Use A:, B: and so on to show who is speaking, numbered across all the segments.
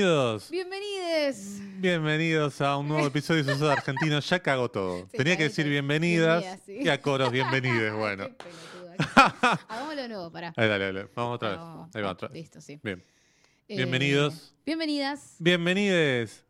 A: Bienvenidos.
B: Bienvenides.
A: Bienvenidos a un nuevo episodio de Sucesos Argentinos. Ya cagó todo.
B: Sí,
A: Tenía que
B: ahí
A: decir
B: está.
A: bienvenidas
B: Bienvenidas, sí.
A: y a coros bienvenides. Bueno.
B: Qué pelotuda. Hagámoslo de nuevo, pará.
A: Ahí, dale, dale. Vamos otra
B: No,
A: vez. Ahí va otra vez.
B: Listo, sí.
A: Bien.
B: Eh,
A: Bienvenidos.
B: bienvenidas.
A: Bienvenides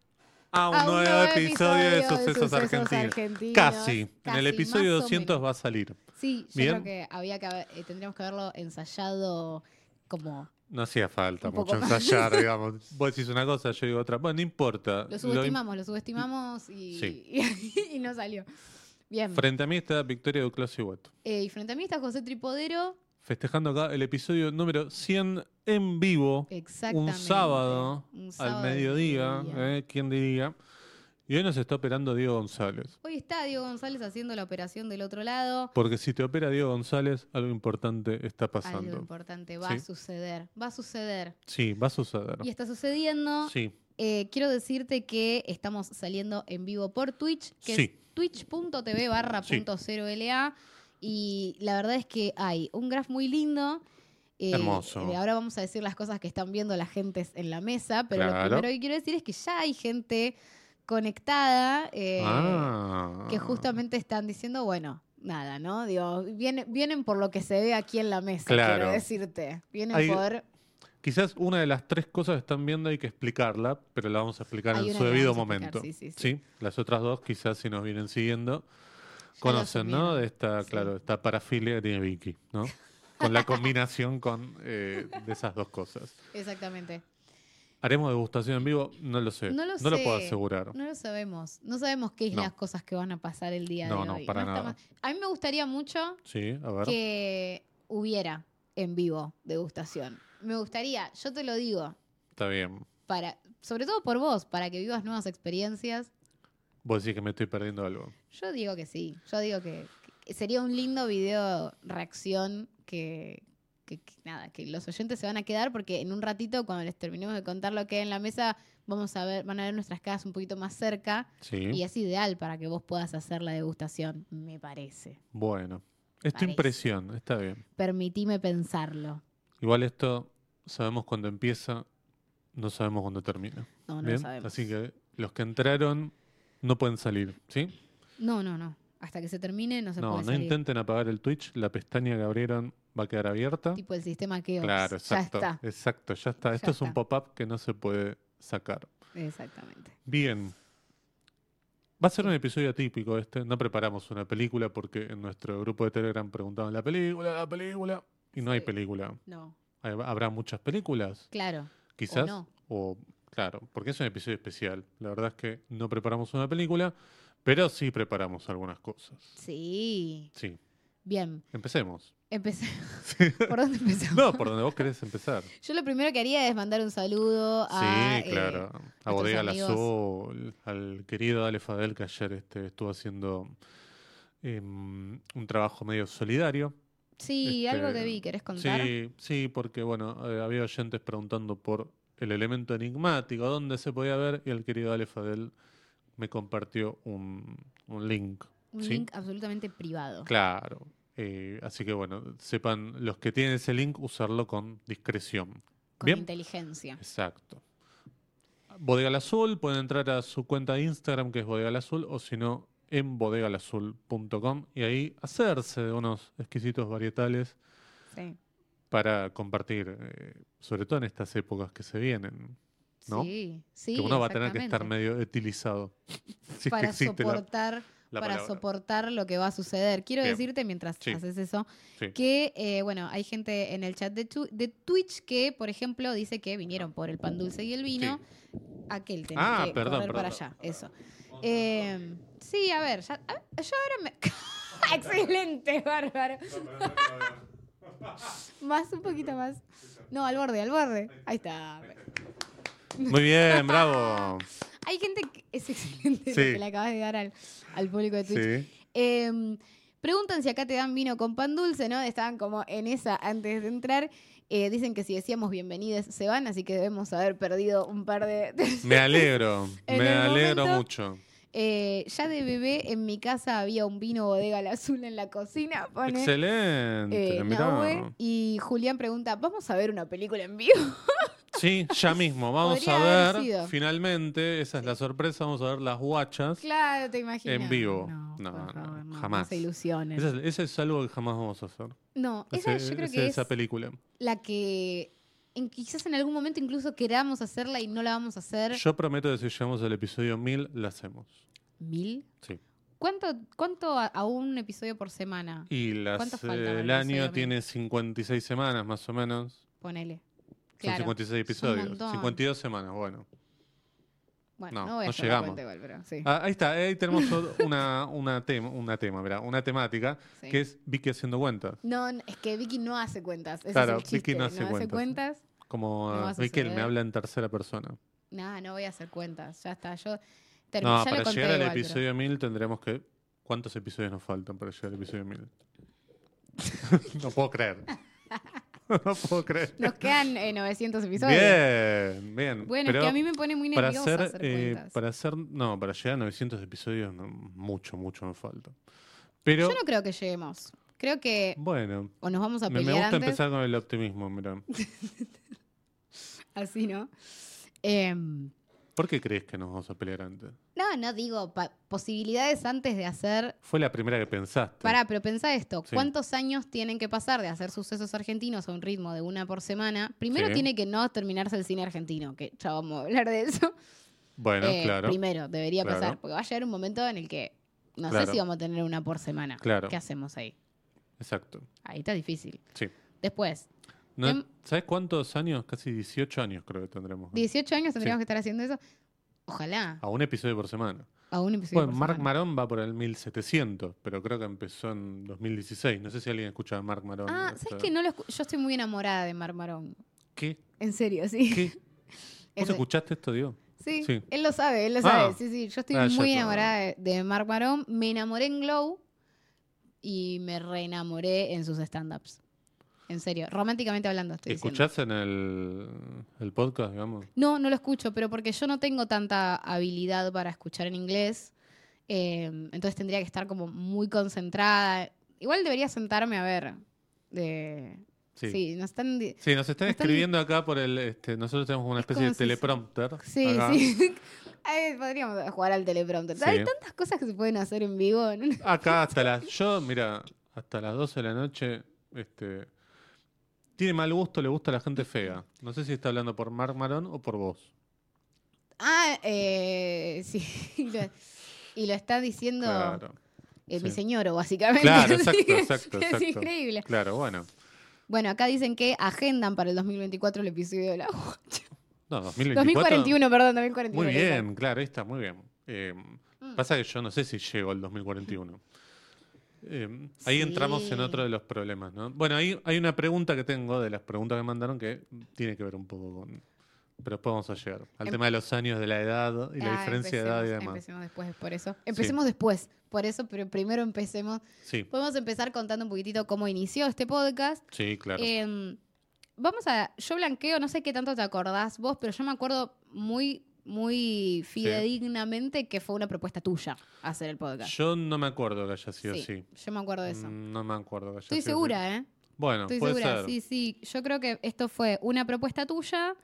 A: a un, nuevo, episodio de Sucesos, Argentinos.
B: Argentinos.
A: Casi. En el
B: Casi,
A: episodio
B: más o
A: 200
B: menos.
A: va a salir.
B: Sí, yo
A: Bien.
B: creo que había que haber- eh, tendríamos que haberlo ensayado como
A: No hacía falta
B: Un poco
A: mucho
B: más.
A: ensayar, digamos. Vos decís una cosa, yo digo otra. Bueno, no importa.
B: lo
A: Lo im-
B: subestimamos, lo, subestimamos y,
A: Sí.
B: y no salió. Bien.
A: Frente a mí está Victoria Duclos y Hueto.
B: Eh, y frente a mí está José Tripodero.
A: Festejando acá el episodio número 100 en vivo.
B: Exactamente.
A: un sábado,
B: Un
A: al
B: sábado
A: mediodía,
B: mediodía.
A: ¿eh? ¿quién diría? Y hoy nos está operando Diego González.
B: Hoy está Diego González haciendo la operación del otro lado.
A: Porque si te opera Diego González, algo importante está
B: Algo
A: pasando.
B: importante va
A: Sí.
B: a suceder. Va a suceder.
A: Sí, va a suceder.
B: Y está sucediendo.
A: Sí,
B: Eh, quiero decirte que estamos saliendo en vivo por Twitch, que
A: Sí.
B: es twitch.tv barra
A: Sí.
B: punto cero LA. Y la verdad es que hay un graph muy lindo. Eh,
A: Hermoso.
B: eh, ahora vamos a decir las cosas que están viendo las gentes en la mesa, pero
A: Claro.
B: lo primero que quiero decir es que ya hay gente conectada eh,
A: Ah.
B: que justamente están diciendo, bueno, nada, ¿no? Digo, vienen, vienen por lo que se ve aquí en la mesa,
A: Claro.
B: quiero decirte. Vienen
A: Hay-
B: por...
A: Quizás una de las tres cosas que están viendo hay que explicarla, pero la vamos a explicar
B: Hay
A: en
B: una
A: su
B: que
A: debido
B: vamos a explicar,
A: momento.
B: sí, sí, sí.
A: Las otras dos, quizás si nos vienen siguiendo,
B: la
A: conocen, ¿no?
B: asumieron,
A: De esta,
B: sí.
A: claro, esta parafilia que tiene Vicky, ¿no? Con la combinación con, eh, de esas dos cosas.
B: Exactamente.
A: ¿Haremos degustación en vivo? No lo sé.
B: No lo sé.
A: puedo asegurar.
B: No lo sabemos. No sabemos qué es
A: No.
B: las cosas que van a pasar el día
A: No,
B: de
A: no,
B: hoy.
A: para
B: está
A: nada.
B: más- A mí me gustaría mucho
A: Sí, a ver.
B: que hubiera en vivo degustación. Me gustaría, yo te lo digo,
A: Está bien.
B: para, sobre todo por vos, para que vivas nuevas experiencias.
A: Vos decís que me estoy perdiendo algo.
B: Yo digo que sí. Yo digo que, que sería un lindo video reacción que, que- que nada, que los oyentes se van a quedar porque en un ratito, cuando les terminemos de contar lo que hay en la mesa, vamos a ver, van a ver nuestras caras un poquito más cerca.
A: Sí.
B: Y es ideal para que vos puedas hacer la degustación, me parece.
A: Bueno. Es tu
B: Parece.
A: impresión, está bien.
B: Permitime pensarlo.
A: Igual esto sabemos cuando empieza, no sabemos cuándo termina.
B: No, no lo
A: Bien.
B: sabemos.
A: Así que los que entraron no pueden salir, ¿sí?
B: No, no, no. Hasta que se termine no se
A: no,
B: puede
A: no
B: salir.
A: intenten apagar el Twitch, la pestaña que abrieron va a quedar abierta.
B: Tipo el sistema que
A: Claro, exacto.
B: Ya está.
A: Exacto, ya está.
B: Ya
A: Esto es un
B: está.
A: pop-up que no se puede sacar.
B: Exactamente.
A: Bien. Va a ser un episodio atípico este. No preparamos una película porque en nuestro grupo de Telegram preguntaban la película, la película. Y no hay
B: Sí.
A: película.
B: No.
A: Hay- Habrá muchas películas,
B: Claro.
A: quizás. O,
B: no.
A: claro, porque es un episodio especial. La verdad es que no preparamos una película, pero sí preparamos algunas cosas.
B: Sí.
A: Sí.
B: Bien.
A: Empecemos.
B: Empecé. ¿Por dónde empezamos?
A: No, por donde vos querés empezar. Sí,
B: Yo lo primero que haría es mandar un saludo a. eh,
A: claro. a
B: nuestros
A: Bodega
B: amigos.
A: Lazul, al querido Ale Fadel, que ayer este, estuvo haciendo em, un trabajo medio solidario.
B: sí,
A: Este,
B: algo que vi, ¿querés contar?
A: Sí, sí, porque bueno, eh, había oyentes preguntando por el elemento enigmático, dónde se podía ver, y el querido Ale Fadel me compartió un, un link.
B: un
A: sí.
B: link absolutamente privado.
A: Claro. eh, así que bueno, sepan los que tienen ese link usarlo con discreción.
B: Con
A: Bien.
B: inteligencia.
A: Exacto. Bodega al Azul, pueden entrar a su cuenta de Instagram que es Bodega al Azul o si no en bodegalazul.com y ahí hacerse de unos exquisitos varietales
B: Sí.
A: para compartir, eh, sobre todo en estas épocas que se vienen, ¿no?
B: Sí, sí.
A: que uno va a tener que estar
B: exactamente.
A: medio etilizado. si es que
B: para
A: existe la,
B: soportar
A: la
B: para
A: palabra.
B: soportar lo que va a suceder. Quiero
A: Bien.
B: decirte mientras
A: Sí.
B: haces eso
A: Sí.
B: que, eh, bueno, hay gente en el chat de, tu- de Twitch que, por ejemplo, dice que vinieron por el pan dulce y el vino. Aquel tenía
A: Ah,
B: que
A: perdón,
B: correr para
A: perdón.
B: allá, eso. Eh, sí, a ver, ya- ah, yo ahora me... Excelente, bárbaro. Más, un poquito más. No, al borde, al borde. Ahí está.
A: Muy bien, bravo.
B: Hay gente que es excelente
A: Sí.
B: lo que le acabas de dar al, al público de Twitch.
A: Sí.
B: Eh, preguntan si acá te dan vino con pan dulce, ¿no? Estaban como en esa antes de entrar. Eh, dicen que si decíamos bienvenidas se van, así que debemos haber perdido un par de...
A: Me alegro,
B: En
A: me
B: el
A: alegro
B: momento-
A: mucho.
B: Eh, ya de bebé en mi casa había un vino bodega al azul en la cocina, pone eh,
A: Excelente, mirá.
B: Nahue. Y Julián pregunta, ¿vamos a ver una película en vivo?
A: Sí, ya mismo. Vamos
B: Podría
A: a
B: haber
A: ver,
B: sido.
A: finalmente, esa es la sorpresa, vamos a ver las guachas.
B: Claro, te imaginas.
A: En vivo.
B: No,
A: No,
B: por
A: no,
B: favor, no,
A: jamás.
B: No se ilusionen.
A: Ese es, ese es algo que jamás vamos a hacer.
B: no, esa
A: Ese-
B: yo creo
A: ese-
B: que es
A: esa película.
B: la que en- quizás en algún momento incluso queramos hacerla y no la vamos a hacer.
A: Yo prometo que si llegamos al episodio 1000, la hacemos.
B: ¿Mil?
A: Sí.
B: ¿Cuánto, cuánto a, a un episodio por semana?
A: Y
B: ¿Cuánto
A: las,
B: falta para
A: eh, el
B: el episodio
A: año
B: 1000?
A: tiene 56 semanas más o menos.
B: Ponele.
A: Son
B: Claro.
A: 56
B: es un
A: episodios.
B: montón.
A: 52 semanas, bueno.
B: Bueno,
A: no,
B: no, voy a
A: no
B: hacer la
A: llegamos.
B: cuenta igual, pero sí.
A: Ah, ahí está, ahí tenemos o- una, una, tema, una tema, mirá, una temática
B: sí.
A: que es Vicky haciendo cuentas.
B: No, n- es que Vicky no hace cuentas. Ese
A: Claro,
B: es el chiste.
A: Vicky no hace cuentas. Como
B: No
A: ah,
B: vas a
A: Riquel me
B: saber.
A: habla en tercera persona.
B: No, no voy a hacer cuentas. Ya está. Yo term-
A: no,
B: ya lo
A: para
B: conté
A: llegar al
B: igual, pero-
A: episodio 1000 tendremos que... ¿Cuántos episodios nos faltan para llegar al episodio 1000? no puedo creer. no puedo creer.
B: Nos quedan eh, 900 episodios.
A: Bien, bien.
B: Bueno,
A: Pero
B: es que a mí me pone muy
A: para
B: nerviosa
A: hacer,
B: hacer
A: eh,
B: cuentas.
A: para hacer, no, para llegar a 900 episodios, no, mucho, mucho nos falta. Pero,
B: Yo no creo que lleguemos. Creo que
A: bueno,
B: o nos vamos a
A: me, me
B: pelear
A: gusta
B: antes,
A: empezar con el optimismo, mira.
B: así, ¿no? Em,
A: ¿Por qué crees que nos vamos a pelear antes?
B: no, no digo pa- posibilidades antes de hacer.
A: Fue la primera que pensaste.
B: Pará, pero pensá esto.
A: Sí.
B: ¿Cuántos años tienen que pasar de hacer sucesos argentinos a un ritmo de una por semana? Primero
A: Sí.
B: tiene que no terminarse el cine argentino, que ya vamos a hablar de eso.
A: bueno,
B: Eh,
A: claro.
B: Primero, debería
A: Claro.
B: pasar, porque va a llegar un momento en el que no
A: Claro.
B: sé si vamos a tener una por semana.
A: Claro.
B: ¿Qué hacemos ahí?
A: Exacto.
B: Ahí está difícil.
A: Sí.
B: Después,
A: No,
B: Em-
A: ¿Sabes cuántos años? Casi 18 años creo que tendremos.
B: 18 años tendríamos
A: Sí.
B: que estar haciendo eso. Ojalá.
A: A un episodio por semana.
B: A un episodio.
A: bueno,
B: por
A: Mark
B: semana.
A: Marón va por el 1700, pero creo que empezó en 2016. No sé si alguien escucha a Mark Marón.
B: Ah,
A: O sea,
B: ¿sabes que no lo escu- Yo estoy muy enamorada de Mar Marón.
A: ¿Qué?
B: En serio, sí.
A: ¿Qué? ¿Vos
B: Ese-
A: escuchaste esto, Diego?
B: sí,
A: Sí.
B: él lo sabe, él lo
A: Ah.
B: sabe. Sí, sí, yo estoy
A: Ah, ya
B: muy
A: está.
B: enamorada de, de Mark Marón. Me enamoré en Glow y me reenamoré en sus stand-ups. En serio, románticamente hablando, estoy diciendo.
A: ¿Escuchás en el, el podcast, digamos?
B: No, no lo escucho, pero porque yo no tengo tanta habilidad para escuchar en inglés. eh, entonces tendría que estar como muy concentrada. Igual debería sentarme a ver. De... Sí. no están. di-
A: Sí, nos están
B: Nos están-
A: escribiendo acá por el. Este, nosotros tenemos una
B: Es
A: especie de
B: como si se-
A: teleprompter.
B: Sí,
A: acá.
B: sí. Ay, podríamos jugar al teleprompter.
A: Sí.
B: Hay tantas cosas que se pueden hacer en vivo. en una-
A: Acá hasta las. Yo, mira, hasta las 12 de la noche. Este, tiene mal gusto, le gusta a la gente fea. No sé si está hablando por Mark Maron o por vos.
B: Ah, eh, sí. Y lo, y lo está diciendo
A: Claro.
B: eh, mi
A: sí.
B: señor, básicamente.
A: Claro,
B: Así
A: exacto,
B: que
A: exacto,
B: Es
A: exacto.
B: increíble.
A: Claro, bueno.
B: Bueno, acá dicen que agendan para el 2024 el episodio de la
A: No, 2024.
B: 2041, perdón, Mm. 2041.
A: Muy
B: ahí está.
A: bien, claro, ahí está, muy bien. Eh, Pasa que yo no sé si llego al 2041. Eh, ahí
B: Sí.
A: entramos en otro de los problemas, ¿no? Bueno, ahí hay una pregunta que tengo de las preguntas que mandaron que tiene que ver un poco con. Pero después vamos a llegar al
B: Em-
A: tema de los años, de la edad y la
B: Ah,
A: diferencia de edad y
B: empecemos,
A: demás.
B: Empecemos después, por eso. Empecemos después, por eso, pero primero empecemos.
A: Sí,
B: Podemos empezar contando un poquitito cómo inició este podcast.
A: sí, claro.
B: Em, vamos a. Yo blanqueo, no sé qué tanto te acordás vos, pero yo me acuerdo muy, muy fidedignamente que fue una propuesta tuya hacer el podcast.
A: yo no me acuerdo que haya sido
B: sí,
A: así.
B: yo me acuerdo de eso.
A: Mm, No me acuerdo que haya
B: Estoy
A: sido así.
B: segura, ¿eh?
A: Bueno,
B: Estoy
A: puede
B: segura,
A: ser.
B: sí, sí. Yo creo que esto fue una propuesta tuya.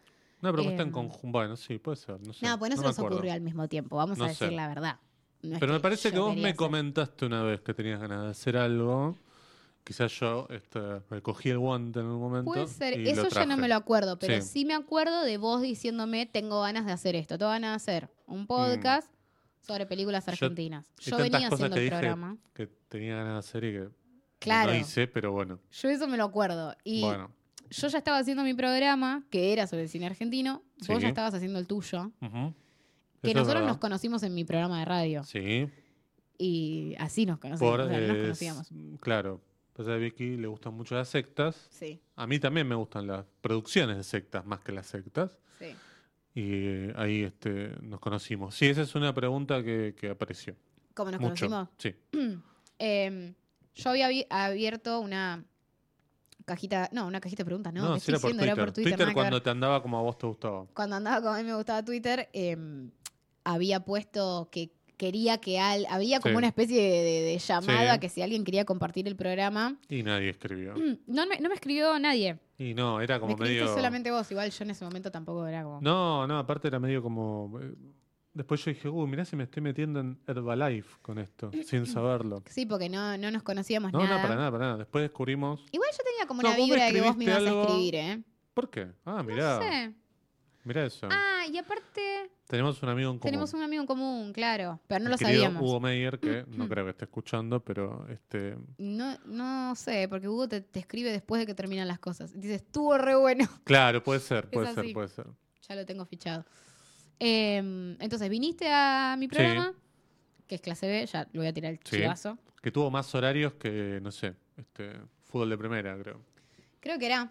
A: Una propuesta en
B: Em,
A: conjunto. Bueno, sí, puede ser. No, sé,
B: No, pues no, se
A: me
B: nos
A: acuerdo.
B: ocurrió al mismo tiempo, vamos
A: No
B: a decir
A: sé.
B: la verdad. No es
A: Pero me parece
B: yo
A: que vos
B: quería
A: me
B: hacer-
A: comentaste una vez que tenías ganas de hacer algo. Quizás yo este, recogí el guante en un momento.
B: Puede ser,
A: y
B: eso
A: lo
B: ya no
A: traje.
B: me lo acuerdo, pero
A: Sí.
B: sí. me acuerdo de vos diciéndome, tengo ganas de hacer esto, tengo ganas de hacer un podcast sobre películas
A: Mm. Yo-
B: argentinas.
A: Hay
B: Yo,
A: tantas
B: venía
A: cosas
B: haciendo
A: que
B: el
A: dije
B: programa.
A: Que tenía ganas de hacer y que
B: Claro,
A: no hice, pero bueno.
B: yo eso me lo acuerdo. Y
A: Bueno.
B: yo ya estaba haciendo mi programa, que era sobre el cine argentino, vos
A: Sí.
B: ya estabas haciendo el tuyo,
A: ujú.
B: que
A: Eso es
B: nosotros nos
A: verdad.
B: conocimos en mi programa de radio.
A: Sí,
B: Y así nos conocimos,
A: por.
B: o sea, no nos
A: eh,
B: conocíamos.
A: Claro. Pasa que a Vicky le gustan mucho las sectas.
B: Sí,
A: A mí también me gustan las producciones de sectas más que las sectas.
B: sí.
A: Y eh, ahí este, nos conocimos. Sí, esa es una pregunta que, que apareció.
B: ¿Cómo nos
A: mucho.
B: conocimos?
A: Sí.
B: Eh, yo había abi- abierto una cajita, no, una cajita de preguntas, ¿no?
A: No,
B: ¿Qué
A: sí
B: estoy
A: era por
B: diciendo?
A: Twitter.
B: Era por Twitter. nada que
A: cuando
B: ver.
A: te andaba como a vos te gustaba.
B: Cuando andaba como a mí me gustaba Twitter, eh, había puesto que quería que al, había como
A: Sí.
B: una especie de, de- de llamado
A: Sí.
B: a que si alguien quería compartir el programa.
A: Y nadie escribió.
B: Mm, No me, no me escribió nadie.
A: Y no, era como
B: me creíste
A: medio.
B: solamente vos, igual yo en ese momento tampoco era como.
A: No, no, aparte era medio como. eh, Después yo dije, uh, mirá si me estoy metiendo en Herbalife con esto, sin saberlo.
B: Sí, porque no, no nos conocíamos
A: No, no,
B: nada.
A: para nada, para nada. Después descubrimos.
B: Igual yo tenía como
A: No,
B: una
A: vos me
B: vibra de que vos me ibas
A: escribiste
B: a
A: algo-
B: escribir, ¿eh?
A: ¿Por qué? Ah, mirá.
B: No sé.
A: Mirá eso.
B: Ah, y aparte
A: Tenemos un amigo en común.
B: tenemos un amigo en común, claro. Pero no
A: El
B: lo
A: querido
B: sabíamos.
A: Hugo Meyer, que no creo que esté escuchando, pero este.
B: No, no sé, porque Hugo te, te escribe después de que terminan las cosas. Y dices, estuvo re bueno.
A: Claro, puede ser, puede
B: Es
A: ser,
B: así.
A: puede ser.
B: Ya lo tengo fichado. Em, entonces, viniste a mi programa, que es clase B, ya lo voy a tirar el
A: Sí.
B: chivazo.
A: Que tuvo más horarios que, no sé, este, fútbol de primera, creo.
B: Creo que era.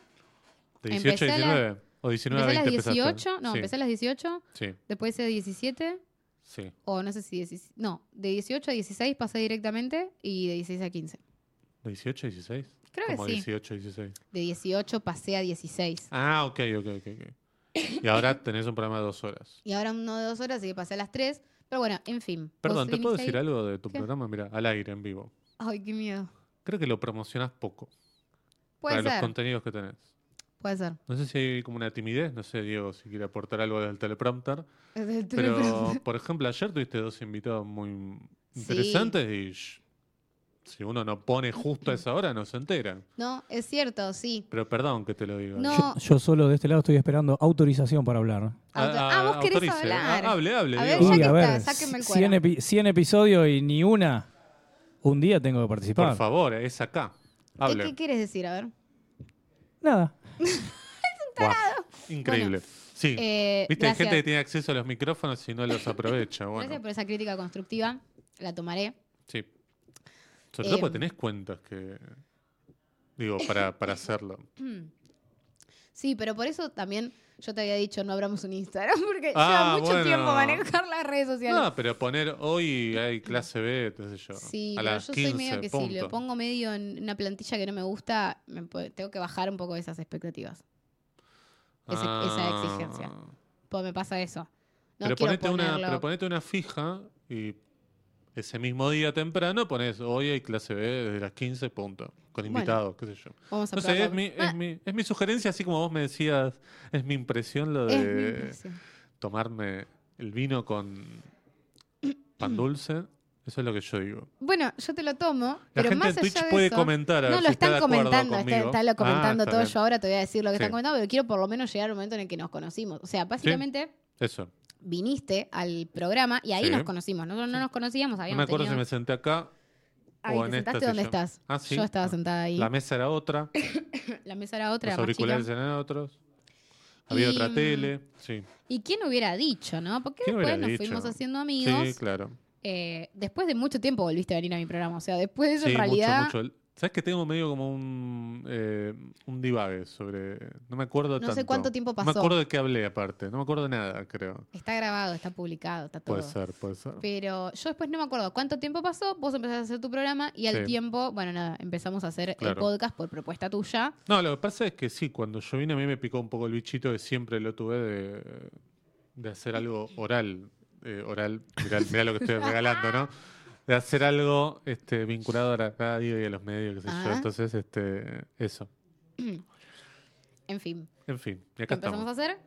A: De 18 a
B: Empecé a la-
A: 19. O 19
B: Empecé a
A: a
B: las
A: 20 empezaste.
B: 18, no,
A: sí,
B: empecé a las 18,
A: Sí,
B: después hice 17,
A: sí.
B: o no sé si 16, no, de 18 a 16 pasé directamente y de 16 a 15.
A: ¿De 18 a 16?
B: Creo que
A: Como
B: sí.
A: 18 a 16.
B: De 18 pasé a 16.
A: Ah, ok, ok, ok. ok. Y ahora tenés un programa de dos horas.
B: Y ahora uno de dos horas, así que pasé a las 3. Pero bueno, en fin. vos
A: Perdón, ¿te puedo
B: viniste
A: decir
B: ahí-
A: algo de tu
B: ¿Qué?
A: programa? Mira, al aire, en vivo.
B: Ay, qué miedo.
A: Creo que lo promocionás poco
B: Puede
A: para los
B: ser,
A: contenidos que tenés.
B: puede ser.
A: No sé si hay como una timidez, no sé, Diego, si quiere aportar algo del teleprompter.
B: Es del
A: Pero,
B: teleprompter.
A: por ejemplo, ayer tuviste dos invitados muy
B: Sí.
A: interesantes y sh- si uno no pone justo a esa hora, no se entera.
B: No, es cierto, sí.
A: Pero perdón que te lo diga.
B: No,
A: Yo-
C: Yo, yo solo de este lado estoy esperando autorización para hablar.
B: auto- ah, vos querés hablar.
A: Ah, hable, hable.
B: A ver,
A: Diego.
B: ya
C: Uy,
B: que
C: a ver,
B: está, sáquenme el
C: 100,
B: cuero.
C: epi- 100 episodios y ni una. Un día tengo que participar.
A: Por favor, es acá.
B: ¿Qué,
A: Hable.
B: qué quieres decir? A ver.
C: Nada.
A: Buah, Increíble. sí.
B: Eh,
A: Viste, hay
B: gracias.
A: gente que tiene acceso a los micrófonos y no los aprovecha.
B: Gracias
A: Bueno,
B: por esa crítica constructiva. La tomaré.
A: sí. Sobre todo
B: Eh,
A: porque tenés cuentas que. Digo, para, para hacerlo.
B: Sí, pero por eso también yo te había dicho no abramos un Instagram, porque lleva
A: Ah,
B: mucho
A: bueno.
B: tiempo manejar las redes sociales.
A: No, pero poner hoy hay clase B, qué sé yo.
B: Sí,
A: a
B: pero
A: las
B: yo
A: 15,
B: soy medio que si
A: punto.
B: lo pongo medio en una plantilla que no me gusta, me po- tengo que bajar un poco esas expectativas. ese- esa exigencia.
A: Ah.
B: Pues me pasa eso. No
A: pero,
B: quiero
A: ponete una,
B: ponerlo-
A: pero ponete una fija y ese mismo día temprano pones hoy hay clase B desde las 15, punto. Con
B: Bueno,
A: invitados, qué sé yo.
B: Vamos a
A: No sé, es
B: probarlo.
A: mi,
B: Ah,
A: es, mi, es mi sugerencia, así como vos me decías, es mi impresión lo
B: es mi
A: de
B: impresión.
A: tomarme el vino con pan dulce. Eso es lo que yo digo.
B: Bueno, yo te lo tomo,
A: La
B: pero
A: gente
B: más
A: en Twitch
B: allá de
A: puede
B: eso,
A: comentar. A
B: no
A: ver
B: lo
A: si
B: están
A: está de acuerdo
B: comentando, está,
A: conmigo.
B: está lo
A: Ah,
B: comentando
A: está
B: todo.
A: bien.
B: Yo ahora te voy a decir lo que
A: Sí.
B: están comentando, pero quiero por lo menos llegar al momento en el que nos conocimos. O sea, básicamente
A: Eso.
B: viniste al programa y ahí
A: Sí.
B: nos conocimos. Nosotros no nos conocíamos,
A: No me
B: habíamos
A: acuerdo
B: tenido...
A: si me senté acá
B: Ahí,
A: o
B: ¿te
A: en esta
B: sentaste dónde
A: silla.
B: estás?
A: Ah, sí.
B: Yo estaba
A: Ah.
B: sentada ahí.
A: La
B: La,
A: mesa era otra.
B: mesa
A: Los
B: era otra, era más chica.
A: auriculares eran otros. Había
B: Y,
A: otra
B: mm,
A: tele. Sí.
B: ¿Y quién hubiera dicho, no? Porque
A: ¿Quién
B: después
A: hubiera
B: nos
A: dicho?
B: fuimos haciendo amigos.
A: Sí, claro.
B: Eh, después de mucho tiempo volviste a venir a mi programa. O sea, después de eso,
A: Sí,
B: en realidad.
A: mucho, mucho. ¿Sabes que tengo medio como un, eh, un divague sobre. No me acuerdo
B: No sé
A: tanto.
B: cuánto tiempo
A: No
B: pasó.
A: me acuerdo de qué hablé aparte. No me acuerdo de nada, creo.
B: Está grabado, está publicado, está todo.
A: Puede ser, puede ser.
B: Pero yo después no me acuerdo cuánto tiempo pasó. Vos empezaste a hacer tu programa y al
A: Sí.
B: tiempo, bueno, nada, empezamos a hacer el
A: Claro.
B: podcast por propuesta tuya.
A: No, lo que pasa es que sí, cuando yo vine a mí me picó un poco el bichito que siempre lo tuve de, de hacer algo oral. Eh, oral, mirá, mirá lo que estoy regalando, ¿no? De hacer algo este, vinculado a la radio y a los medios, qué sé yo.
B: Ah.
A: Entonces, este, eso.
B: En fin,
A: En fin, y
B: lo
A: acá
B: empezamos
A: estamos.
B: a hacer.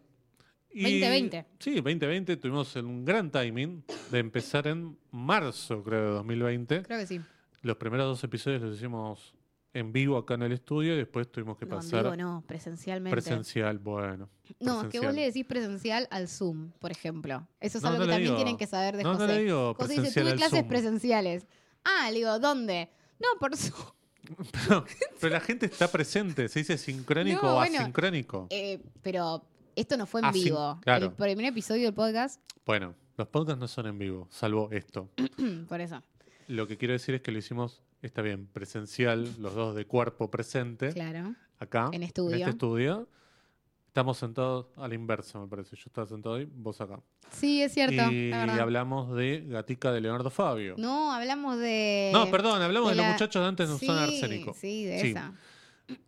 A: Y-
B: 2020.
A: Sí, 2020 tuvimos un gran timing de empezar en marzo, creo, de 2020.
B: Creo que sí.
A: Los primeros dos episodios los hicimos en vivo acá en el estudio y después tuvimos que
B: No, en
A: pasar
B: vivo no, presencialmente.
A: presencial. Bueno.
B: no, es que vos
A: presencial.
B: le decís presencial al Zoom, por ejemplo. Eso es
A: No,
B: algo
A: no
B: que
A: le
B: también
A: digo.
B: tienen que saber de
A: No,
B: José.
A: no le digo
B: José dice,
A: presencial
B: tuve
A: al
B: clases
A: Zoom".
B: presenciales. Ah, le digo, ¿dónde? No, por Zoom.
A: No, pero la gente está presente, se dice sincrónico
B: No,
A: o
B: bueno,
A: asincrónico.
B: Eh, pero esto no fue en
A: Ah, sí,
B: vivo.
A: claro.
B: El primer episodio del podcast,
A: Bueno, los podcasts no son en vivo, salvo esto.
B: mm, por eso.
A: Lo que quiero decir es que lo hicimos, está bien, presencial, los dos de cuerpo presente,
B: Claro.
A: acá,
B: En estudio.
A: este estudio. Estamos sentados a la inversa, me parece. Yo estaba sentado ahí, vos acá.
B: Sí, es cierto.
A: y
B: la verdad.
A: hablamos de Gatica de Leonardo Fabio.
B: No, hablamos de.
A: No, perdón, hablamos
B: de
A: de, los
B: la-
A: muchachos de antes no
B: sí,
A: son arsénico.
B: Sí, de
A: Sí.
B: esa.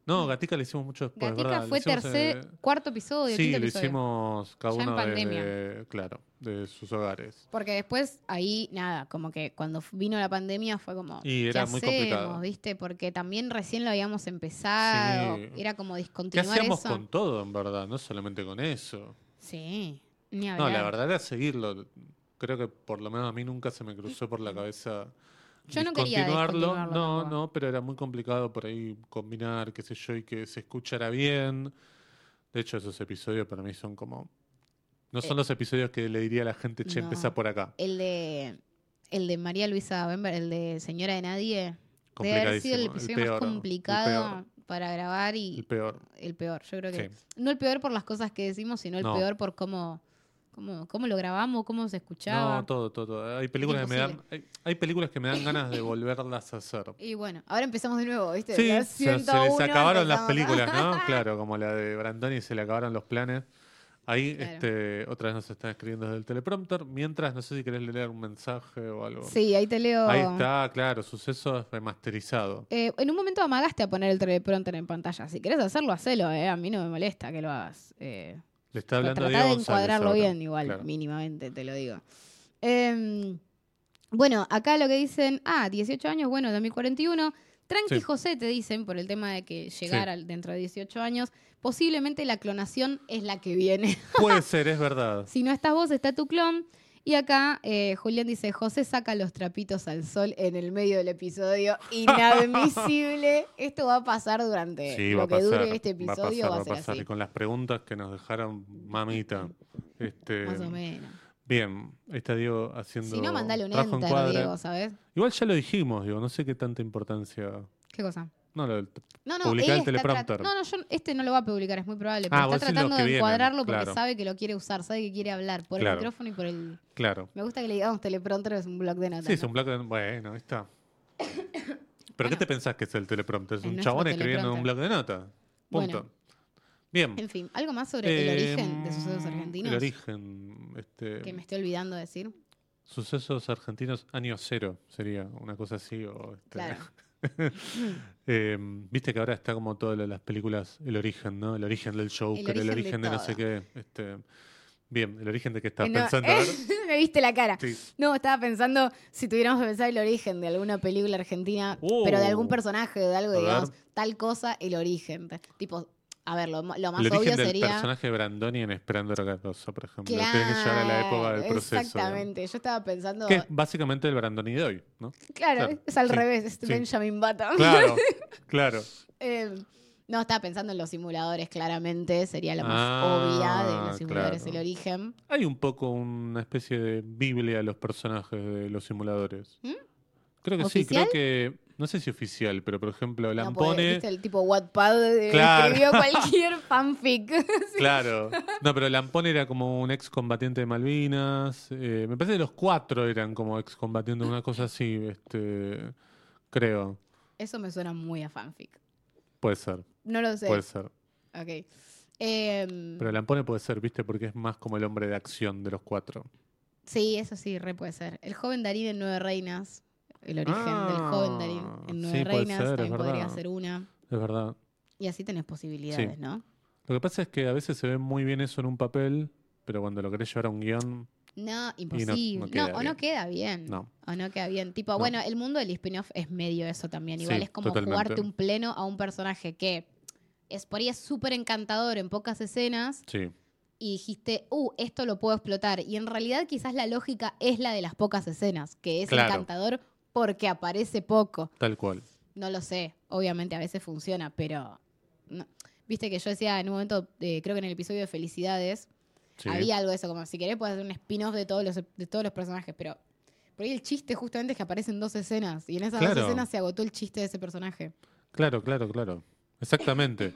A: No, Gatica le hicimos mucho después,
B: Gatica
A: ¿verdad? Le
B: fue
A: hicimos,
B: tercer,
A: eh,
B: cuarto episodio,
A: Sí,
B: quinto
A: lo
B: episodio.
A: hicimos cada
B: Ya en
A: uno
B: pandemia.
A: de, claro, de sus hogares.
B: Porque después ahí, nada, como que cuando f- vino la pandemia fue como.
A: Y
B: ¿qué
A: era muy complicado.
B: hacemos, ¿Viste? Porque también recién lo habíamos empezado.
A: Sí.
B: Era como
A: ¿Qué
B: discontinuar
A: hacíamos
B: eso.
A: con todo, en verdad? No solamente con eso.
B: Sí, ni hablar.
A: No, la verdad era seguirlo. Creo que por lo menos a mí nunca se me cruzó por la cabeza
B: Yo no quería
A: discontinuarlo.
B: descontinuarlo
A: No,
B: tampoco.
A: no, pero era muy complicado por ahí combinar, qué sé yo, y que se escuchara bien. De hecho, esos episodios para mí son como... No son los episodios que le diría a la gente, che,
B: Eh, no.
A: empieza por acá.
B: El de, el de María Luisa Bember, el de Señora de Nadie, debe haber
A: Complicadísimo.
B: sido el
A: el
B: episodio
A: peor,
B: más
A: el
B: complicado
A: peor,
B: para grabar
A: El
B: y
A: peor.
B: el peor. Yo creo que.
A: Sí.
B: No el peor por las cosas que decimos, sino el
A: No.
B: peor por cómo, cómo, cómo lo grabamos, cómo se escuchaba.
A: No, todo, todo, todo. Hay películas que me dan, hay, hay películas que me dan ganas de volverlas a hacer.
B: Y bueno, ahora empezamos de nuevo, ¿viste?
A: Sí,
B: La
A: se- se,
B: 101
A: les acabaron las
B: empezamos.
A: películas, ¿no? Claro, como la de Brandoni se le acabaron los planes. Ahí
B: Claro.
A: este, otra vez nos están escribiendo desde el teleprompter. Mientras, no sé si querés leer un mensaje o algo.
B: Sí, ahí te leo.
A: Ahí está, claro, suceso es remasterizado.
B: Eh, en un momento amagaste a poner el teleprompter en pantalla. Si querés hacerlo, hacelo, eh. A mí no me molesta que lo hagas. Eh,
A: Le está
B: pero
A: hablando
B: tratá
A: Diego
B: de
A: González
B: encuadrarlo
A: ahora.
B: bien, igual,
A: Claro.
B: mínimamente, te lo digo. Em, bueno, acá lo que dicen, ah, 18 años, bueno, 2041. Tranqui
A: Sí.
B: José te dicen, por el tema de que llegar
A: Sí.
B: al- dentro de 18 años, posiblemente la clonación es la que viene.
A: Puede ser, es verdad.
B: Si no estás vos, está tu clon. Y acá eh, Julián dice, José saca los trapitos al sol en el medio del episodio. Inadmisible. Esto va a pasar durante
A: Sí,
B: lo
A: va a
B: que
A: pasar.
B: dure este episodio.
A: va a pasar, va
B: ser
A: a pasar.
B: así.
A: Y con las preguntas que nos dejaron, mamita. Este,
B: Más o menos.
A: Bien, ahí está Diego haciendo.
B: Si no, mandale un
A: trabajo en
B: enter,
A: cuadra.
B: Diego, ¿sabes?
A: Igual ya lo dijimos, digo, no sé qué tanta importancia.
B: ¿Qué cosa?
A: No, lo del-
B: No, no,
A: Publicar
B: él
A: el
B: está tra-
A: teleprompter.
B: No, no, yo este no lo va a publicar, es muy probable.
A: Ah,
B: Pero
A: vos
B: está
A: decís los
B: tratando
A: que
B: de
A: vienen,
B: encuadrarlo porque
A: claro.
B: sabe que lo quiere usar, sabe que quiere hablar por el
A: Claro.
B: micrófono y por el...
A: claro.
B: Me gusta que le digamos teleprompter, es un blog de notas.
A: Sí, es
B: ¿no?
A: un bloque de. Bueno, ahí está. ¿Pero qué te pensás que es el teleprompter? Es
B: es
A: un
B: nuestro
A: chabón escribiendo en un
B: teleprompter.
A: bloque de nota. Punto.
B: Bueno.
A: Bien.
B: En fin, ¿algo más sobre el
A: Eh,
B: origen de sucesos argentinos?
A: El origen. Este,
B: que me estoy olvidando de decir.
A: Sucesos argentinos año cero sería una cosa así. O este,
B: Claro.
A: Eh, Viste que ahora está como todas la- las películas, el origen, ¿no? El origen del Joker, el origen,
B: origen de
A: de, no sé
B: todo.
A: qué. este, bien, el origen de qué estás
B: No, eh,
A: pensando. A ver.
B: me viste la cara.
A: Sí.
B: No, estaba pensando si tuviéramos que pensar el origen de alguna película argentina,
A: Oh.
B: pero de algún personaje, de algo,
A: A ver.
B: digamos, tal cosa, el origen. Tipo, a ver, lo, ma- lo más
A: el origen
B: obvio
A: del
B: sería.
A: personaje de Brandoni en Esperando la Carroza, por ejemplo. Tienes que llegar a la época del
B: Claro,
A: proceso. digamos.
B: Exactamente. Yo estaba pensando.
A: Que es básicamente el Brandoni de hoy, ¿no?
B: Claro,
A: claro,
B: es al
A: sí,
B: revés, es
A: sí.
B: Benjamin Button.
A: Claro, claro.
B: Eh, no, estaba pensando en los simuladores, claramente. Sería la más
A: Ah,
B: obvia de los simuladores,
A: claro.
B: el origen.
A: Hay un poco una especie de biblia a los personajes de los simuladores.
B: ¿Mm?
A: Creo que
B: ¿Oficial?
A: sí, creo que. No sé si oficial, pero por ejemplo,
B: No, porque,
A: Lampone.
B: ¿viste? el tipo Wattpad eh,
A: Claro.
B: escribió cualquier fanfic.
A: Claro. No, pero Lampone era como un excombatiente de Malvinas. Eh, me parece que los cuatro eran como excombatientes, una cosa así, este, creo.
B: Eso me suena muy a fanfic.
A: Puede ser,
B: No lo sé.
A: puede ser.
B: Mm. Ok. Em,
A: Pues. Pero Lampone puede ser, ¿viste? Porque es más como el hombre de acción de los cuatro.
B: sí, eso sí, re puede ser. El joven Darín en Nueve Reinas. El origen del
A: Ah,
B: joven Darín en Nueve
A: sí, puede
B: Reinas
A: ser, es
B: también podría
A: verdad.
B: ser una.
A: Es verdad.
B: Y así tenés posibilidades, ¿no?
A: Lo que pasa es que a veces se ve muy bien eso en un papel, pero cuando lo querés llevar a un guión,
B: No,
A: no
B: imposible. No,
A: queda
B: o
A: bien.
B: no queda bien.
A: no.
B: O no queda bien. Tipo,
A: No.
B: bueno, el mundo del spin-off es medio eso también. Igual
A: Sí,
B: es como
A: totalmente.
B: jugarte un pleno a un personaje que es por ahí es súper encantador en pocas escenas
A: Sí,
B: y dijiste, uh, esto lo puedo explotar. Y en realidad quizás la lógica es la de las pocas escenas, que es
A: Claro.
B: encantador porque aparece poco.
A: tal cual.
B: No lo sé, obviamente a veces funciona, pero... no. Viste que yo decía en un momento, eh, creo que en el episodio de Felicidades,
A: Sí.
B: había algo de eso, como si querés puedes hacer un spin-off de todos los de todos los personajes, pero por ahí el chiste justamente es que aparecen dos escenas y en esas
A: Claro.
B: dos escenas se agotó el chiste de ese personaje.
A: Claro, claro, claro. Exactamente.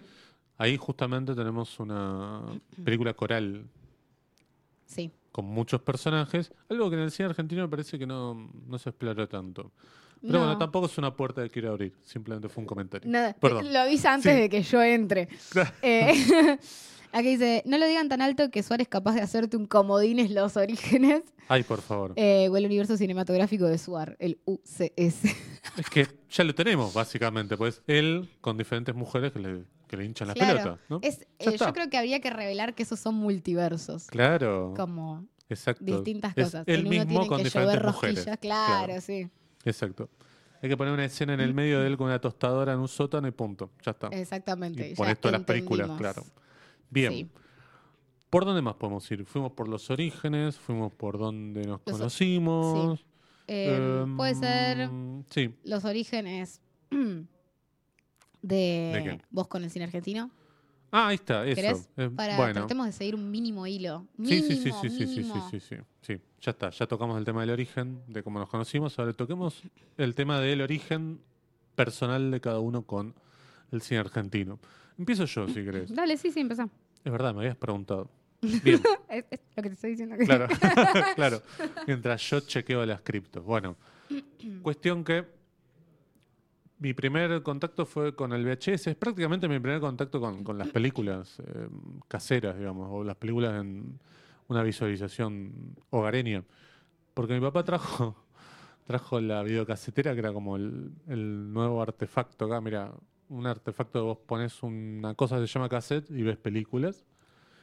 A: Ahí justamente tenemos una película coral
B: Sí.
A: con muchos personajes, algo que en el cine argentino me parece que no, no se exploró tanto. Pero
B: No.
A: bueno, tampoco es una puerta que quiero abrir, simplemente fue un comentario.
B: Nada,
A: Perdón.
B: Lo avisa antes
A: Sí.
B: de que yo entre. Eh, aquí dice, no lo digan tan alto que Suárez es capaz de hacerte un comodines los orígenes.
A: Ay, por favor.
B: Eh, o el universo cinematográfico de Suar, el UCS.
A: Es que ya lo tenemos, básicamente, pues él con diferentes mujeres que le, que le hinchan las
B: Claro.
A: pelotas, ¿no?
B: Es, eh,
A: Ya está.
B: yo creo que habría que revelar que esos son multiversos.
A: Claro,
B: Como
A: exacto.
B: distintas
A: Es
B: cosas.
A: Él
B: en uno
A: mismo
B: tienen
A: con
B: que
A: diferentes
B: llover
A: mujeres.
B: rosquillas. Claro, sí.
A: Exacto. Hay que poner una escena en el medio de él con una tostadora en un sótano y punto. Ya está.
B: Exactamente.
A: y
B: ya
A: pones todas las películas,
B: entendimos.
A: claro. Bien.
B: Sí.
A: ¿Por dónde más podemos ir? Fuimos por los orígenes, fuimos por donde nos
B: Los o-
A: conocimos.
B: Eh, puede ser
A: em, Sí,
B: los orígenes de,
A: qué?
B: vos con el cine argentino.
A: Ah, ahí está, eso.
B: ¿Querés?
A: Eh,
B: Para
A: bueno.
B: tratemos de seguir un mínimo hilo.
A: Sí,
B: Mínimo,
A: sí, sí, sí, sí, sí, sí,
B: mínimo.
A: sí, sí, sí. Ya está, ya tocamos el tema del origen, de cómo nos conocimos. Ahora toquemos el tema del origen personal de cada uno con el cine argentino. Empiezo yo, si querés.
B: Dale, sí, sí, empezá.
A: Es verdad, me habías preguntado. Bien,
B: Es, es lo que te estoy diciendo.
A: claro, claro. Mientras yo chequeo las criptos. Bueno, cuestión que mi primer contacto fue con el VHS. Es prácticamente mi primer contacto con, con las películas eh, caseras, digamos, o las películas en una visualización hogareña. Porque mi papá trajo, trajo la videocasetera, que era como el, el nuevo artefacto acá. Mira, un artefacto que vos pones una cosa que se llama cassette y ves películas.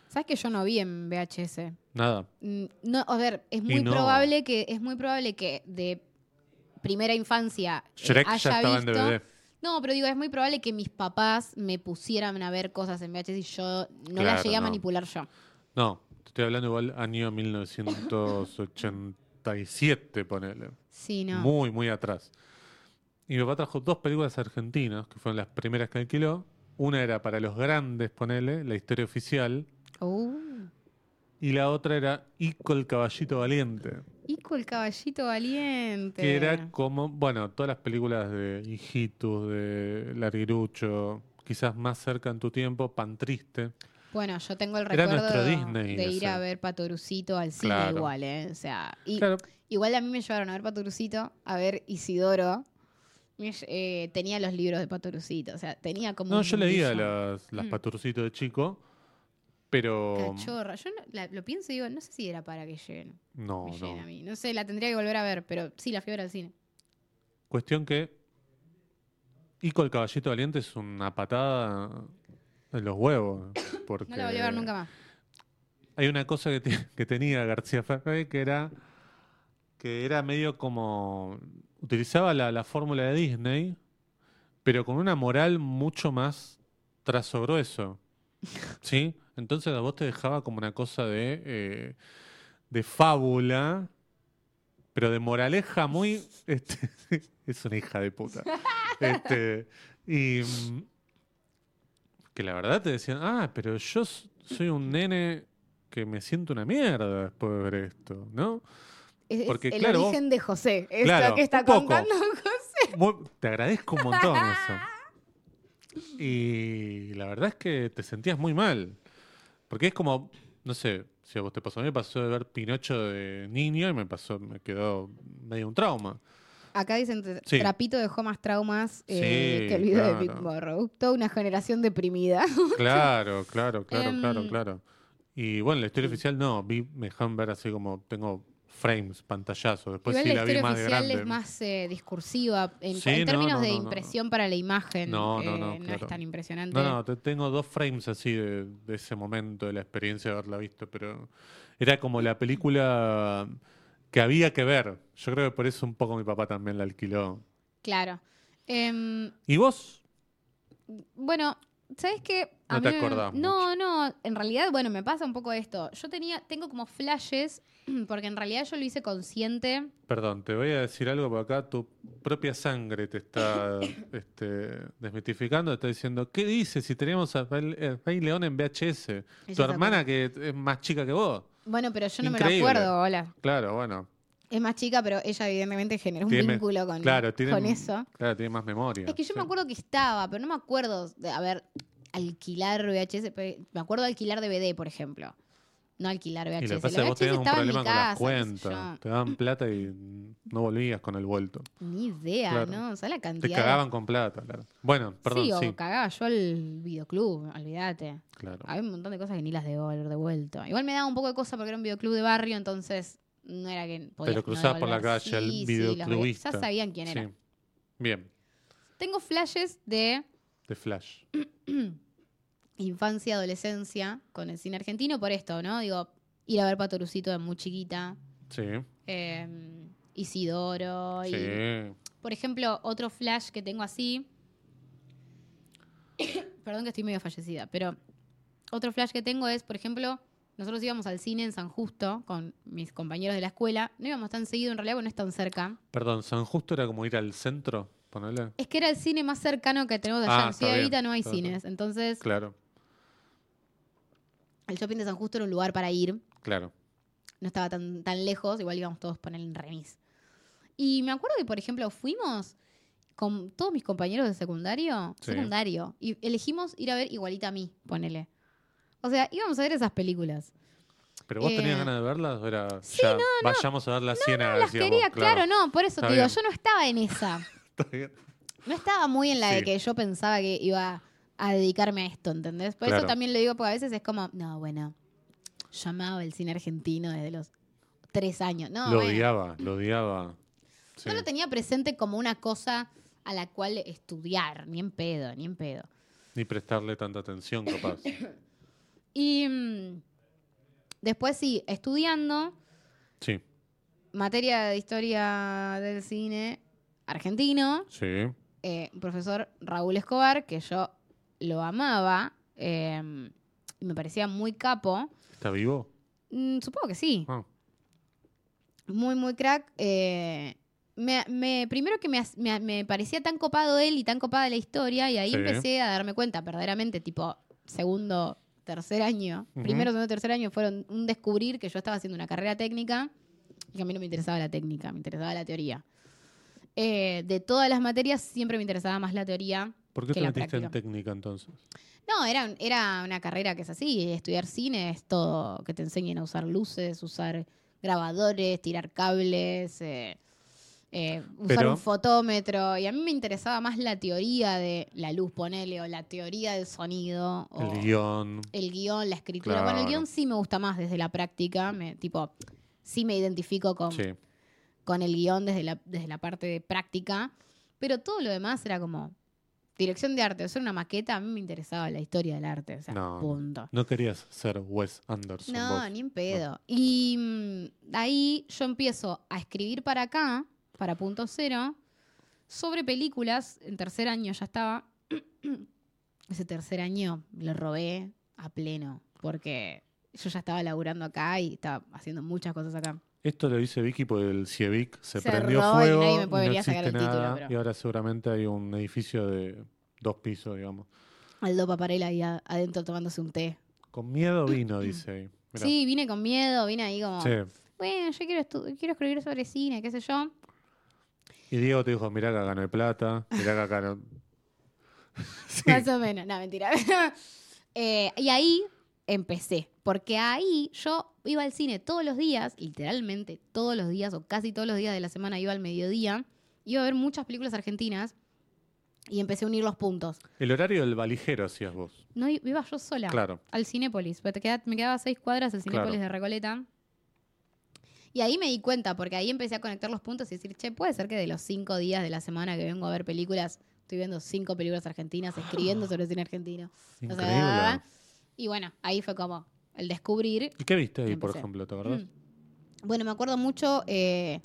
B: ¿Sabes que yo no vi en VHS?
A: Nada.
B: Mm, No, a ver, es muy
A: no.
B: probable que es muy probable que de primera infancia eh,
A: Shrek ya
B: haya
A: estaba en
B: visto.
A: DVD.
B: No, pero digo, es muy probable que mis papás me pusieran a ver cosas en VHS y yo no
A: Claro,
B: las llegué a
A: no.
B: manipular yo.
A: No, te estoy hablando igual año 1987, ponele.
B: Sí, no.
A: Muy, muy atrás. Y mi papá trajo dos películas argentinas, que fueron las primeras que alquiló. Una era para los grandes, ponele, la historia oficial.
B: Uh,
A: Y la otra era Ico el caballito valiente.
B: Ico el caballito valiente.
A: Que era como, bueno, todas las películas de Hijitus, de Larguirucho, quizás más cerca en tu tiempo, Pan Triste.
B: Bueno, yo tengo el
A: Era nuestro
B: recuerdo
A: Disney
B: de ir
A: ese.
B: a ver Patorucito al cine
A: Claro.
B: igual, ¿eh? O sea, y-
A: Claro,
B: igual a mí me llevaron a ver Patorucito, a ver Isidoro. Me lle- eh, tenía los libros de Patorucito, o sea, tenía como.
A: no,
B: un
A: yo leía
B: mundillo.
A: las, las
B: Mm.
A: Paturcitos de chico, pero...
B: Cachorra. Yo no- la- lo pienso y digo, no sé si era para que lleguen.
A: No,
B: me lleguen a
A: no.
B: mí. No sé, la tendría que volver a ver, pero sí, la fui a ver al cine.
A: Cuestión que Ico el caballito valiente es una patada en los huevos. Porque
B: No la volví a ver nunca más.
A: Hay una cosa que, te- que tenía García Ferré que era que era medio como utilizaba la, la fórmula de Disney, pero con una moral mucho más trazo grueso. ¿Sí? Entonces a vos te dejaba como una cosa de, eh, de fábula, pero de moraleja muy. este, es una hija de puta. Este, y. mm, Que la verdad te decían, ah, pero yo s- soy un nene que me siento una mierda después de ver esto, ¿no?
B: Es, es
A: Porque,
B: el
A: claro, vos-
B: origen de José. Es
A: Claro,
B: lo que está
A: un poco.
B: contando José.
A: Mu- Te agradezco un montón eso. Y la verdad es que te sentías muy mal. Porque es como, no sé, si a vos te pasó, a mí me pasó de ver Pinocho de niño y me pasó, me quedó medio un trauma.
B: Acá dicen tra-
A: Sí.
B: trapito dejó más traumas eh,
A: Sí,
B: que el video de Big
A: claro.
B: Morrow. Toda una generación deprimida.
A: Claro, claro, claro, claro,
B: Em. Mm.
A: claro. Y bueno, la historia oficial no, vi, me dejaron ver así como tengo frames, pantallazos. Después Pues
B: Igual
A: sí
B: la
A: la vi
B: historia
A: más de
B: oficial
A: grande.
B: es más eh, discursiva en,
A: Sí,
B: en
A: no,
B: términos
A: no,
B: de
A: no, no.
B: impresión para la imagen.
A: No,
B: eh,
A: no,
B: no,
A: no, claro.
B: es tan impresionante.
A: No, no, te- tengo dos frames así de, de ese momento, de la experiencia de haberla visto, pero era como la película que había que ver. Yo creo que por eso un poco mi papá también la alquiló.
B: Claro. Em,
A: ¿Y vos?
B: bueno, ¿sabes qué?
A: No te
B: mí me-
A: acordás
B: No, no, en realidad, bueno, me pasa un poco esto. Yo tenía, tengo como flashes, porque en realidad yo lo hice consciente.
A: Perdón, te voy a decir algo por acá. Tu propia sangre te está este, desmitificando, te está diciendo, ¿qué dices si teníamos a Rey a Rey León en VHS?
B: Ella
A: Tu
B: se
A: hermana que es más chica que vos.
B: Bueno, pero yo no
A: Increíble.
B: me lo acuerdo, hola.
A: Claro, bueno.
B: Es más chica, pero ella evidentemente generó un
A: tiene-
B: vínculo con,
A: claro, tiene-
B: con eso.
A: Claro, tiene más memoria.
B: Es que yo me
A: sí.
B: acuerdo que estaba, pero no me acuerdo de haber alquilar VHS. pe- Me acuerdo de alquilar DVD, por ejemplo. no alquilar
A: Y
B: VHS.
A: lo que
B: El
A: pasa es que vos
B: VHS
A: tenías un
B: estaba en mi
A: problema con las
B: casa, qué sé
A: cuentas. Te daban plata y no volvías con el vuelto.
B: yo. Ni idea,
A: Claro.
B: ¿no? O sea, la cantidad.
A: Te
B: de-
A: cagaban con plata. claro. Bueno, perdón,
B: sí,
A: sí.
B: o cagaba yo al videoclub, olvídate.
A: Claro.
B: Había un montón de cosas que ni las debo haber devuelto. Igual me daba un poco de cosa porque era un videoclub de barrio, entonces no era que. podías no
A: cruzabas por la
B: devolver.
A: calle al
B: Sí, sí, los veía.
A: videoclubista.
B: ya sabían quién era.
A: Sí. Bien,
B: Tengo flashes de
A: de Flash.
B: infancia, adolescencia con el cine argentino por esto, ¿no? Digo, ir a ver Patorucito de muy chiquita,
A: Sí,
B: eh, Isidoro. Y,
A: sí.
B: Por ejemplo, otro flash que tengo así. Perdón que estoy medio fallecida, pero otro flash que tengo es, por ejemplo, nosotros íbamos al cine en San Justo con mis compañeros de la escuela. No íbamos tan seguido, en realidad, porque no es tan cerca.
A: Perdón, San Justo era como ir al centro, ponerle.
B: Es que era el cine más cercano que tenemos allá.
A: Ah,
B: en
A: está
B: Ciudad
A: bien,
B: Evita no hay
A: está bien.
B: cines. Entonces,
A: Claro,
B: el shopping de San Justo era un lugar para ir.
A: claro.
B: no estaba tan, tan lejos, igual íbamos todos por el remis. Y me acuerdo que, por ejemplo, fuimos con todos mis compañeros de secundario,
A: Sí.
B: secundario, y elegimos ir a ver igualita a mí, ponele. O sea, íbamos a ver esas películas.
A: ¿Pero vos
B: Eh,
A: tenías ganas de verlas o era
B: sí,
A: ya, vayamos a ver la ciénaga?
B: Las
A: decías vos?
B: quería, claro, no, por eso
A: Ah, Está
B: te digo,
A: bien.
B: yo no estaba en esa.
A: Está bien.
B: No estaba muy en la de
A: Sí.
B: que yo pensaba que iba a dedicarme a esto, ¿entendés? Por eso
A: Claro.
B: también lo digo, porque a veces es como, no, bueno, yo amaba el cine argentino desde los tres años. No,
A: lo
B: bueno.
A: odiaba, lo odiaba. Sí.
B: No lo tenía presente como una cosa a la cual estudiar, ni en pedo, ni en pedo.
A: Ni prestarle tanta atención, capaz.
B: Y mm, después sí, estudiando
A: Sí,
B: materia de historia del cine argentino,
A: sí.
B: eh, profesor Raúl Escobar, que yo lo amaba, eh, y me parecía muy capo,
A: ¿Está vivo?
B: Mm, supongo que sí.
A: Ah,
B: muy, muy crack. eh, me, me- primero que me, as- me- me parecía tan copado él y tan copada la historia, y ahí
A: Sí.
B: empecé a darme cuenta, verdaderamente, tipo, segundo, tercer año.
A: Ujú.
B: Primero, segundo, tercer año fueron un descubrir que yo estaba haciendo una carrera técnica y que a mí no me interesaba la técnica, me interesaba la teoría. Eh, de todas las materias, siempre me interesaba más la teoría.
A: ¿Por qué
B: que
A: te
B: la
A: metiste en
B: práctica.
A: técnica entonces?
B: No, era, un- era una carrera que es así. Estudiar cine es todo. Que te enseñen a usar luces, usar grabadores, tirar cables, eh, eh, usar
A: Pero-
B: un fotómetro. Y a mí me interesaba más la teoría de la luz, ponele, o la teoría del sonido. O
A: El guión.
B: el guión, la escritura. Bueno, el
A: Claro.
B: guión sí me gusta más desde la práctica. Me, tipo, sí me identifico con,
A: Sí,
B: con el guión desde la, desde la parte de práctica, pero todo lo demás era como dirección de arte, hacer una maqueta, a mí me interesaba la historia del arte, o sea,
A: No, no.
B: punto.
A: no querías ser Wes Anderson.
B: No,
A: vos.
B: ni en pedo. Y mm, ahí yo empiezo a escribir para acá, para punto cero, sobre películas, en tercer año ya estaba, ese tercer año lo robé a pleno, porque yo ya estaba laburando acá y estaba haciendo muchas cosas acá.
A: Esto lo dice Vicky porque el CIEVIC se,
B: Se
A: prendió
B: robó y
A: fuego.
B: nadie me puede
A: y no
B: venir a sacar
A: existe
B: el título,
A: nada,
B: pero-
A: Y ahora seguramente hay un edificio de dos pisos, digamos.
B: Aldo Paparella ahí a- adentro tomándose un té.
A: Con miedo vino, dice ahí. Mirá.
B: Sí, vine con miedo, vine ahí como,
A: Sí.
B: bueno, yo quiero, estu- quiero escribir sobre cine, qué sé yo.
A: Y Diego te dijo, mirá que acá no hay plata, mirá que acá no... Sí,
B: Más o menos, no, mentira. Eh, y ahí empecé, porque ahí yo iba al cine todos los días, literalmente todos los días o casi todos los días de la semana iba al mediodía, iba a ver muchas películas argentinas y empecé a unir los puntos.
A: El horario del valijero hacías vos.
B: No i- iba yo sola.
A: Claro.
B: al Cinépolis. porque te queda- me quedaba a seis cuadras del Cinépolis
A: Claro.
B: de Recoleta. Y ahí me di cuenta, porque ahí empecé a conectar los puntos y decir, che, puede ser que de los cinco días de la semana que vengo a ver películas, estoy viendo cinco películas argentinas, escribiendo sobre cine argentino. O sea,
A: Increíble.
B: y bueno, ahí fue como el descubrir.
A: ¿Y qué viste ahí, por
B: Empecé.
A: ejemplo? ¿Te acordás?
B: Mm. Bueno, me acuerdo mucho eh,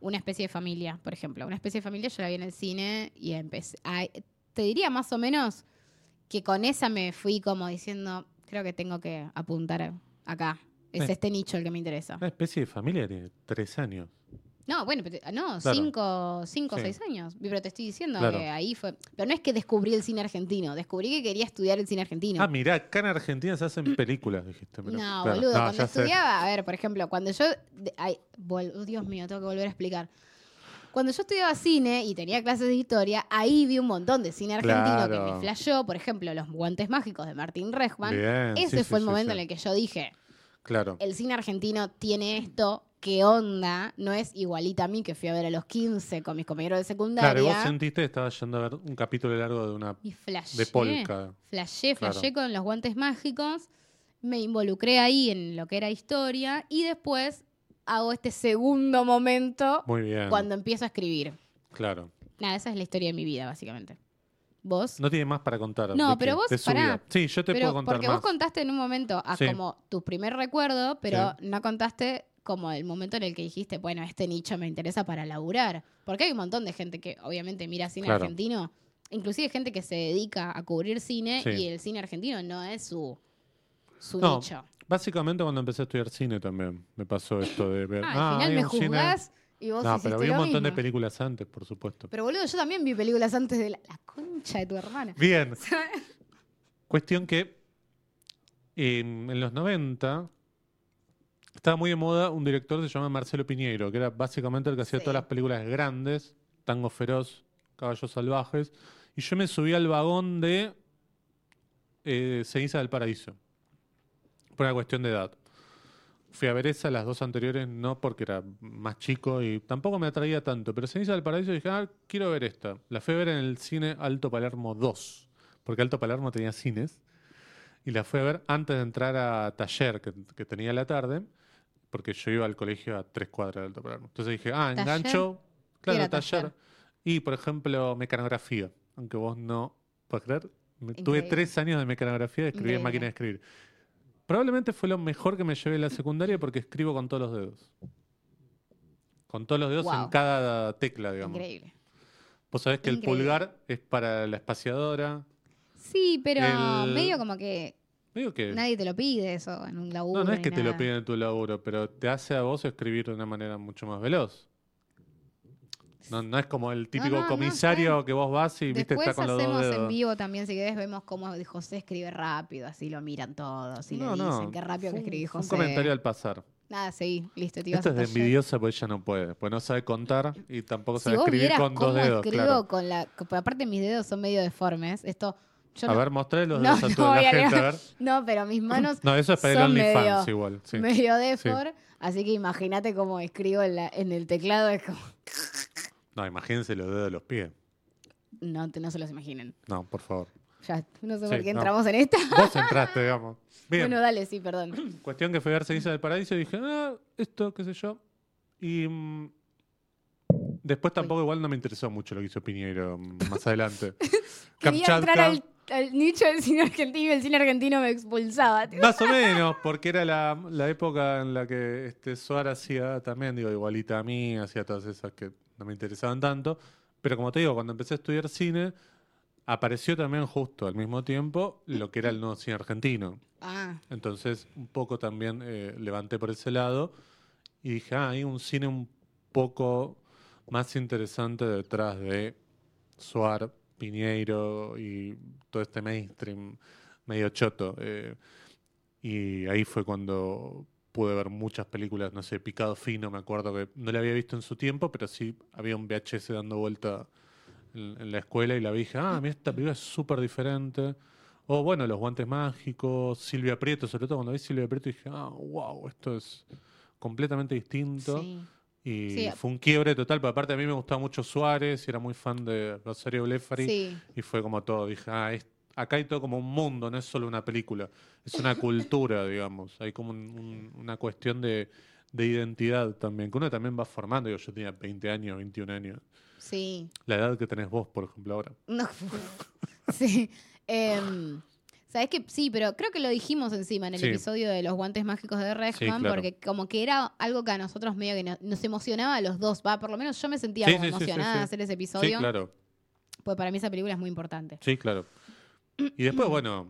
B: una especie de familia, por ejemplo. Una especie de familia yo la vi en el cine y empecé. a- te diría más o menos que con esa me fui como diciendo, creo que tengo que apuntar acá. Es
A: Eh.
B: este nicho el que me interesa.
A: Una especie de familia de tres años.
B: No, bueno, pero te- no,
A: Claro.
B: cinco, cinco o
A: Sí.
B: seis años. Y Pero te estoy diciendo
A: Claro.
B: que ahí fue. Pero no es que descubrí el cine argentino, descubrí que quería estudiar el cine argentino.
A: Ah, mirá, acá en Argentina se hacen películas, dijiste.
B: No,
A: mirá. Claro.
B: boludo,
A: No,
B: cuando
A: ya sé.
B: estudiaba, a ver, por ejemplo, cuando yo. de- ay, vol- oh, Dios mío, tengo que volver a explicar. Cuando yo estudiaba cine y tenía clases de historia, ahí vi un montón de cine argentino que
A: Claro.
B: me flashó. Por ejemplo, Los Guantes Mágicos de Martín Rechman.
A: Bien,
B: Ese
A: sí,
B: fue
A: sí,
B: el
A: sí,
B: momento
A: sí.
B: en el que yo dije:
A: Claro.
B: el cine argentino tiene esto, ¿qué onda? No es igualita a mí que fui a ver a los 15 con mis compañeros de
A: Claro, y
B: secundaria.
A: vos sentiste que estabas yendo a ver un capítulo largo de una.
B: Y flashé.
A: de polka.
B: Flashé,
A: Claro.
B: flashé con los guantes mágicos. Me involucré ahí en lo que era historia. Y después hago este segundo momento
A: Muy bien.
B: cuando empiezo a escribir.
A: Claro.
B: Nada, esa es la historia de mi vida, básicamente. ¿Vos?
A: No tiene más para contar.
B: No,
A: Vicky,
B: pero vos,
A: de su
B: pará.
A: vida. Sí, yo te
B: pero
A: puedo contar
B: porque
A: más.
B: vos contaste en un momento a
A: Sí.
B: como tu primer recuerdo, pero no contaste como el momento en el que dijiste, bueno, este nicho me interesa para laburar. Porque hay un montón de gente que obviamente mira cine
A: Claro.
B: argentino, inclusive gente que se dedica a cubrir cine
A: Sí.
B: y el cine argentino no es su, su
A: No,
B: nicho.
A: Básicamente cuando empecé a estudiar cine también me pasó esto de ver.
B: Ah, al final
A: hay
B: me
A: un cine".
B: juzgás y vos
A: No,
B: hiciste
A: pero había un
B: lo
A: montón de
B: mismo.
A: películas antes, por supuesto.
B: Pero boludo, yo también vi películas antes de la, la concha de tu hermana.
A: Bien. Cuestión que eh, en los 90 estaba muy de moda un director que se llama Marcelo Piñeiro, que era básicamente el que hacía
B: Sí.
A: todas las películas grandes, Tango Feroz, Caballos Salvajes, y yo me subí al vagón de eh, Ceniza del Paraíso, por una cuestión de edad. Fui a ver esa, las dos anteriores no, porque era más chico y tampoco me atraía tanto. Pero Ceniza del Paraíso dije, ah, quiero ver esta. La fui a ver en el cine Alto Palermo 2, porque Alto Palermo tenía cines. Y la fui a ver antes de entrar a taller que, que tenía a la tarde, porque yo iba al colegio a tres cuadras de Alto Palermo. Entonces dije, ah,
B: ¿Taller?
A: engancho.
B: ¿Qué
A: Claro,
B: era
A: taller.
B: taller?
A: Y, por ejemplo, mecanografía. Aunque vos no puedas creer, me- tuve
B: Increíble.
A: tres años de mecanografía de escribir en
B: Increíble.
A: máquina de escribir. Probablemente fue lo mejor que me llevé en la secundaria porque escribo con todos los dedos. Con todos los dedos en
B: Guau.
A: cada tecla, digamos.
B: Increíble.
A: Vos sabés que
B: Increíble.
A: el pulgar es para la espaciadora.
B: Sí, pero
A: El-
B: medio como que
A: Digo que.
B: Nadie te lo pide eso en un laburo.
A: No, no es
B: ni
A: que te lo
B: nada.
A: piden en tu laburo, pero te hace a vos escribir de una manera mucho más veloz. No, no es como el típico
B: no, no,
A: comisario que vos vas y viste,
B: Después
A: está con los dos
B: hacemos en
A: dedos.
B: vivo también, si querés, vemos cómo José escribe rápido, así lo miran todos y
A: No,
B: le
A: no,
B: dicen qué rápido
A: fue
B: que
A: un-
B: escribí
A: fue
B: José.
A: Un comentario al pasar.
B: Nada, seguí, listo, te ibas
A: Esto es
B: a
A: de
B: taller.
A: envidiosa porque ella no puede. Pues no sabe contar y tampoco
B: Si
A: sabe
B: vos
A: escribir
B: vieras
A: con
B: cómo
A: dos dedos.
B: escribo
A: claro.
B: con la... porque Aparte mis dedos son medio deformes. Esto, yo
A: A
B: no,
A: ver, mostré los
B: no,
A: dedos a
B: no
A: toda
B: voy
A: la
B: a
A: gente. A
B: leer.
A: ver.
B: No, pero mis manos
A: No, eso es para el
B: son medio,
A: OnlyFans igual. sí.
B: medio defor, así que imagínate cómo escribo en, la- en el teclado. Es como...
A: No, imagínense los dedos de los pies.
B: No, te- no se los imaginen.
A: No, por favor.
B: Ya, no sé
A: Sí,
B: por qué
A: no.
B: entramos en esta.
A: Vos entraste, digamos. Bien.
B: Bueno, dale, sí, perdón.
A: Cuestión que fue ver Ceniza del Paraíso y dije, ah, esto, qué sé yo. Y mm, después tampoco igual no me interesó mucho lo que hizo Piñero mm, más adelante.
B: Quería entrar al, al nicho del cine argentino y el cine argentino me expulsaba. tío.
A: Más o menos, porque era la, la época en la que este Suar hacía también, digo, igualita a mí, hacía todas esas que no me interesaban tanto. Pero como te digo, cuando empecé a estudiar cine, apareció también justo al mismo tiempo lo que era el nuevo cine argentino.
B: Ah,
A: Entonces, un poco también eh, levanté por ese lado y dije, ah, hay un cine un poco más interesante detrás de Suar, Piñeiro y todo este mainstream medio choto. eh. y ahí fue cuando pude ver muchas películas, no sé, Picado Fino, me acuerdo que no la había visto en su tiempo, pero sí había un VHS dando vuelta en, en la escuela y la vi y dije, ah, mira, esta película es súper diferente. O bueno, Los Guantes Mágicos, Silvia Prieto, sobre todo cuando vi Silvia Prieto dije, ah, wow, esto es completamente distinto.
B: sí.
A: Y
B: Sí.
A: fue un quiebre total, pero aparte a mí me gustaba mucho Suárez, y era muy fan de Rosario Blefari.
B: Sí.
A: Y fue como todo, dije, ah, es- acá hay todo como un mundo, no es solo una película, es una cultura, digamos, hay como un- un- una cuestión de, de identidad también, que uno también va formando, Digo, yo tenía 20 años, 21 años,
B: Sí.
A: la edad que tenés vos, por ejemplo, ahora.
B: No. sí. Em, ¿Sabes qué? Sí, pero creo que lo dijimos encima en el
A: Sí.
B: episodio de los guantes mágicos de Redman,
A: Sí, claro.
B: porque como que era algo que a nosotros medio que nos, nos emocionaba a los dos, va, por lo menos yo me sentía
A: Sí,
B: como
A: sí, sí, sí,
B: emocionada de
A: sí.
B: hacer ese episodio,
A: Sí, claro,
B: porque para mí esa película es muy importante.
A: sí, claro. Y después, bueno,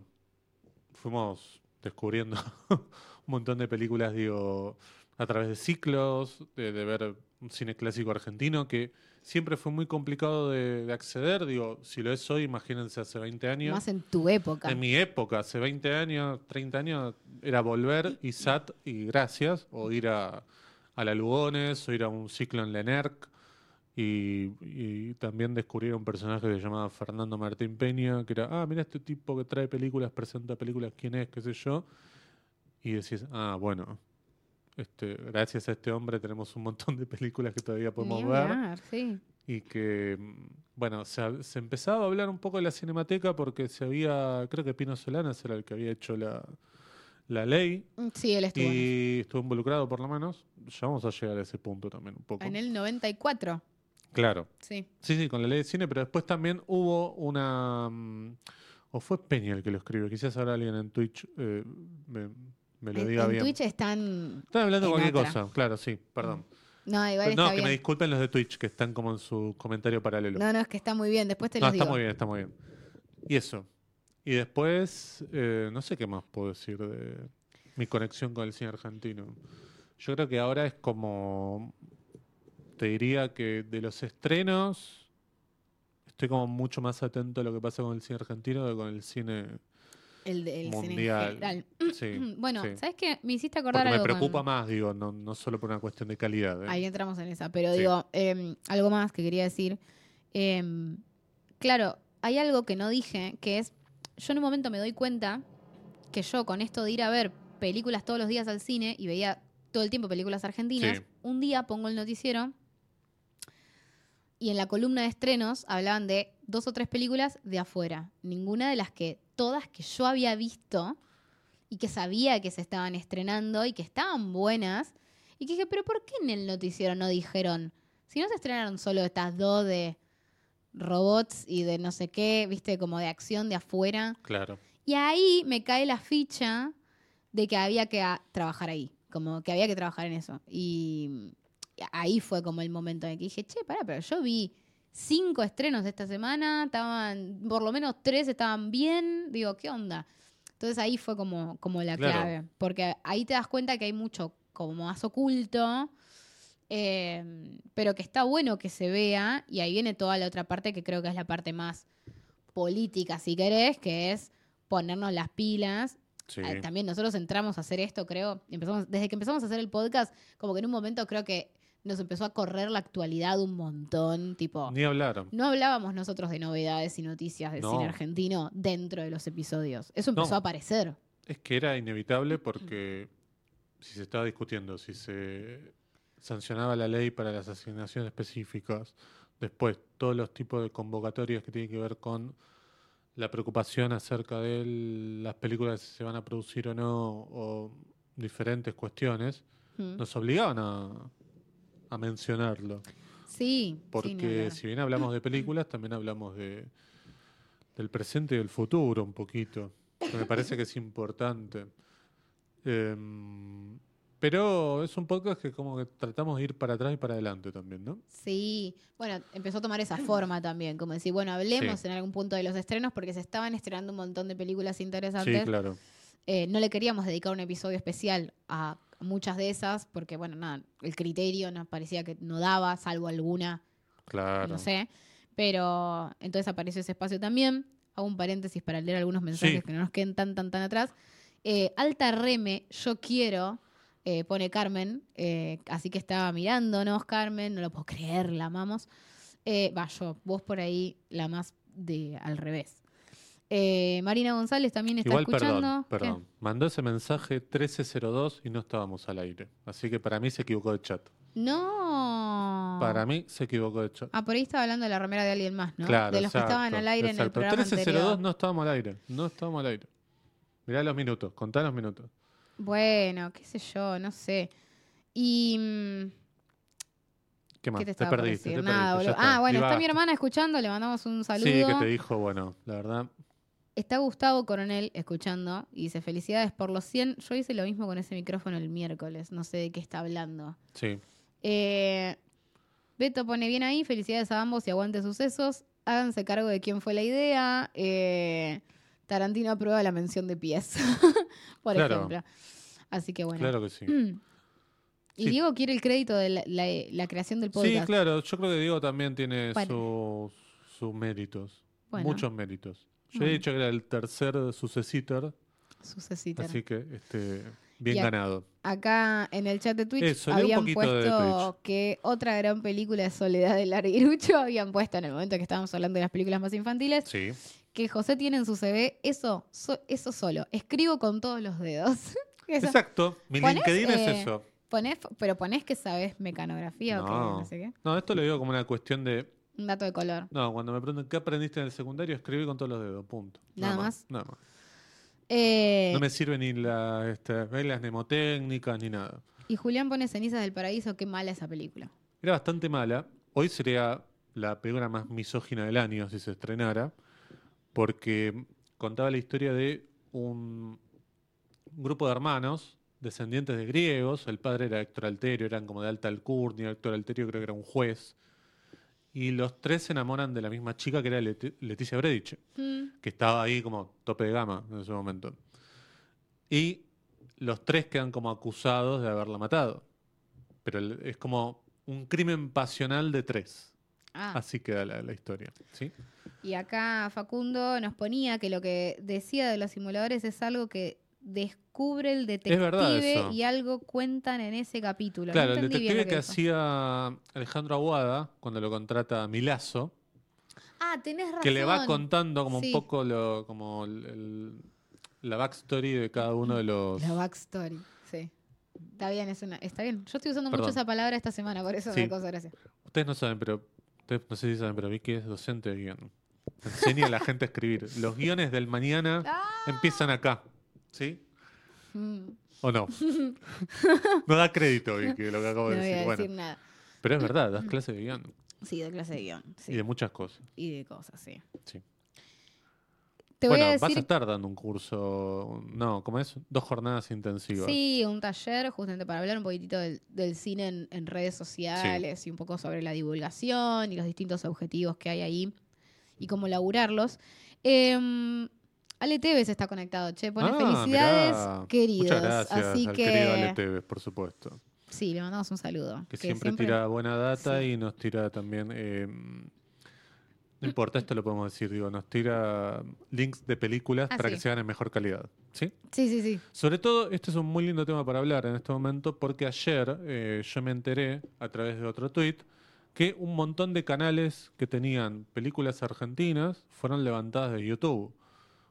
A: fuimos descubriendo un montón de películas, digo, a través de ciclos, de, de ver un cine clásico argentino que siempre fue muy complicado de, de acceder. Digo, si lo es hoy, imagínense hace 20 años.
B: Más en tu época.
A: En mi época, hace 20 años, 30 años, era volver y SAT y gracias, o ir a, a la Lugones, o ir a un ciclo en Lenerc, y, y también descubrir a un personaje que se llamaba Fernando Martín Peña, que era, ah, mira este tipo que trae películas, presenta películas, quién es, qué sé yo. y decís, ah, bueno, este, gracias a este hombre tenemos un montón de películas que todavía podemos
B: Ni
A: ver
B: hablar, sí.
A: y que, mm, bueno, se, hab- se empezaba a hablar un poco de la cinemateca porque se había, creo que Pino Solanas era el que había hecho la, la ley
B: Mm, Sí, él estuvo. en eso.
A: y estuvo involucrado por lo menos. Ya vamos a llegar a ese punto también un poco.
B: En el 94,
A: Claro.
B: sí.
A: Sí, sí, con la ley de cine, pero después también hubo una... mm, O fue Peña el que lo escribió, quizás ahora alguien en Twitch eh, me, me lo
B: En-
A: diga
B: en
A: bien.
B: Twitch están.
A: Estaba hablando de
B: en
A: cualquier
B: otra.
A: cosa, claro, sí, perdón.
B: No, igual
A: Pero
B: está
A: no, que
B: bien.
A: me disculpen los de Twitch que están como en su comentario paralelo.
B: No, no, es que está muy bien. Después te
A: No,
B: los
A: está
B: digo.
A: muy bien, está muy bien. Y eso. Y después, eh, no sé qué más puedo decir de mi conexión con el cine argentino. Yo creo que ahora es como, te diría que de los estrenos, estoy como mucho más atento a lo que pasa con el cine argentino que con el cine
B: El, de- el cine en
A: mundial.
B: general.
A: Sí,
B: Bueno,
A: sí.
B: ¿sabes qué? Me hiciste acordar
A: Porque me
B: mm, algo. con-
A: preocupa más, digo, no, no solo por una cuestión de calidad. ¿eh?
B: Ahí entramos en esa, pero
A: Sí.
B: digo, eh, algo más que quería decir. Eh, claro, hay algo que no dije, que es, yo en un momento me doy cuenta que yo con esto de ir a ver películas todos los días al cine y veía todo el tiempo películas argentinas,
A: Sí.
B: un día pongo el noticiero y en la columna de estrenos hablaban de dos o tres películas de afuera, ninguna de las que todas que yo había visto y que sabía que se estaban estrenando y que estaban buenas. Y que dije, pero ¿por qué en el noticiero no dijeron? Si no se estrenaron solo estas dos de robots y de no sé qué, viste, como de acción de afuera.
A: Claro.
B: Y ahí me cae la ficha de que había que a- trabajar ahí, como que había que trabajar en eso. Y ahí fue como el momento en el que dije, che, pará, pero yo vi cinco estrenos esta semana, estaban, por lo menos tres estaban bien, digo, ¿qué onda? Entonces ahí fue como, como la
A: Claro.
B: clave, porque ahí te das cuenta que hay mucho como más oculto, eh, pero que está bueno que se vea, y ahí viene toda la otra parte que creo que es la parte más política, si querés, que es ponernos las pilas
A: Sí.
B: Ah, También nosotros entramos a hacer esto, creo. Empezamos, desde que empezamos a hacer el podcast, como que en un momento creo que nos empezó a correr la actualidad un montón. Tipo,
A: Ni hablaron.
B: no hablábamos nosotros de novedades y noticias del
A: No.
B: cine argentino dentro de los episodios. Eso empezó
A: No.
B: a aparecer.
A: Es que era inevitable porque si se estaba discutiendo si se sancionaba la ley para las asignaciones específicas, después todos los tipos de convocatorias que tienen que ver con la preocupación acerca de el- las películas si se van a producir o no, o diferentes cuestiones,
B: Mm.
A: nos obligaban a, a mencionarlo.
B: Sí, sí, ni
A: Porque
B: hablar.
A: si bien hablamos de películas, también hablamos de del presente y del futuro un poquito. que me parece que es importante. Em, pero es un podcast que como que tratamos de ir para atrás y para adelante también, ¿no?
B: Sí, bueno, empezó a tomar esa forma también, como decir, bueno, hablemos en algún punto de los estrenos porque se estaban estrenando un montón de películas interesantes.
A: Sí, claro.
B: Eh, no le queríamos dedicar un episodio especial a muchas de esas, porque, bueno, nada, el criterio nos parecía que no daba, salvo alguna,
A: Claro.
B: no sé. Pero entonces apareció ese espacio también. Hago un paréntesis para leer algunos mensajes
A: Sí.
B: que no nos queden tan, tan, tan atrás. Eh, Alta Reme, yo quiero, eh, pone Carmen. eh, así que estaba mirándonos, Carmen. No lo puedo creer, la amamos. Eh, Va, yo, vos por ahí, la más de al revés. Eh, Marina González también está
A: Igual,
B: escuchando.
A: perdón,
B: ¿Qué?
A: perdón. Mandó ese mensaje 1302 y no estábamos al aire. Así que para mí se equivocó de chat.
B: No.
A: Para mí se equivocó de chat.
B: Ah, por ahí estaba hablando de la remera de alguien más, ¿no?
A: Claro,
B: de los que estaban
A: exacto,
B: al aire en el
A: exacto.
B: programa
A: 1302
B: anterior.
A: no estábamos al aire, no estábamos al aire. Mirá los minutos, contá los minutos.
B: Bueno, qué sé yo, no sé. Y. mm,
A: ¿Qué más?
B: ¿Qué te
A: te
B: estaba por
A: perdiste,
B: decir?
A: te
B: Nada,
A: perdiste, ya
B: boludo. Ah, bueno, está
A: divagaste.
B: mi hermana escuchando, le mandamos un saludo.
A: Sí, que te dijo, bueno, la verdad,
B: Está Gustavo Coronel escuchando y dice: Felicidades por los 100. Yo hice lo mismo con ese micrófono el miércoles, no sé de qué está hablando.
A: sí.
B: Eh, Beto pone bien ahí, felicidades a ambos y aguante sucesos. Háganse cargo de quién fue la idea. Eh, Tarantino aprueba la mención de pies, por
A: Claro.
B: ejemplo. Así que bueno. Mm,
A: Claro que sí.
B: Y
A: Sí.
B: Diego quiere el crédito de la, la- la creación del podcast.
A: Sí, claro, yo creo que Diego también tiene
B: Bueno.
A: sus, sus méritos,
B: Bueno.
A: muchos méritos. Yo
B: Bueno.
A: he dicho que era el tercer sucesor,
B: Sucesita.
A: así que este, bien
B: Y a-
A: ganado.
B: Acá en el chat de Twitch
A: Eso, lee Eh, un
B: habían
A: poquito de
B: puesto que otra gran película de Soledad del Larguirucho habían puesto en el momento que estábamos hablando de las películas más infantiles.
A: Sí.
B: que José tiene en su CV, eso, so- eso solo. Escribo con todos los dedos. Eso.
A: Exacto. Mi
B: ¿Ponés,
A: LinkedIn
B: eh,
A: es eso.
B: Ponés- pero ponés que sabes mecanografía o que no sé qué.
A: No, esto lo digo como una cuestión de.
B: Un dato de color.
A: No, cuando me preguntan qué aprendiste en el secundario, escribí con todos los dedos, punto.
B: Nada
A: Nada más.
B: Eh,
A: No me sirven ni la- este, reglas mnemotécnicas ni nada.
B: Y Julián pone Cenizas del Paraíso. Qué mala esa película.
A: Era bastante mala. Hoy sería la película más misógina del año si se estrenara, porque contaba la historia de un grupo de hermanos descendientes de griegos. El padre era Héctor Alterio, eran como de alta alcurnia. Héctor Alterio creo que era un juez. Y los tres se enamoran de la misma chica que era Leti- Leticia Bredich
B: Mm,
A: que estaba ahí como tope de gama en ese momento. Y los tres quedan como acusados de haberla matado. Pero el- es como un crimen pasional de tres.
B: Ah,
A: Así queda la, la historia. ¿sí?
B: y acá Facundo nos ponía que lo que decía de los simuladores es algo que descubre el detective
A: verdad eso.
B: y algo cuentan en ese capítulo.
A: Claro,
B: no
A: el
B: entendí bien
A: detective
B: lo
A: que,
B: dijo.
A: hacía Alejandro Aguada cuando lo contrata a Milazo,
B: Ah, tenés razón.
A: que le va contando como
B: Sí.
A: un poco lo, como el- el- la backstory de cada uno de los...
B: La backstory, sí. Está bien, es una, está bien. Yo estoy usando mucho
A: Perdón.
B: esa palabra esta semana, por eso
A: Sí.
B: me causa gracia.
A: Ustedes no saben, pero ustedes no sé si saben, pero Vicky es docente de guión. Enseña a la gente a escribir. Los guiones del mañana
B: Ah.
A: empiezan acá. ¿Sí?
B: Mm,
A: ¿O no? No da crédito, Vicky, de lo que acabo de
B: no voy
A: decir.
B: a
A: Bueno,
B: decir nada.
A: pero es verdad, das clases de guión
B: Sí, de clase de guión. Sí.
A: y de muchas cosas.
B: y de cosas, sí.
A: Sí.
B: Te
A: bueno,
B: voy a decir.
A: vas a estar dando un curso, no, ¿cómo es? Dos jornadas intensivas.
B: Sí, un taller justamente para hablar un poquitito del, del cine en, en redes sociales y un poco sobre la divulgación y los distintos objetivos que hay ahí y cómo laburarlos. Em, Ale Tevez está conectado, che, pone
A: Ah,
B: felicidades,
A: mirá.
B: queridos.
A: Muchas gracias
B: Así
A: al
B: que
A: querido Ale Tevez, por supuesto.
B: sí, le mandamos un saludo.
A: Que, siempre, tira buena data y nos tira también. eh, no importa, esto lo podemos decir, digo, nos tira links de películas
B: Ah,
A: para
B: sí.
A: que sean en mejor calidad. ¿Sí?
B: Sí, sí, sí.
A: Sobre todo, este es un muy lindo tema para hablar en este momento, porque ayer eh, yo me enteré a través de otro tweet que un montón de canales que tenían películas argentinas fueron levantadas de YouTube.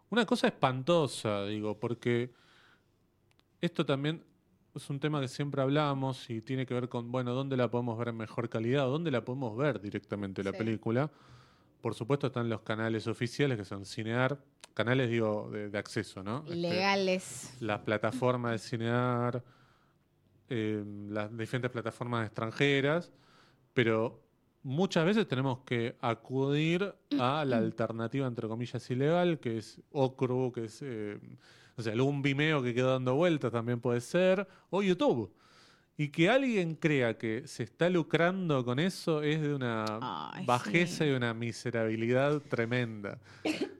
A: Una cosa espantosa, digo, porque esto también es un tema que siempre hablamos y tiene que ver con, bueno, dónde la podemos ver en mejor calidad, o dónde la podemos ver directamente la
B: Sí.
A: película. Por supuesto están los canales oficiales que son Cinear, canales digo de, de acceso, ¿no? Este,
B: Legales.
A: las plataformas de Cinear, eh, las diferentes plataformas extranjeras, pero muchas veces tenemos que acudir a
B: Mm.
A: la alternativa, entre comillas, ilegal, que es Ocru, que es eh, o sea, algún Vimeo que queda dando vueltas también puede ser, o YouTube. Y que alguien crea que se está lucrando con eso es de una
B: Ay,
A: bajeza
B: sí.
A: y una miserabilidad tremenda.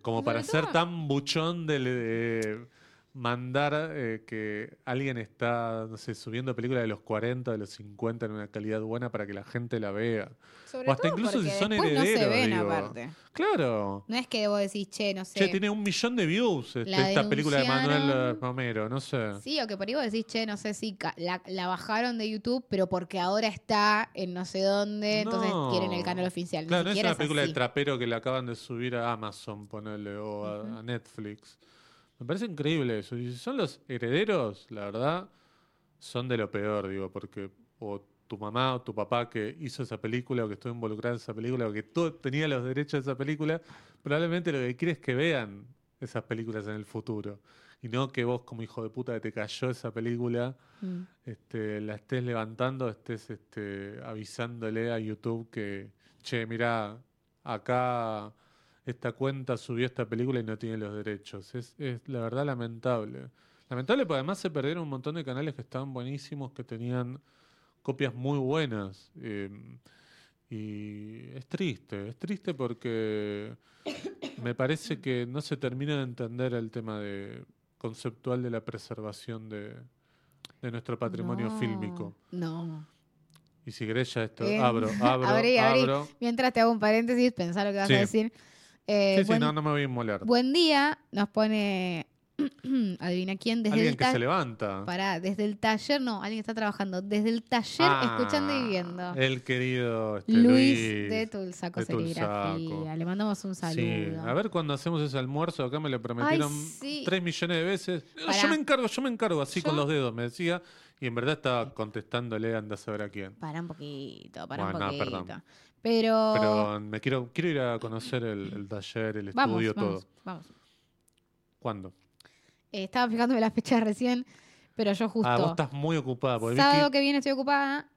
A: Como
B: Sobre
A: para ser
B: todo-
A: tan buchón de, de mandar eh, que alguien está, no sé, subiendo películas de los 40, de los 50 en una calidad buena para que la gente la vea.
B: Sobre
A: o hasta
B: todo
A: incluso si
B: porque
A: son
B: después
A: herederos.
B: No se ven
A: digo.
B: aparte.
A: Claro.
B: No es que vos decís, che, no sé.
A: Che, tiene un millón de views este,
B: La
A: esta película de Manuel
B: denunciaron.
A: Romero, no sé.
B: Sí, o que por ahí vos decís, che, no sé si ca- la, la bajaron de YouTube, pero porque ahora está en no sé dónde, entonces
A: No.
B: quieren el canal oficial. Ni
A: Claro, no es
B: siquiera
A: una película
B: así.
A: de trapero que le acaban de subir a Amazon, ponele, o a, a Netflix. Me parece increíble eso. Y si son los herederos, la verdad, son de lo peor, digo, porque o tu mamá o tu papá que hizo esa película, o que estuvo involucrada en esa película, o que tú tenía los derechos de esa película, probablemente lo que quiere es que vean esas películas en el futuro. Y no que vos, como hijo de puta, que te cayó esa película
B: Mm.
A: este, la estés levantando, estés este, avisándole a YouTube que, che, mirá, acá esta cuenta subió esta película y no tiene los derechos. Es, es la verdad lamentable. Lamentable porque además se perdieron un montón de canales que estaban buenísimos, que tenían copias muy buenas. eh, y es triste, es triste porque me parece que no se termina de entender el tema de conceptual de la preservación de, de nuestro patrimonio
B: No,
A: fílmico.
B: No.
A: Y si querés ya esto,
B: Eh,
A: abro, abro,
B: abrí, abrí.
A: abro.
B: Mientras te hago un paréntesis, pensá lo que vas
A: Sí.
B: a decir. Eh,
A: sí, sí,
B: buen,
A: no, no me voy a inmolar.
B: buen día, nos pone Adivina quién, desde
A: Alguien
B: el
A: que se
B: taller.
A: levanta.
B: Pará, desde el taller, no, alguien está trabajando. Desde el taller,
A: Ah,
B: escuchando y viendo.
A: El querido este,
B: Luis de Tulsaco
A: de Tulsaco.
B: Serigrafía. Le mandamos un saludo.
A: Sí, a ver cuando hacemos ese almuerzo, acá me lo prometieron
B: sí.
A: tres millones de veces. No,
B: Pará.
A: Yo me encargo, yo me encargo, así con
B: Yo-
A: los dedos, me decía. Y en verdad estaba contestándole, anda a saber a quién.
B: Para un poquito, para
A: Bueno,
B: un
A: no, perdón.
B: poquito. Pero,
A: Pero um, me quiero, quiero ir a conocer el, el taller, el
B: vamos,
A: estudio,
B: vamos,
A: todo.
B: vamos.
A: ¿Cuándo?
B: Eh, estaba fijándome la fecha recién, pero yo justo.
A: Ah, vos estás muy ocupada, porque
B: Sábado
A: Vicky-
B: que viene estoy ocupada.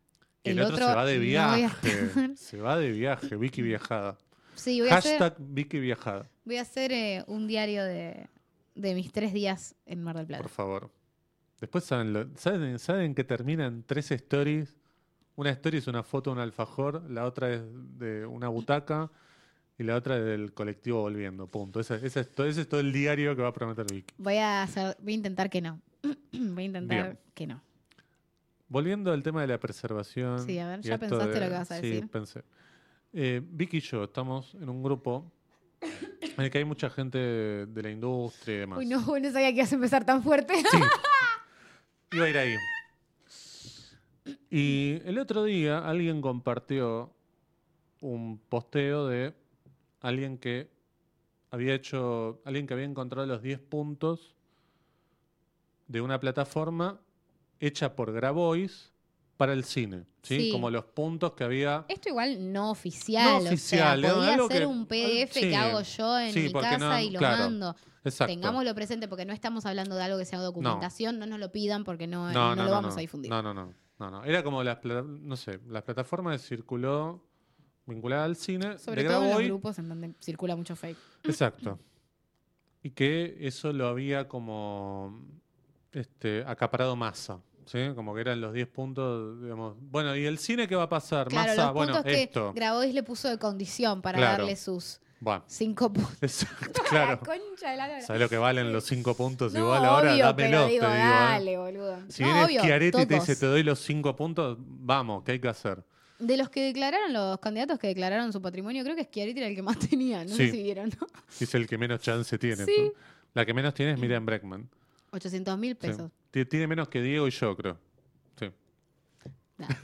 A: el, otro, se va de
B: no voy a
A: viaje.
B: estar.
A: se va de viaje, Vicky viajada.
B: Sí, voy a hacer,
A: Hashtag Vicky viajada,
B: voy a hacer eh, un diario de, de mis tres días en Mar del Plata.
A: por favor. Después saben, lo- saben, saben que terminan tres stories. Una story es una foto de un alfajor, la otra es de una butaca y la otra es del colectivo volviendo. Punto. Ese, ese es, to- ese es todo el diario que va a prometer Vicky.
B: Voy a hacer, voy a intentar que no. voy a intentar
A: Bien.
B: que no.
A: Volviendo al tema de la preservación.
B: Sí, a ver,
A: y
B: ya
A: esto
B: pensaste
A: de-
B: lo que vas a
A: sí,
B: decir.
A: pensé. Eh, Vicky y yo estamos en un grupo en el que hay mucha gente de la industria y demás.
B: Uy, no, no sabía que ibas a empezar tan fuerte.
A: Sí. Iba a ir ahí. Y el otro día alguien compartió un posteo de alguien que había hecho, alguien que había encontrado los 10 puntos de una plataforma hecha por Grabois para el cine, ¿sí?
B: Sí.
A: Como los puntos que había
B: Esto igual no oficial.
A: No
B: o
A: oficial,
B: sea,
A: ¿no?
B: podía
A: Algo
B: ser
A: que-
B: un PDF
A: sí.
B: que hago yo en
A: Sí,
B: mi
A: porque
B: casa
A: no-
B: y lo
A: claro.
B: mando.
A: exacto.
B: Tengámoslo presente porque no estamos hablando de algo que sea documentación, no, nos lo pidan porque no, eh, no lo vamos a difundir.
A: No, no, no. No, no. Era como las, pla- no sé, las plataformas de circuló vinculada al cine.
B: Sobre
A: de
B: todo en los
A: Grabois.
B: grupos en donde circula mucho fake.
A: Exacto. Y que eso lo había como este, acaparado masa. ¿sí? Como que eran los 10 puntos, digamos. Bueno, ¿y el cine qué va a pasar?
B: Claro,
A: masa,
B: los
A: ah, bueno,
B: puntos que
A: esto.
B: Grabois le puso de condición para
A: Claro.
B: darle sus
A: Bueno,
B: cinco puntos.
A: exacto, claro.
B: Concha de la lora.
A: ¿Sabes lo que valen los 5 puntos?
B: No,
A: Igual ahora
B: obvio,
A: dámelo,
B: pero
A: te
B: digo,
A: digo. ¿eh?
B: dale, boludo.
A: Si
B: No,
A: viene
B: obvio,
A: Schiaretti y te
B: todos.
A: dice, te doy los 5 puntos, vamos, ¿qué hay que hacer?
B: De los que declararon, los candidatos que declararon su patrimonio, creo que Schiaretti era el que más tenía, no sé
A: Sí.
B: si vieron, ¿no?
A: Dice el que menos chance tiene.
B: Sí. Mm.
A: La que menos tiene es Miriam Breckman.
B: 800 mil pesos.
A: Tiene menos que Diego y yo, creo. Sí.
B: Dale,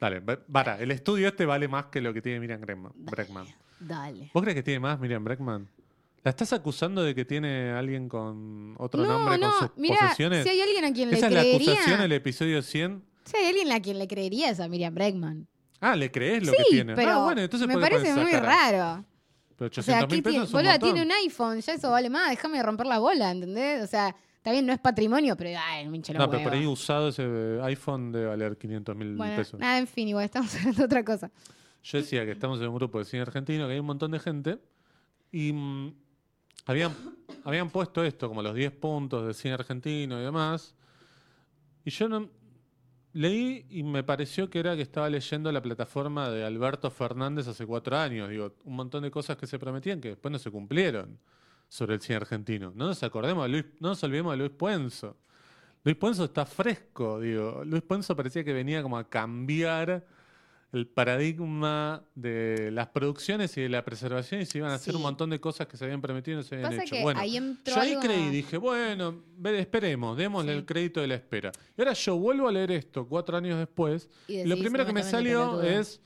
A: Dale, ve- para, el estudio este vale más que lo que tiene Miriam Breckman. Breckman.
B: dale.
A: ¿Vos crees que tiene más Miriam Breckman? ¿La estás acusando de que tiene alguien con otro
B: No,
A: nombre, con
B: no,
A: sus
B: mira, si
A: posesiones?
B: hay alguien a quien le
A: Esa es la acusación
B: creería.
A: del episodio 100.
B: Si hay alguien a quien le creería es a Miriam Bregman.
A: Ah, ¿le crees lo
B: Sí,
A: que tiene?
B: pero
A: ah, bueno, entonces
B: me
A: ¿por qué
B: parece
A: pones esa
B: muy
A: cara?
B: raro.
A: Pero
B: O sea,
A: 800
B: ¿qué
A: mil
B: tiene?
A: pesos es un
B: Boluda,
A: montón.
B: tiene un iPhone, ya eso vale más, déjame romper la bola, ¿entendés? O sea, está bien, no es patrimonio, pero ay, me hincha los
A: No, pero por ahí
B: huevos.
A: usado ese iPhone debe valer 500 mil
B: Bueno,
A: pesos.
B: nada, en fin, igual estamos hablando de otra cosa.
A: Yo decía que estamos en un grupo de cine argentino, que hay un montón de gente, y mm, habían, habían puesto esto, como los 10 puntos de cine argentino y demás, y yo no, leí y me pareció que era que estaba leyendo la plataforma de Alberto Fernández hace cuatro años, digo, un montón de cosas que se prometían que después no se cumplieron sobre el cine argentino. No nos acordemos, de Luis, no nos olvidemos de Luis Puenzo. Luis Puenzo está fresco, digo. Luis Puenzo parecía que venía como a cambiar el paradigma de las producciones y de la preservación y se iban a hacer
B: Sí.
A: un montón de cosas que se habían prometido y no se habían
B: Pasa
A: hecho.
B: que
A: bueno,
B: ahí entró
A: yo ahí
B: algo-
A: creí, dije, bueno, ve- esperemos, démosle
B: Sí.
A: el crédito de la espera. Y ahora yo vuelvo a leer esto cuatro años después
B: Y
A: y lo
B: decís,
A: primero que me
B: completamente
A: salió
B: pelotudo.
A: es,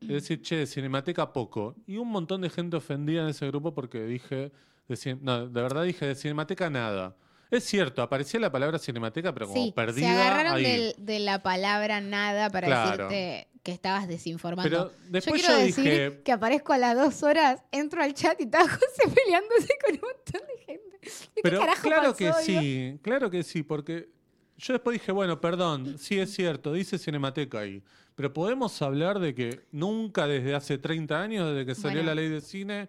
A: es decir, che, Cinemateca poco. Y un montón de gente ofendida en ese grupo porque dije, de, cin- no, de verdad dije, de Cinemateca nada. Es cierto, aparecía la palabra Cinemateca, pero como
B: Sí,
A: perdida.
B: se agarraron
A: ahí.
B: del- de la palabra nada para
A: Claro.
B: decirte que estabas desinformando.
A: Pero
B: yo
A: después
B: quiero
A: yo
B: decir
A: dije-
B: que aparezco a las dos horas, entro al chat y estaba José peleándose con un montón de gente.
A: Pero
B: ¿De qué carajo
A: claro
B: pasó,
A: que
B: digo?
A: sí, claro que sí, porque yo después dije, bueno, perdón, sí es cierto, dice Cinemateca ahí, pero podemos hablar de que nunca desde hace 30 años, desde que salió
B: Bueno.
A: la ley de cine,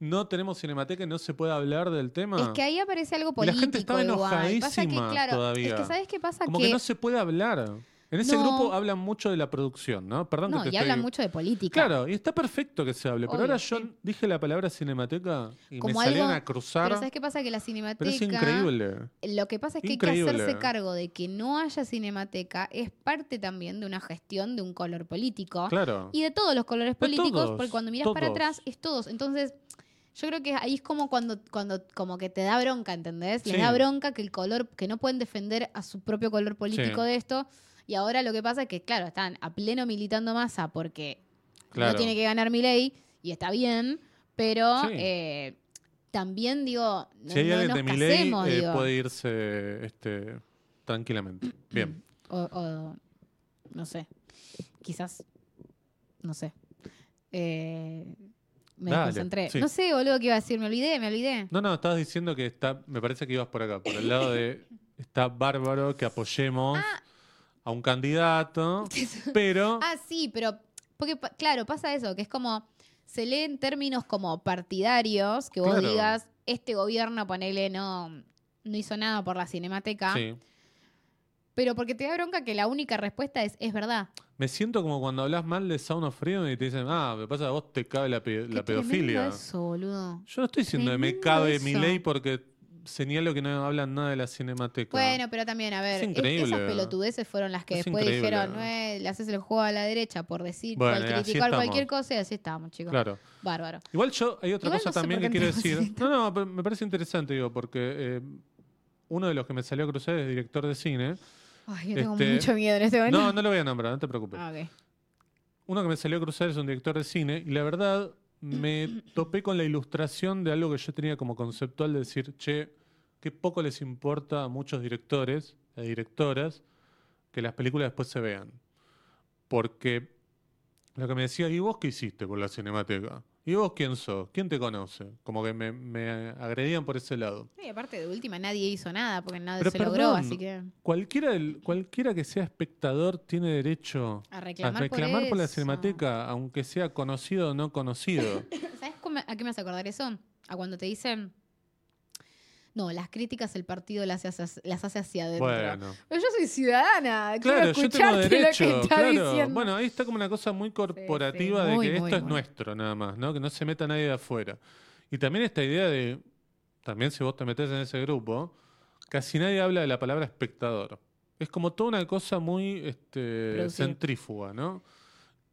A: no tenemos Cinemateca y no se puede hablar del tema.
B: Es que ahí aparece
A: Y
B: algo
A: la
B: político.
A: gente estaba
B: igual. Pasa que,
A: enojadísima
B: claro,
A: todavía.
B: Es que ¿sabes qué pasa?
A: Como
B: que,
A: que no se puede hablar. En ese
B: No.
A: grupo hablan mucho de la producción, ¿no? Perdón
B: no,
A: que te
B: y
A: estoy-
B: hablan mucho de política.
A: Claro, y está perfecto que se hable, pero
B: Obvio,
A: ahora yo
B: sí.
A: dije la palabra cinemateca y
B: Como
A: me salieron
B: algo-
A: a cruzar.
B: Pero
A: Pero,
B: ¿sabes qué pasa? Que la cinemateca...
A: es increíble.
B: Lo que pasa es que
A: Increíble.
B: hay que hacerse cargo de que no haya cinemateca. Es parte también de una gestión de un color político.
A: Claro.
B: Y de todos los colores
A: De
B: políticos,
A: todos,
B: porque cuando miras para
A: todos.
B: atrás es todos. Entonces, Yo creo que ahí es como cuando, cuando como que te da bronca, ¿entendés? Les
A: Sí.
B: da bronca que el color, que no pueden defender a su propio color político
A: Sí.
B: de esto. Y ahora lo que pasa es que, claro, están a pleno militando masa porque
A: Claro.
B: no tiene que ganar mi ley y está bien, pero
A: Sí.
B: eh, también digo, no,
A: si hay
B: no
A: alguien
B: nos
A: de mi ley, eh,
B: casemos, digo.
A: puede irse este, tranquilamente. Bien.
B: O, o, no sé, quizás, no sé. Eh, me
A: Dale,
B: desconcentré.
A: sí.
B: No sé, boludo, qué iba a decir, me olvidé, me olvidé.
A: No, no, estabas diciendo que está. Me parece que ibas por acá, por el lado de. Está bárbaro que apoyemos a un candidato, pero.
B: Ah, sí, pero. Porque, pa- claro, pasa eso, que es como. Se leen términos como partidarios, que vos
A: Claro.
B: digas, este gobierno, ponele, no, no hizo nada por la cinemateca.
A: Sí.
B: Pero porque te da bronca que la única respuesta es, es verdad.
A: Me siento como cuando hablas mal de Sound of Freedom y te dicen, ah, me pasa que a vos te cabe la, pe- la
B: Qué tremendo
A: pedofilia.
B: Eso, boludo.
A: Yo no estoy diciendo que me
B: Tremendo
A: cabe
B: eso.
A: mi ley porque señalo que no hablan nada de la cinemateca.
B: Bueno, pero también, a
A: Es
B: ver, es- esas
A: increíble.
B: pelotudeces fueron las que
A: Es
B: después
A: increíble.
B: dijeron, "Eh, le haces el juego a la derecha por decir,
A: Bueno,
B: por
A: y así
B: criticar
A: estamos.
B: cualquier cosa, y así estamos, chicos.
A: claro.
B: Bárbaro.
A: Igual yo, hay otra
B: Igual
A: cosa
B: no sé
A: también
B: por
A: que
B: qué
A: quiero
B: entramos en
A: decir. No, no, pero me parece interesante, digo, porque eh, uno de los que me salió a cruzar es director de cine.
B: Ay, yo tengo
A: Este,
B: mucho miedo en este momento.
A: No, no lo voy a nombrar, no te preocupes.
B: Ah, ok.
A: Uno que me salió a cruzar es un director de cine y la verdad me topé con la ilustración de algo que yo tenía como conceptual de decir, che, qué poco les importa a muchos directores e directoras que las películas después se vean. Porque lo que me decía, ¿y vos qué hiciste por la cinemateca? ¿Y vos quién sos? ¿Quién te conoce? Como que me, me agredían por ese lado.
B: Y aparte, de última, nadie hizo nada porque nada
A: Pero
B: se
A: perdón,
B: logró, así que
A: Cualquiera, del- cualquiera que sea espectador tiene derecho
B: a
A: a
B: reclamar,
A: reclamar por, la
B: eso.
A: cinemateca, aunque sea conocido o no conocido.
B: ¿Sabes cómo- a qué me hace acordar eso? A cuando te dicen, no, las críticas el partido las hace, hacia- las hace hacia adentro.
A: Bueno,
B: Pero yo soy ciudadana,
A: claro,
B: quiero
A: yo tengo
B: escucharte lo que
A: derecho.
B: está
A: Claro.
B: diciendo.
A: Bueno, ahí está como una cosa muy corporativa
B: sí,
A: de
B: muy,
A: que
B: muy,
A: esto es
B: muy.
A: nuestro nada más, ¿no? Que no se meta nadie de afuera. Y también esta idea de, también si vos te metés en ese grupo, casi nadie habla de la palabra espectador. Es como toda una cosa muy este,
B: Producida.
A: centrífuga, ¿no?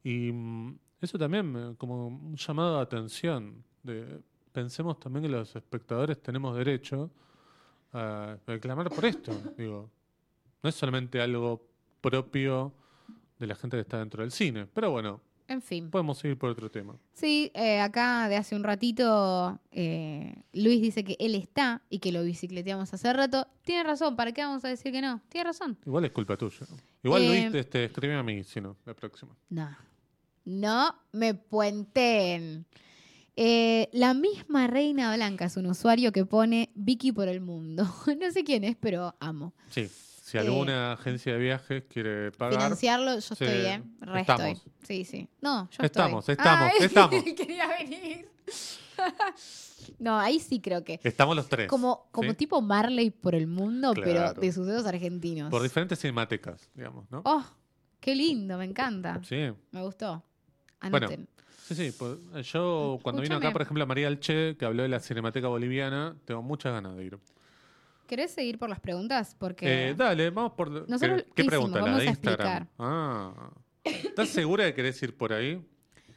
A: Y mm, eso también me- como un llamado a atención. De, pensemos también que los espectadores tenemos derecho a reclamar por esto. digo, no es solamente algo propio de la gente que está dentro del cine. Pero bueno,
B: en fin.
A: podemos seguir por otro tema.
B: Sí, eh, acá de hace un ratito eh, Luis dice que él está y que lo bicicleteamos hace rato. Tiene razón, ¿para qué vamos a decir que no? Tiene razón.
A: Igual es culpa tuya. Igual
B: Eh,
A: Luis, este, escribe a mí, si no, la próxima.
B: No. No me puenten. Eh, la misma Reina Blanca es un usuario que pone Vicky por el mundo. No sé quién es, pero amo.
A: Sí. Si
B: Eh,
A: alguna agencia de viajes quiere pagar,
B: Financiarlo, yo estoy
A: sí,
B: bien. Re
A: estamos.
B: estoy. Sí, sí. No, yo
A: Estamos,
B: estoy.
A: estamos,
B: Ay,
A: estamos.
B: quería venir. no, ahí sí creo que.
A: estamos los tres.
B: Como, como
A: ¿sí?
B: tipo Marley por el mundo,
A: Claro.
B: pero de sucesos argentinos.
A: Por diferentes cinematecas, digamos, ¿no?
B: oh, qué lindo, me encanta.
A: Sí.
B: Me gustó.
A: Bueno,
B: Anoten.
A: Sí, sí. por- yo, cuando vino
B: Mm, Escúchame.
A: acá, por ejemplo, a María Alche, que habló de la Cinemateca Boliviana, tengo muchas ganas de ir.
B: ¿Querés seguir por las preguntas? Porque.
A: Eh, dale, vamos por.
B: Nosotros,
A: ¿Qué,
B: ¿qué
A: qué pregunta?
B: hicimos?
A: ¿La
B: Vamos
A: de
B: a
A: Instagram?
B: explicar.
A: Ah. ¿Estás segura que querés ir por ahí?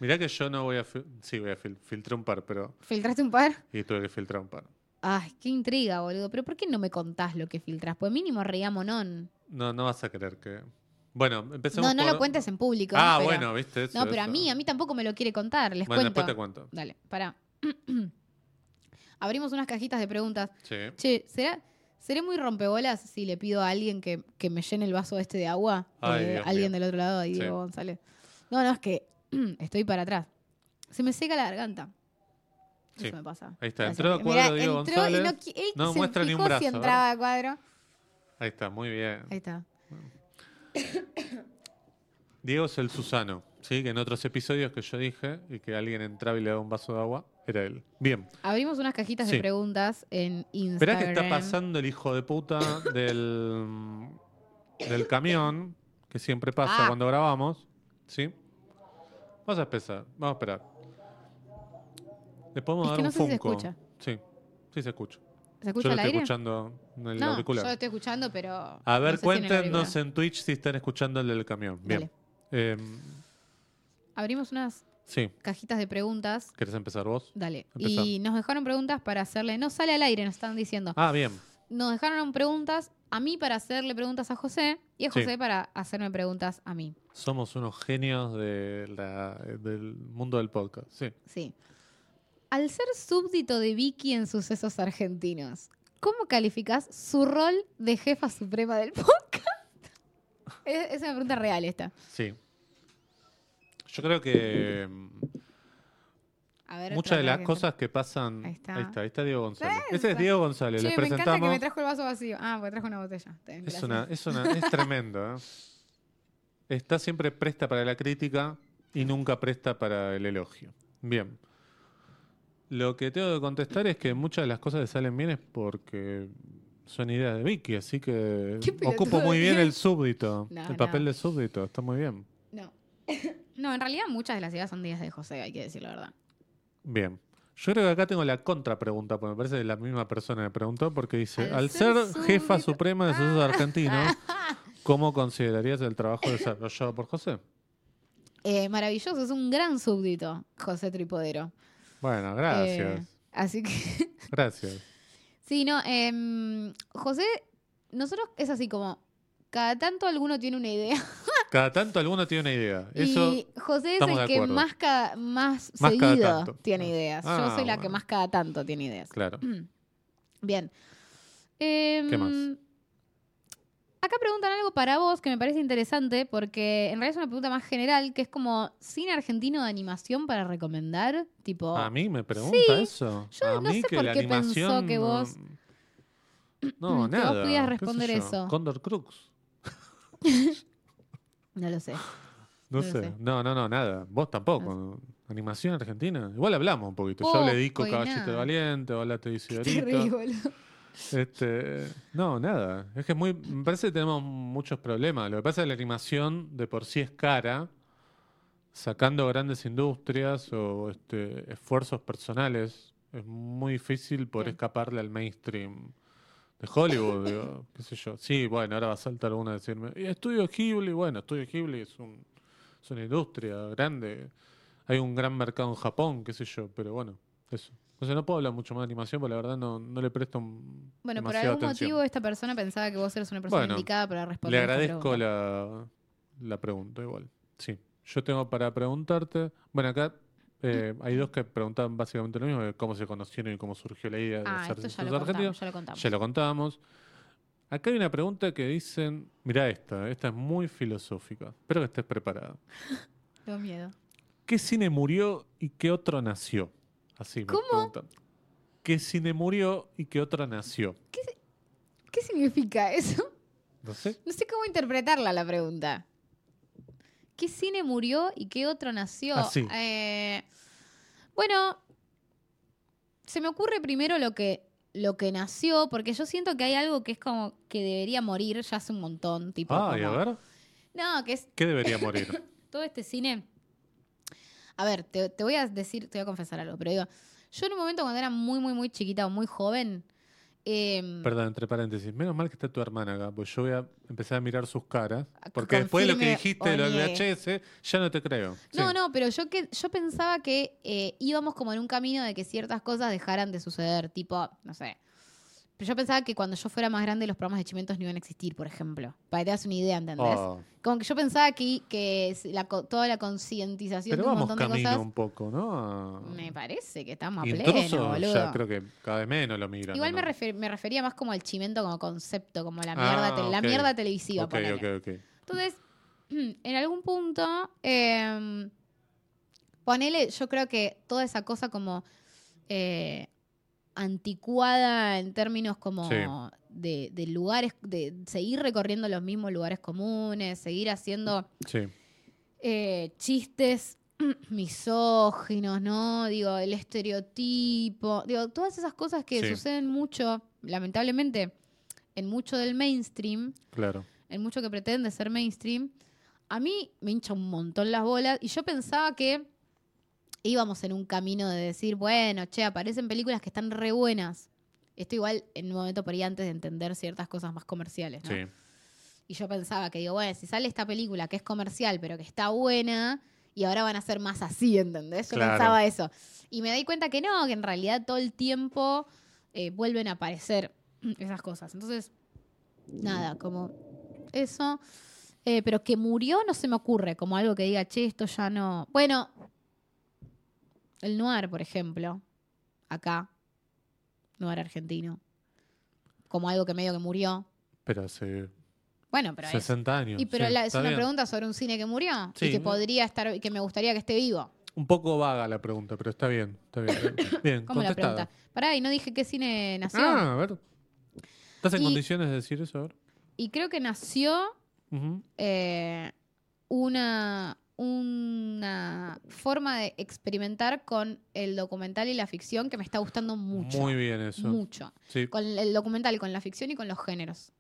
A: Mirá que yo no voy a. fil- Sí, voy a fil- filtrar un par, pero.
B: ¿Filtraste un par?
A: Y tuve que filtrar un par.
B: Ay, qué intriga, boludo. Pero ¿por qué no me contás lo que filtras? Pues mínimo regamonón.
A: No, no vas a creer que. Bueno, empecemos.
B: No, no
A: por-
B: lo cuentes en público.
A: Ah,
B: pero-
A: bueno, viste. Eso,
B: No, pero a
A: eso.
B: mí, a mí tampoco me lo quiere contar. Les
A: Bueno, después te
B: cuento.
A: cuento.
B: Dale, pará. Abrimos unas cajitas de preguntas.
A: Sí.
B: Che, ¿será, ¿seré muy rompebolas si le pido a alguien que, que me llene el vaso este de agua?
A: Ay,
B: Eh,
A: Dios
B: alguien
A: mío.
B: del otro lado, ahí
A: Sí.
B: Diego González. No, no, es que estoy para atrás. Se me seca la garganta.
A: Sí.
B: Eso me pasa.
A: Ahí está,
B: Gracias.
A: entró a cuadro
B: Mirá,
A: Diego
B: entró y no,
A: González.
B: qui- él
A: No
B: se
A: muestra ni un
B: fijó
A: brazo,
B: si
A: ¿eh?
B: entraba a cuadro.
A: Ahí está, muy bien.
B: Ahí está.
A: Diego es el Susano, ¿sí? Que en otros episodios que yo dije y que alguien entraba y le daba un vaso de agua, era él. Bien.
B: Abrimos unas cajitas de
A: Sí.
B: preguntas en Instagram.
A: Esperá que está pasando el hijo de puta del, del camión, que siempre pasa
B: Ah.
A: cuando grabamos. ¿Sí? Vamos a empezar, vamos a esperar. Le podemos
B: Es
A: dar
B: que no
A: un
B: sé si se
A: Funko.
B: escucha.
A: Sí, sí se escucha.
B: ¿Se
A: yo
B: escucha
A: lo
B: el
A: estoy
B: aire?
A: escuchando en el
B: no, yo
A: auricular.
B: lo estoy escuchando, pero.
A: A ver,
B: no sé si en el
A: cuéntenos
B: auricular.
A: Em, en Twitch si están escuchando el del camión. Bien.
B: Dale.
A: Eh,
B: Abrimos unas
A: Sí.
B: cajitas de preguntas.
A: ¿Querés empezar vos?
B: Dale.
A: Empezá.
B: Y nos dejaron preguntas para hacerle. No sale al aire, nos están diciendo.
A: Ah, bien.
B: Nos dejaron preguntas a mí para hacerle preguntas a José y a
A: Sí.
B: José para hacerme preguntas a mí.
A: Somos unos genios de la- del mundo del podcast. Sí.
B: Sí. Al ser súbdito de Vicky en sucesos argentinos, ¿cómo calificas su rol de jefa suprema del podcast? E-, Es, es una pregunta real esta.
A: Sí. Yo creo que mm,
B: A ver,
A: muchas de
B: otra
A: las
B: que-
A: cosas que pasan.
B: Ahí está.
A: Ahí está, ahí está Diego González.
B: Ahí
A: Ese es
B: está.
A: Diego González.
B: Che,
A: Les
B: me encanta que
A: presentamos.
B: me trajo el vaso vacío. Ah, porque trajo una botella. Está bien,
A: Es
B: gracias.
A: una, es una, es tremendo. ¿eh? Está siempre presta para la crítica y nunca presta para el elogio. Bien. Lo que tengo que contestar es que muchas de las cosas que salen bien es porque son ideas de Vicky, así que
B: Qué pelotudo
A: ocupo muy bien
B: que
A: el
B: es.
A: súbdito,
B: No,
A: el papel
B: no.
A: de súbdito, está muy bien.
B: No. no, en realidad muchas de las ideas son días de José, hay que decir la verdad.
A: Bien. Yo creo que acá tengo la contrapregunta, porque me parece que la misma persona me preguntó, porque dice,
B: Al
A: al
B: ser
A: ser jefa
B: súbdito-
A: suprema de sucesos argentinos, ¿cómo considerarías el trabajo desarrollado por José?
B: Eh, maravilloso, es un gran súbdito, José Tripodero.
A: Bueno,
B: Eh,
A: gracias.
B: así que.
A: Gracias.
B: Sí, no, em, José, nosotros es así como, cada tanto alguno tiene una idea.
A: Cada tanto alguno tiene una idea. Eso
B: y José es
A: estamos de
B: el que
A: acuerdo.
B: más, cada, más,
A: Más cada
B: seguido
A: tanto.
B: tiene
A: Ah.
B: ideas. Yo
A: Ah,
B: soy la que
A: bueno.
B: más cada tanto tiene ideas.
A: Claro.
B: Bien. Em,
A: ¿Qué más?
B: Acá preguntan algo para vos que me parece interesante porque en realidad es una pregunta más general que es como cine argentino de animación para recomendar, tipo
A: A mí me pregunta
B: Sí.
A: eso.
B: Yo
A: a
B: no
A: mí
B: sé
A: que
B: por
A: la
B: qué pensó
A: animación
B: que
A: no-
B: vos- que
A: No,
B: vos
A: nada.
B: pudieras
A: qué sé
B: responder
A: yo.
B: eso.
A: Condor Crux.
B: no lo sé.
A: No,
B: No lo
A: sé.
B: sé.
A: No, no, no, nada. Vos tampoco. Animación argentina. Igual hablamos un poquito. Yo le dedico
B: Ah. Poco y
A: Caballito de
B: nada.
A: Valiente, hola te dice
B: Te reí,
A: ahorita.
B: boludo.
A: Este, no, nada. Es que es muy. Me parece que tenemos muchos problemas. Lo que pasa es que la animación de por sí es cara, sacando grandes industrias o este, esfuerzos personales. Es muy difícil poder
B: Bien.
A: escaparle al mainstream de Hollywood, digo, qué sé yo. Sí, bueno, ahora va a saltar uno a decirme, y Estudio Ghibli, bueno, Estudio Ghibli es, un, es una industria grande, hay un gran mercado en Japón, qué sé yo, pero bueno, eso. O sea, no puedo hablar mucho más de animación, porque la verdad no, no le presto mm,
B: Bueno, por
A: demasiada
B: algún
A: atención.
B: motivo esta persona pensaba que vos eras una persona
A: Bueno,
B: indicada para
A: Le
B: responder. esta
A: agradezco
B: pregunta.
A: la, la pregunta, igual. Sí, yo tengo para preguntarte, bueno, acá
B: Mm.
A: eh, hay dos que preguntaban básicamente lo mismo, de cómo se conocieron y cómo surgió la idea de
B: Ah,
A: hacer
B: esto ya
A: Sus
B: lo,
A: Argentinos.
B: contamos, ya lo contamos.
A: Ya lo contábamos. Acá hay una pregunta que dicen, mirá esta, esta es muy filosófica, espero que estés preparada.
B: Tengo miedo.
A: ¿Qué cine murió y qué otro nació? Así me
B: ¿Cómo?
A: preguntan. ¿Qué cine murió y qué otro nació?
B: ¿Qué significa eso?
A: No sé.
B: No sé cómo interpretarla la pregunta. ¿Qué cine murió y qué otro nació?
A: Ah, sí.
B: Eh, bueno, se me ocurre primero lo que, lo que nació, porque yo siento que hay algo que es como que debería morir ya hace un montón. Tipo,
A: Ah, y a
B: como-
A: ver,
B: No, que es
A: ¿qué debería morir?
B: todo este cine. A ver, te, te voy a decir, te voy a confesar algo, pero digo, yo en un momento cuando era muy, muy, muy chiquita o muy joven, em,
A: Perdón, entre paréntesis. Menos mal que está tu hermana acá, pues yo voy a empezar a mirar sus caras. Porque después de lo que
B: confirme
A: dijiste de
B: o
A: los
B: niegue.
A: VHS, ya no te creo. Sí.
B: No, no, pero yo que yo pensaba que eh, íbamos como en un camino de que ciertas cosas dejaran de suceder, tipo, no sé. Pero yo pensaba que cuando yo fuera más grande los programas de chimentos no iban a existir, por ejemplo. Para que te hagas una idea, ¿entendés?
A: Oh,
B: Como que yo pensaba que, que es la co- toda la concientización de
A: pero
B: un
A: vamos
B: montón de
A: camino
B: cosas.
A: un poco, ¿no? A-
B: Me parece que estamos a pleno,
A: Intruso, ya
B: boludo.
A: creo que cada vez menos lo migran.
B: Igual
A: ¿o
B: me,
A: no?
B: refer- me refería más como al chimento como concepto, como la
A: Ah,
B: mierda, te- la
A: ok.
B: mierda televisiva,
A: Ok,
B: ponele.
A: ok, ok.
B: Entonces, en algún punto, eh, ponele, yo creo que toda esa cosa como eh, anticuada en términos como
A: Sí.
B: de, de lugares, de seguir recorriendo los mismos lugares comunes, seguir haciendo
A: Sí.
B: eh, chistes misóginos, ¿no? Digo, el estereotipo, digo, todas esas cosas que
A: Sí.
B: suceden mucho, lamentablemente, en mucho del mainstream
A: Claro.
B: en mucho que pretende ser mainstream, a mí me hincha un montón las bolas y yo pensaba que íbamos en un camino de decir, bueno, che, aparecen películas que están re buenas. Esto igual en un momento por ahí antes de entender ciertas cosas más comerciales, ¿no?
A: Sí.
B: Y yo pensaba que digo, bueno, si sale esta película que es comercial pero que está buena y ahora van a ser más así, ¿entendés? Yo
A: Claro.
B: pensaba eso. Y me di cuenta que no, que en realidad todo el tiempo eh, vuelven a aparecer esas cosas. Entonces, nada, como eso. Eh, pero que murió no se me ocurre, como algo que diga, che, esto ya no. Bueno, el noir, por ejemplo, acá, noir argentino, como algo que medio que murió.
A: Pero hace
B: Bueno, pero es,
A: 60 años.
B: y pero
A: sí,
B: la- es
A: está
B: una
A: bien.
B: pregunta sobre un cine que murió
A: Sí.
B: y que podría estar y que me gustaría que esté vivo.
A: Un poco vaga la pregunta, pero está bien. Está bien, bien
B: ¿Cómo la
A: contestada.
B: pregunta? Pará, y no dije qué cine nació.
A: Ah, a ver. ¿Estás en
B: Y-
A: condiciones de decir eso? A ver.
B: Y creo que nació
A: Ujú.
B: eh, una, una forma de experimentar con el documental y la ficción que me está gustando mucho.
A: Muy bien eso.
B: Mucho.
A: Sí.
B: Con el documental, con la ficción y con los géneros.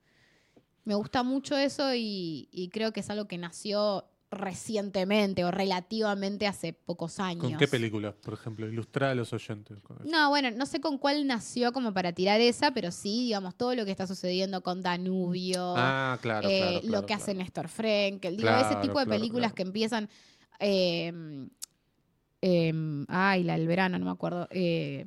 B: Me gusta mucho eso y, y creo que es algo que nació recientemente o relativamente hace pocos años.
A: ¿Con qué películas, por ejemplo? Ilustrar a los oyentes. con eso.
B: No, bueno, no sé con cuál nació como para tirar esa, pero sí, digamos, todo lo que está sucediendo con Danubio,
A: Ah, claro,
B: eh,
A: claro,
B: lo
A: claro,
B: que hace
A: claro.
B: Néstor Frenkel, digo, ese
A: Claro,
B: tipo de
A: claro,
B: películas
A: claro.
B: que empiezan. eh, eh, ay, la del verano, no me acuerdo. eh,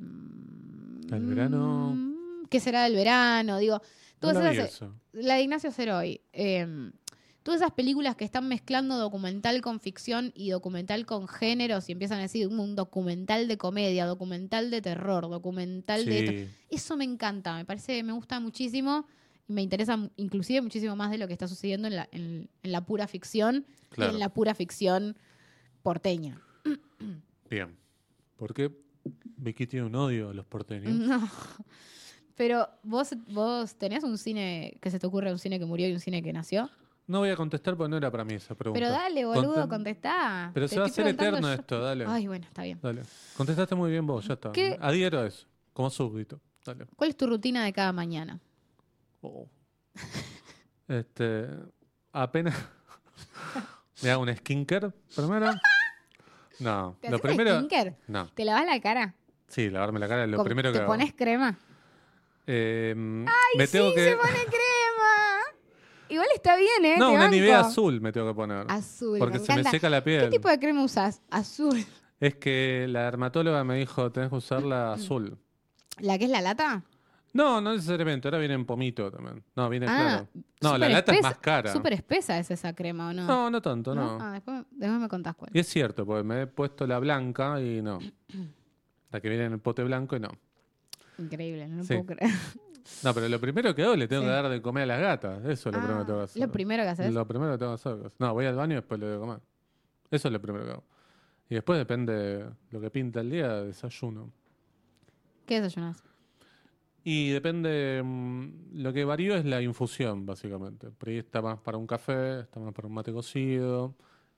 A: La del verano.
B: mm, ¿Qué será del verano? Digo, todas
A: No la vi
B: esas. eh,
A: eso.
B: La de Ignacio Ceroy. eh, todas esas películas que están mezclando documental con ficción y documental con géneros y empiezan a decir "Mm, un documental de comedia, documental de terror, documental de esto".
A: Sí.
B: Eso me encanta, me parece, me gusta muchísimo. y Me interesa mu- inclusive muchísimo más de lo que está sucediendo en la, en, en la pura ficción y
A: Claro.
B: en la pura ficción porteña.
A: Bien. ¿Por qué Vicky tiene un odio a los porteños?
B: No. Pero vos, vos tenés un cine que se te ocurre un cine que murió y un cine que nació.
A: No voy a contestar porque no era para mí esa pregunta.
B: Pero dale, boludo,
A: Contem-
B: contestá.
A: Pero
B: Te
A: se va a
B: estoy
A: hacer
B: preguntando
A: eterno
B: yo.
A: esto, dale.
B: Ay, bueno, está bien.
A: Dale. Contestaste muy bien vos, ya está.
B: ¿Qué?
A: Adhiero a eso, como súbdito. Dale.
B: ¿Cuál es tu rutina de cada mañana?
A: Oh. Este, apenas me hago un skincare primero. No,
B: ¿Te
A: lo
B: haces
A: primero.
B: skincare?
A: No,
B: ¿Te lavas la cara?
A: sí, lavarme la cara es lo
B: Com-
A: primero que
B: ¿Te
A: hago.
B: pones crema?
A: Eh, me tengo
B: sí,
A: que
B: se pone crema! Igual está bien, ¿eh?
A: No,
B: Te
A: una
B: banco.
A: nivea azul me tengo que poner.
B: Azul,
A: Porque
B: me
A: se me
B: encanta.
A: seca la piel.
B: ¿Qué tipo de crema usas? Azul.
A: Es que la dermatóloga me dijo, tenés que usarla
B: Mm.
A: azul.
B: ¿La que es la lata?
A: No, no necesariamente. Ahora viene en pomito también. No, viene
B: Ah,
A: claro. No, la
B: súper
A: lata es
B: espesa-
A: más cara.
B: Súper espesa es esa crema, ¿o no?
A: No, no tanto, no.
B: Ah, después, después me contás cuál.
A: Y es cierto, porque me he puesto la blanca y no. La que viene en el pote blanco y no.
B: Increíble, no lo
A: Sí.
B: puedo creer.
A: No, pero lo primero que hago le tengo
B: Sí.
A: que dar de comer a las gatas. Eso es lo primero
B: Ah,
A: que tengo que hacer.
B: lo primero que haces.
A: Lo primero que tengo que hacer. No, voy al baño y después le doy de comer. Eso es lo primero que hago. Y después depende lo que pinta el día, desayuno.
B: ¿Qué desayunas?
A: Y depende, mm, lo que varío es la infusión, básicamente. Por ahí está más para un café, está más para un mate cocido.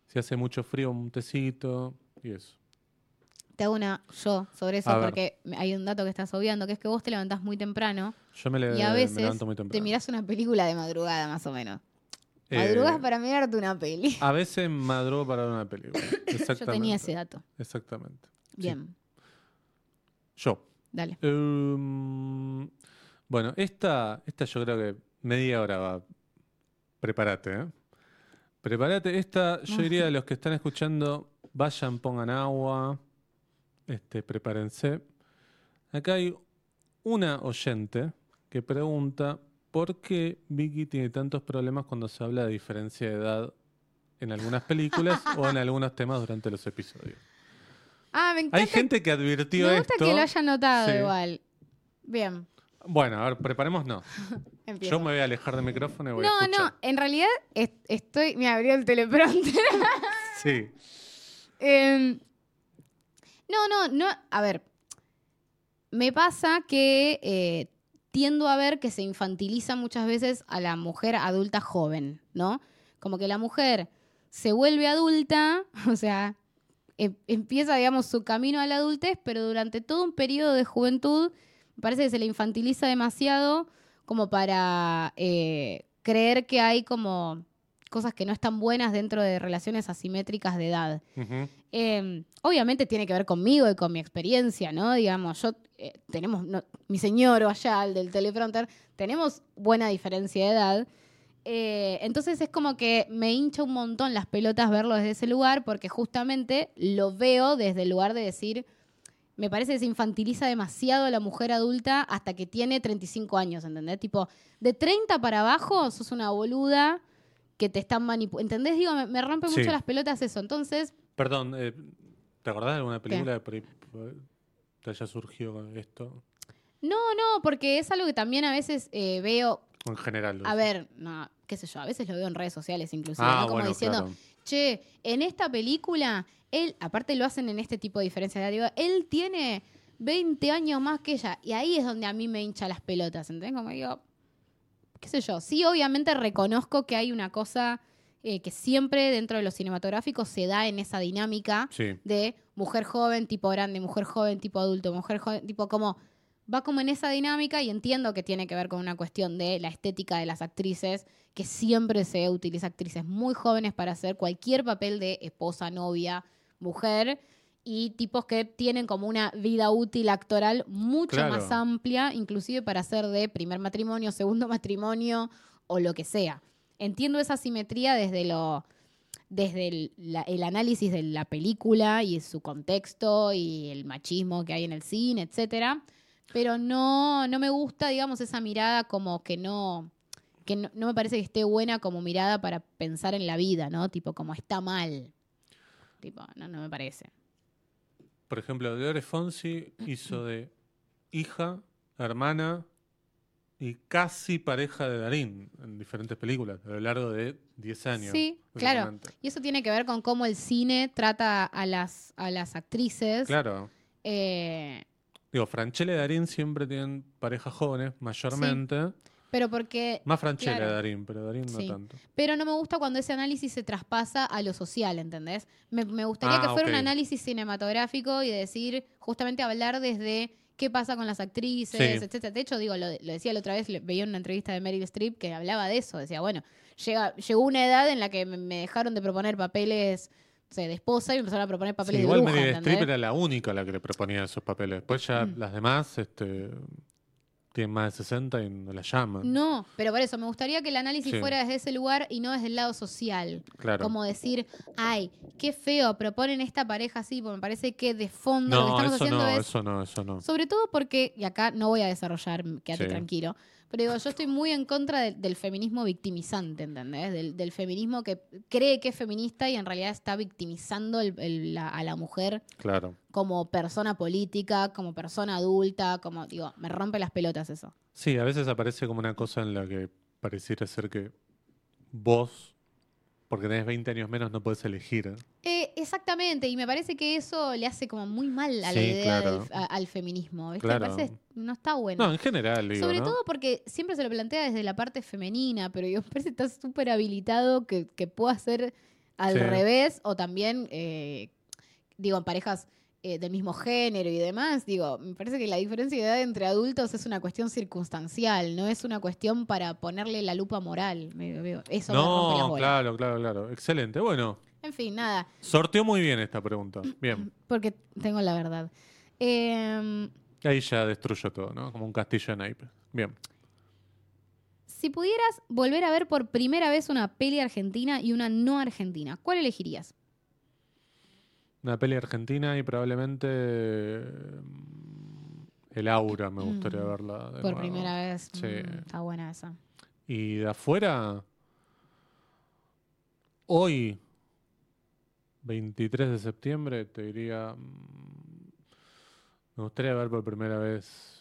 A: Si hace mucho frío, un tecito y eso.
B: Te hago una yo sobre eso,
A: A ver.
B: porque hay un dato que estás obviando, que es que vos te levantás muy temprano
A: Yo me, le,
B: y a
A: me
B: veces
A: levanto muy
B: te
A: temprano.
B: mirás una película de madrugada, más o menos.
A: Eh,
B: Madrugás para mirarte una peli.
A: A veces madrugo para ver una película. Exactamente.
B: Yo tenía ese dato.
A: Exactamente. Sí.
B: Bien,
A: Yo.
B: dale.
A: Em, bueno, esta, esta yo creo que media hora va. Prepárate, ¿eh? Prepárate. Esta,
B: Ah.
A: yo diría a los que están escuchando, vayan, pongan agua, este, prepárense. Acá hay una oyente que pregunta por qué Vicky tiene tantos problemas cuando se habla de diferencia de edad en algunas películas o en algunos temas durante los episodios.
B: Ah, me encanta.
A: Hay gente que advirtió
B: me gusta
A: esto.
B: que lo haya notado
A: Sí.
B: igual. Bien,
A: Bueno, a ver, preparémonos.
B: empiezo.
A: Yo me voy a alejar del micrófono y voy
B: No,
A: a
B: no,
A: escuchar.
B: en realidad es- estoy. Me abrió el teleprompter.
A: Sí.
B: Em, no, no, no. A ver. Me pasa que eh, tiendo a ver que se infantiliza muchas veces a la mujer adulta joven, ¿no? Como que la mujer se vuelve adulta, o sea, em- empieza, digamos, su camino a la adultez, pero durante todo un periodo de juventud me parece que se le infantiliza demasiado como para eh, creer que hay como cosas que no están buenas dentro de relaciones asimétricas de edad.
A: Ujú.
B: Eh, obviamente tiene que ver conmigo y con mi experiencia, ¿no? Digamos, yo eh, tenemos, no- mi señor o allá, el del teleprompter, tenemos buena diferencia de edad Eh, entonces es como que me hincha un montón las pelotas verlo desde ese lugar porque justamente lo veo desde el lugar de decir, me parece que se infantiliza demasiado a la mujer adulta hasta que tiene 35 años, ¿entendés? Tipo, de 30 para abajo sos una boluda que te están manipulando. ¿Entendés? Digo, me, me rompe
A: Sí.
B: mucho las pelotas eso. Entonces,
A: Perdón, eh, ¿te acordás de alguna película que por ahí, eh, te haya surgido con esto?
B: no, no, porque es algo que también a veces eh, veo,
A: O en general.
B: a ver, no, qué sé yo, a veces lo veo en redes sociales inclusive,
A: ah,
B: ¿no? como
A: bueno,
B: diciendo,
A: claro.
B: che, en esta película, él, aparte lo hacen en este tipo de diferencias de edad, digo, él tiene 20 años más que ella. Y ahí es donde a mí me hincha las pelotas, ¿entendés? Como digo, qué sé yo. Sí, obviamente reconozco que hay una cosa eh, que siempre dentro de los cinematográficos se da en esa dinámica
A: Sí.
B: de mujer joven, tipo grande, mujer joven, tipo adulto, mujer joven, tipo como va como en esa dinámica y entiendo que tiene que ver con una cuestión de la estética de las actrices, que siempre se utiliza actrices muy jóvenes para hacer cualquier papel de esposa, novia, mujer y tipos que tienen como una vida útil actoral mucho
A: Claro.
B: más amplia, inclusive para hacer de primer matrimonio, segundo matrimonio o lo que sea. Entiendo esa simetría desde lo desde el, la- el análisis de la película y su contexto y el machismo que hay en el cine, etcétera. Pero no, no me gusta, digamos, esa mirada como que no, que no, no me parece que esté buena como mirada para pensar en la vida, ¿no? Tipo, como está mal. Tipo, no, no me parece.
A: Por ejemplo, Dolores Fonsi hizo de hija, hermana y casi pareja de Darín en diferentes películas a lo largo de 10 años.
B: Sí, claro.
A: básicamente.
B: Y eso tiene que ver con cómo el cine trata a las, a las actrices.
A: Claro.
B: Eh,
A: Digo, Franchella y Darín siempre tienen parejas jóvenes, mayormente.
B: pero porque
A: Más Franchella
B: Claro.
A: Darín, pero Darín no
B: Sí.
A: tanto.
B: Pero no me gusta cuando ese análisis se traspasa a lo social, ¿entendés? Me, me gustaría
A: Ah,
B: que fuera
A: ok.
B: un análisis cinematográfico y decir, justamente hablar desde qué pasa con las actrices,
A: Sí.
B: etcétera. De hecho, digo, lo, lo decía la otra vez, le- veía una entrevista de Meryl Streep que hablaba de eso. Decía, bueno, llega, llegó una edad en la que me- me dejaron de proponer papeles no sé, de esposa y me empezaron a proponer
A: Sí,
B: papeles de
A: igual
B: bruja,
A: Meryl
B: ¿entendés? Mm.
A: Streep era la única a la que le proponía esos papeles. Después ya las demás este, tienen más de 60 y no las llaman.
B: No, pero por eso, me gustaría que el análisis
A: Sí.
B: fuera desde ese lugar y no desde el lado social.
A: claro.
B: Como decir, ay, qué feo, proponen esta pareja así, porque me parece que de fondo lo
A: no,
B: que estamos
A: eso
B: haciendo
A: no,
B: es.
A: eso no, eso no.
B: Sobre todo porque, y acá no voy a desarrollar, quédate
A: Sí.
B: tranquilo, pero digo, yo estoy muy en contra de- del feminismo victimizante, ¿entendés? Del, del feminismo que cree que es feminista y en realidad está victimizando el- el- la- a la mujer
A: Claro.
B: como persona política, como persona adulta, como, digo, me rompe las pelotas eso.
A: Sí, a veces aparece como una cosa en la que pareciera ser que vos, porque tenés 20 años menos, no podés elegir.
B: Eh, exactamente, y me parece que eso le hace como muy mal a la
A: Sí,
B: idea
A: claro.
B: del- a- al feminismo. ¿viste?
A: Claro.
B: Me parece no está bueno.
A: No, en general, digo,
B: Sobre
A: ¿no?
B: todo porque siempre se lo plantea desde la parte femenina, pero yo parece que está súper habilitado que, que pueda ser al
A: Sí.
B: revés o también, eh, digo, en parejas eh, del mismo género y demás. Digo, me parece que la diferencia de edad entre adultos es una cuestión circunstancial, no es una cuestión para ponerle la lupa moral. Me- me- Eso me rompe las
A: No,
B: bolas.
A: claro, claro, claro. Excelente. Bueno,
B: En fin, nada.
A: sorteó muy bien esta pregunta. Bien.
B: Porque tengo la verdad. Eh,
A: Ahí ya destruyó todo, ¿no? Como un castillo de naipes. Bien.
B: si pudieras volver a ver por primera vez una peli argentina y una no argentina, ¿cuál elegirías?
A: Una peli argentina y probablemente mm, El Aura me gustaría
B: Mm,
A: verla. de
B: por
A: nuevo.
B: primera vez.
A: Sí.
B: Mm, está buena esa.
A: Y de afuera, hoy, 23 de septiembre, te diría, mm, me gustaría ver por primera vez,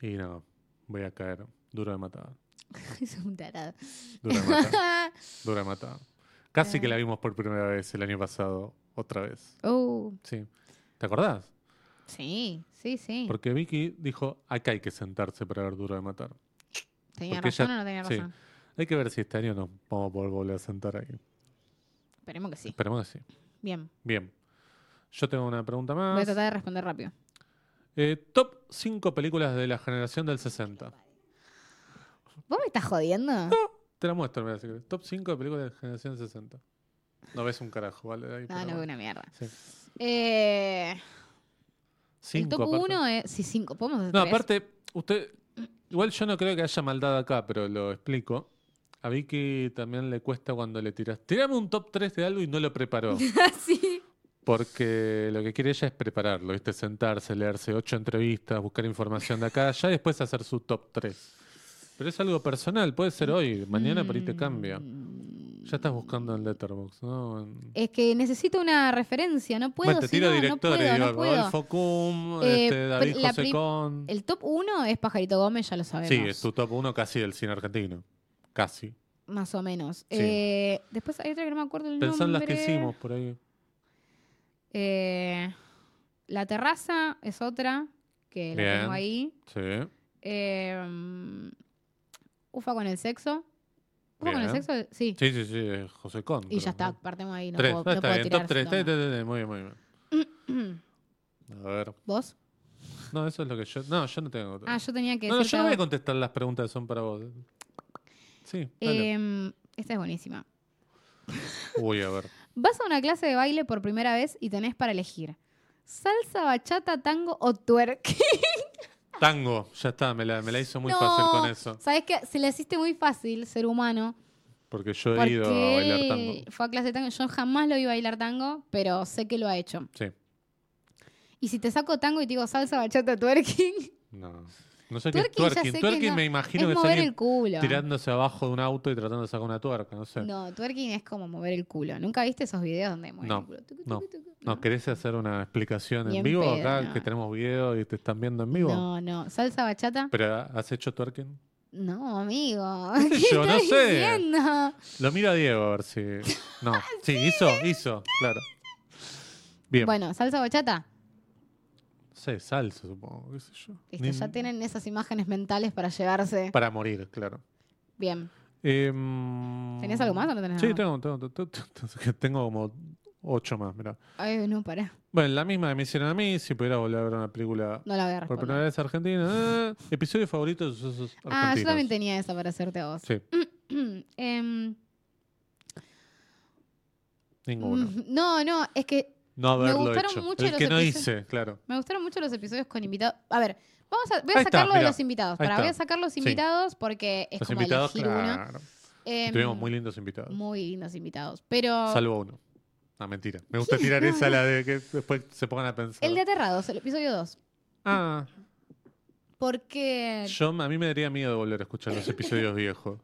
A: y no, voy a caer, duro de matar,
B: es un tarado.
A: duro de matar, duro de matar. Casi que la vimos por primera vez el año pasado, otra vez,
B: Oh,
A: sí. ¿Te acordás?
B: sí, sí, sí.
A: Porque Vicky dijo, acá hay que sentarse para ver duro de matar.
B: ¿Tenía
A: porque
B: razón
A: ella-
B: o no tenía
A: sí.
B: razón?
A: Hay que ver si este año nos vamos a poder volver a sentar aquí.
B: Esperemos que sí.
A: Esperemos que sí.
B: Bien.
A: Bien. Yo tengo una pregunta más.
B: Voy a tratar de responder rápido.
A: Eh, top 5 películas de la generación del 60.
B: ¿Vos me estás jodiendo?
A: Te la muestro, mira, si querés. Top 5 de películas de la generación del 60. No ves un carajo, ¿vale? Ahí,
B: No,
A: pero
B: no
A: bueno.
B: veo una mierda.
A: Sí.
B: Eh, el
A: Cinco,
B: top
A: aparte.
B: 1 es. Sí, 5. ¿Podemos hacer
A: No,
B: tres?
A: aparte, usted. Igual yo no creo que haya maldad acá, pero lo explico. A Vicky también le cuesta cuando le tiras. Tirame un top 3 de algo y no lo preparó.
B: sí.
A: Porque lo que quiere ella es prepararlo, ¿viste? Sentarse, leerse ocho entrevistas, buscar información de acá, ya y después hacer su top 3. Pero es algo personal, puede ser hoy, mañana por ahí te cambia.
B: Mm.
A: Ya estás buscando en Letterboxd, ¿no? En-
B: Es que necesito una referencia, no Eh, puedo.
A: bueno, te
B: si
A: tiro
B: no, no
A: directores,
B: puedo,
A: digo,
B: no puedo.
A: Rodolfo Kuhn,
B: Eh,
A: este, David
B: pero la
A: José
B: prim-
A: Con.
B: El top uno es Pajarito Gómez, ya lo sabemos.
A: Sí, es tu top 1 casi del cine argentino. Casi.
B: Más o menos. Eh, después hay otra que no me acuerdo el
A: Pensá en
B: nombre.
A: las que hicimos por ahí.
B: Eh, la terraza es otra que
A: Bien.
B: la tengo ahí.
A: Sí.
B: Eh, Ufa con el sexo. Ufa con el
A: Bien.
B: sexo, sí.
A: Sí, sí, sí, es José Con.
D: Y ya
A: creo,
D: está,
A: ¿no?
D: partimos ahí. No
A: tres,
D: puedo,
A: Ah,
D: no
A: está
D: puedo
A: bien,
D: tirar
A: top 3.
D: toma.
A: Muy bien, muy bien. A ver.
D: ¿Vos?
A: No, eso es lo que yo. No, yo no tengo.
B: Ah, yo tenía que
A: no, no,
B: decirte
A: yo no voy a
B: algo.
A: contestar las preguntas que son para vos. Sí, dale.
B: Em, Esta es buenísima.
A: Uy, a ver.
B: Vas a una clase de baile por primera vez y tenés para elegir. Salsa, bachata, tango o twerk.
A: Tango, ya está, me la, me la hizo muy
B: No,
A: fácil con eso.
B: Sabes que se le hiciste muy fácil ser humano.
A: Porque yo he ido a bailar tango.
B: Porque fue a clase de tango. Yo jamás lo vi bailar tango, pero sé que lo ha hecho.
A: Sí,
B: Y si te saco tango y te digo salsa, bachata, twerking,
A: no. No sé qué es
B: Twerking ya sé
A: twerking.
B: que
A: Twerking
B: no-
A: me imagino
B: es
A: que es
B: mover
A: alguien
B: el culo.
A: tirándose abajo de un auto y tratando de sacar una tuerca, no sé.
B: No, twerking es como mover el culo. ¿Nunca viste esos videos donde mueven
A: No,
B: el culo? Tucu,
A: no,
B: tucu, tucu.
A: No, ¿querés hacer una explicación
B: Ni
A: en
B: en
A: vivo
B: pedo,
A: acá?
B: no.
A: Que tenemos video y te están viendo en vivo.
B: No, no. ¿Salsa, bachata?
A: ¿Pero has hecho twerking?
B: No, amigo.
A: ¿Qué sé
B: ¿Qué
A: yo? No
B: estás
A: sé.
B: diciendo?
A: Lo miro a Diego a ver si. No. Sí, hizo, hizo, claro. Bien.
B: Bueno, salsa, bachata.
A: No sé, salsa, supongo, qué sé yo.
B: Listo,
A: Ni-
B: ya tienen esas imágenes mentales para llevarse.
A: Para morir, claro.
B: Bien.
A: Em,
B: ¿Tenías algo más o no tenés
A: Sí,
B: nada
A: tengo, tengo, tengo, tengo- tengo como ocho más, mirá.
B: Ay, no, pará.
A: Bueno, la misma que me hicieron a mí, si pudiera volver a ver una película
B: No la voy a
A: por
B: responder.
A: primera vez argentina. eh, episodio favorito de sucesos argentinos.
B: Ah, yo también tenía esa para hacerte a vos.
A: Sí,
B: Em,
A: ninguno.
B: mm, no, no, es que
A: No haberlo
B: gustaron
A: hecho.
B: mucho
A: El
B: los
A: que no
B: episodios-
A: hice, claro.
B: me gustaron mucho los episodios con invitados. A ver, vamos a, voy
A: Ahí
B: a
A: está,
B: sacarlo de
A: mirá.
B: los invitados.
A: Ahí
B: Para, voy a
A: está.
B: sacar los
A: Sí.
B: invitados porque es
A: Los
B: como
A: invitados,
B: elegir uno.
A: claro.
B: Em,
A: Tuvimos muy lindos invitados.
B: muy lindos invitados. Pero
A: Salvo uno. Ah, mentira. Me gusta tirar esa, la de que después se pongan a pensar.
B: el de Aterrados, el episodio 2.
A: Ah,
B: Porque
A: yo, a mí me daría miedo volver a escuchar los episodios viejos.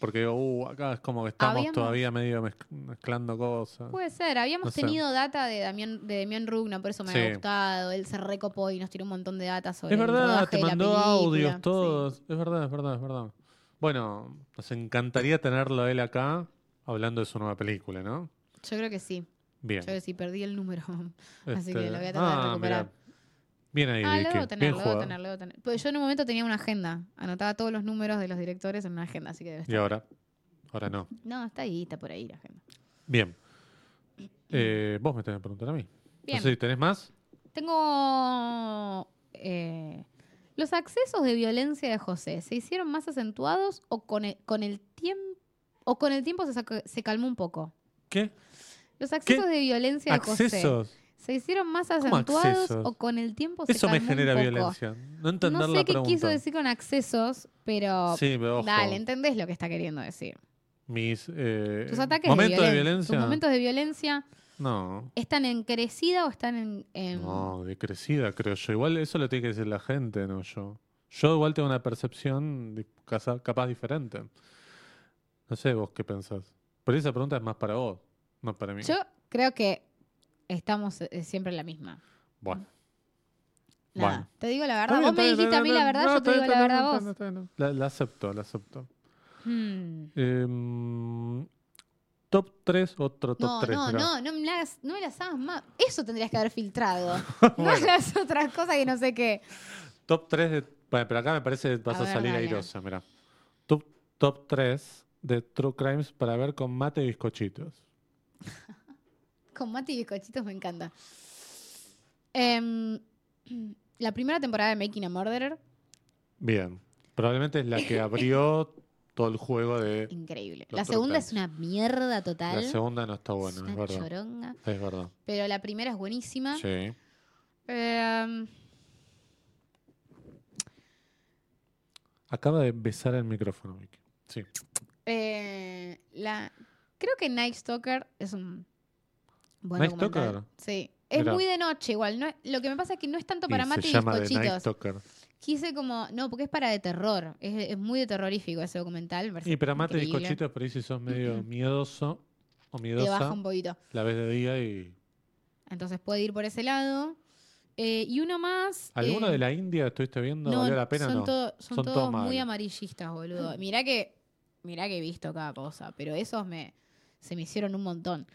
A: Porque digo, uh, acá es como que estamos
B: Habíamos-
A: todavía medio mezc- mezclando cosas.
B: puede ser, habíamos
A: No sé.
B: tenido data de Damián, de Damián Rugna, por eso me
A: Sí.
B: ha gustado. Él se recopó y nos tiró un montón de data sobre
A: Es
B: el
A: verdad,
B: rodaje
A: te
B: de la
A: mandó
B: película.
A: audios
B: Sí.
A: todos. Es verdad, es verdad, es verdad. Bueno, nos encantaría tenerlo a él acá hablando de su nueva película, ¿no?
B: Yo creo que sí.
A: Bien.
B: Yo creo que sí, perdí el número. así
A: este,
B: que lo voy a tratar de
A: ah,
B: recuperar.
A: mirá. Bien ahí,
B: Ah, lo
A: Vicky.
B: debo
A: Bien
B: tener, lo debo
A: jugado.
B: tener, lo debo tener. Pues yo en un momento tenía una agenda. Anotaba todos los números de los directores en una agenda, así que debe
A: Y
B: estar.
A: ahora, ahora no.
B: No, está ahí, está por ahí la agenda.
A: Bien. Eh, vos me tenés que preguntar a mí.
B: Bien.
A: No sé si tenés más.
B: Tengo. eh, los accesos de violencia de José, ¿se hicieron más acentuados o con el, con el tiempo o con el tiempo se, saca- se calmó un poco?
A: ¿Qué?
B: Los accesos de violencia de José,
A: ¿Accesos?
B: ¿se hicieron más
A: ¿Cómo
B: acentuados
A: accesos?
B: o con el tiempo se
A: Eso
B: calmó
A: me genera
B: un poco?
A: violencia. No entender
B: No
A: la
B: sé qué
A: pregunta.
B: quiso decir con accesos, pero
A: Sí, pero ojo.
B: dale, entendés lo que está queriendo decir.
A: Mis eh,
B: Tus ataques
A: momentos
B: de,
A: de
B: violen-
A: violencia.
B: Tus momentos de violencia
A: No.
B: están encarecida o están en. en-
A: No, decrecida, creo yo. Igual eso lo tiene que decir la gente, no yo. Yo igual tengo una percepción di- casa- capaz diferente. No sé vos qué pensás. Pero esa pregunta es más para vos, no para mí.
B: Yo creo que estamos eh, siempre en la misma.
A: Bueno.
B: Nada.
A: Bueno.
B: Te digo la
A: Está
B: verdad.
A: bien,
B: Ah, Vos me
A: está bien,
B: dijiste
A: está
B: a mí
A: bien,
B: la
A: está bien.
B: verdad,
A: No,
B: yo
A: está
B: te digo
A: bien,
B: la
A: está bien,
B: verdad a
A: está
B: vos.
A: bien, está bien, está bien. La, la acepto, la acepto.
B: Hmm.
A: Em, top 3, otro top
B: No,
A: 3.
B: no, no, no me las, no me las hagas más. Eso tendrías que haber filtrado. No las otras cosas que no sé qué.
A: Top 3 de. Bueno, pero acá me parece que vas a,
B: A ver,
A: salir
B: dale.
A: airosa, mirá. Top, top 3 de True Crimes para ver con mate y bizcochitos.
B: Con Mati y bizcochitos me encanta. Em, la primera temporada de Making a Murderer,
A: Bien. Probablemente es la que abrió todo el juego de.
B: increíble.
A: Los
B: la segunda
A: True
B: es una mierda total.
A: La segunda no está
B: es
A: buena,
B: una
A: es verdad.
B: choronga.
A: Es verdad.
B: Pero la primera es buenísima.
A: Sí.
B: Em,
A: Acaba de besar el micrófono, Vicky. Sí.
B: Eh, la, creo que Night Stalker es un buen
A: Night
B: documental.
A: Stalker.
B: Sí. Es
A: Mirá.
B: muy de noche igual. No, es- lo que me pasa es que no es tanto
A: Y
B: para mate
A: se
B: y
A: llama The Night
B: bizcochitos.
A: Stalker.
B: Quise como... No, porque es para de terror. Es, es muy de terrorífico ese documental. me parece
A: Y para mate
B: increíble.
A: bizcochitos, por ahí si sos medio miedoso o
B: Te baja
A: miedosa,
B: un poquito.
A: la ves de día y...
B: Entonces puede ir por ese lado. Eh, y uno más...
A: ¿Alguno
B: eh,
A: de la India estuviste viendo? ¿Valió la pena o
B: son,
A: no?
B: todo- son
A: Son
B: todos
A: todos
B: muy
A: mal.
B: amarillistas, boludo. Mirá que, mirá que he visto cada cosa, pero esos me, se me hicieron un montón.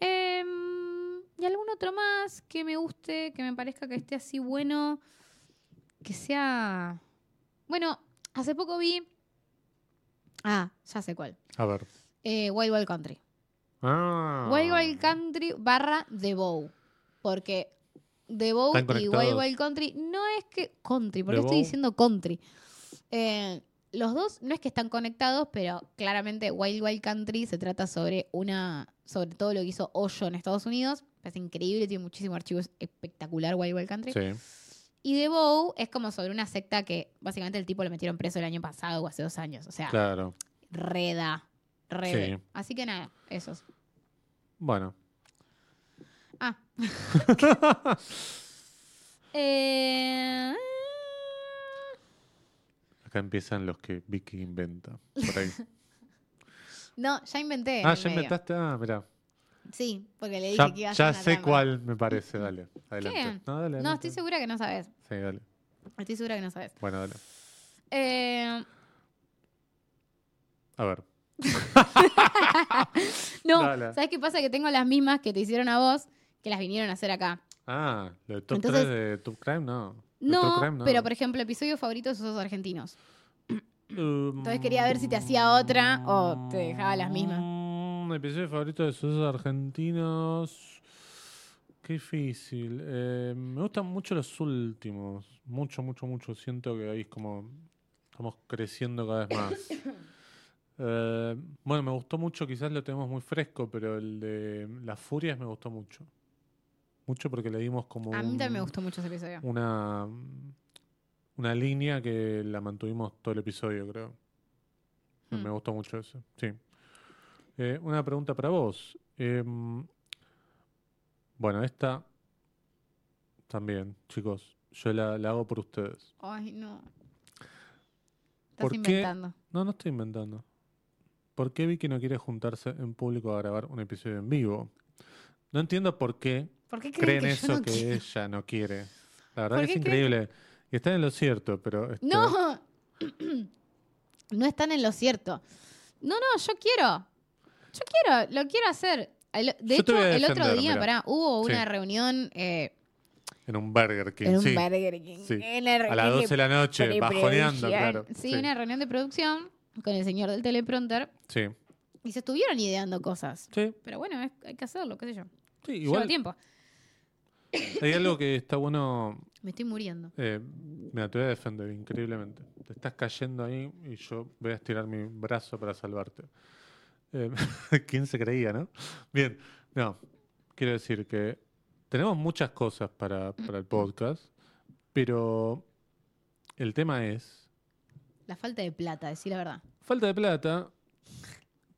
E: Em, y algún otro más que me guste, que me parezca que esté así bueno, que sea... Bueno, hace poco vi
B: Ah, ya sé cuál.
A: A ver.
B: Eh, Wild Wild Country.
A: Ah.
B: Wild Wild Country barra The Bow. Porque The Bow
A: Están
B: y Wild
A: conectados.
B: Wild Country no es que... Country, porque
A: The
B: estoy
A: Bow.
B: diciendo country. Eh, los dos no es que están conectados, pero claramente Wild Wild Country se trata sobre una sobre todo lo que hizo Hoyo en Estados Unidos. Es increíble, tiene muchísimo archivo, es espectacular Wild Wild Country.
A: Sí.
B: Y The Bow es como sobre una secta que básicamente el tipo lo metieron preso el año pasado o hace dos años. O sea,
A: Claro.
B: reda, rede.
A: Sí.
B: Así que nada, esos.
A: Bueno.
B: Ah,
E: Eh,
A: Acá empiezan los que Vicky inventa. Por ahí.
B: no, ya inventé. en
A: ah,
B: el
A: ya
B: medio.
A: inventaste. Ah, mirá.
B: Sí, porque le dije
A: Ya,
B: que iba a
A: ya
B: hacer una
A: sé
B: trampa.
A: cuál me parece. Dale. Adelante.
B: ¿Qué?
A: No, dale,
B: No,
A: adelante.
B: estoy segura que no sabes.
A: Sí, dale.
B: Estoy segura que no sabes.
A: Bueno, dale.
B: Eh,
A: A ver.
B: no,
A: Dale.
B: ¿sabes qué pasa? Que tengo las mismas que te hicieron a vos, que las vinieron a hacer acá.
A: Ah, lo de Top
B: Entonces-
A: 3 de Top Crime, no. De True
B: No,
A: Crime, no.
B: pero por ejemplo, episodio favorito de esos argentinos.
A: Um,
B: Entonces quería ver si te hacía otra o te dejaba las mismas.
A: Mm, episodio favorito de sucesos argentinos. Qué difícil. Eh, me gustan mucho los últimos. Mucho, mucho, mucho. Siento que ahí es como. Estamos creciendo cada vez más. Eh, bueno, me gustó mucho, quizás lo tenemos muy fresco, pero el de Las Furias me gustó mucho. Mucho porque le dimos como.
B: A mí también me
A: un-
B: gustó mucho ese episodio.
A: una, una línea que la mantuvimos todo el episodio, creo. Me- Me
B: Hmm.
A: gustó mucho eso, sí. Eh, una pregunta para vos. Em, bueno, esta también, chicos, yo la, la hago por ustedes.
B: Ay, no. Estás
A: ¿Por qué?
B: inventando.
A: No, no estoy inventando. ¿Por qué Vicky no quiere juntarse en público a grabar un episodio en vivo? No entiendo por qué
B: ¿Por qué creen,
A: creen
B: que
A: eso
B: yo no
A: que
B: quiero?
A: ella no quiere. La verdad
B: ¿Por
A: que es
B: qué creen
A: increíble. Y están en lo cierto, pero. este,
B: No. no están en lo cierto. No, no, yo quiero. Yo quiero, lo quiero hacer. El- de
A: Yo te
B: hecho,
A: voy a
B: el otro
A: defender,
B: día,
A: mirá.
B: pará, hubo
A: Sí.
B: una reunión eh,
A: En un Burger King.
B: en un
A: sí.
B: Burger King.
A: sí.
B: En la
A: A las
B: reunión
A: 12 de la noche,
B: de
A: bajoneando,
B: producción.
A: claro.
B: Sí, una reunión de producción con el señor del teleprompter
A: sí.
B: y se estuvieron ideando cosas.
A: Sí,
B: Pero bueno, es- hay que hacerlo, qué sé yo.
A: sí,
B: Lleva
A: igual
B: tiempo.
A: hay algo que está bueno.
B: Me estoy muriendo.
A: Eh, mira, te voy a defender increíblemente. Te estás cayendo ahí y yo voy a estirar mi brazo para salvarte. Eh, ¿Quién se creía, no? Bien, no. Quiero decir que tenemos muchas cosas para, para el podcast, pero el tema es
B: La falta de plata, decir la verdad.
A: Falta de plata,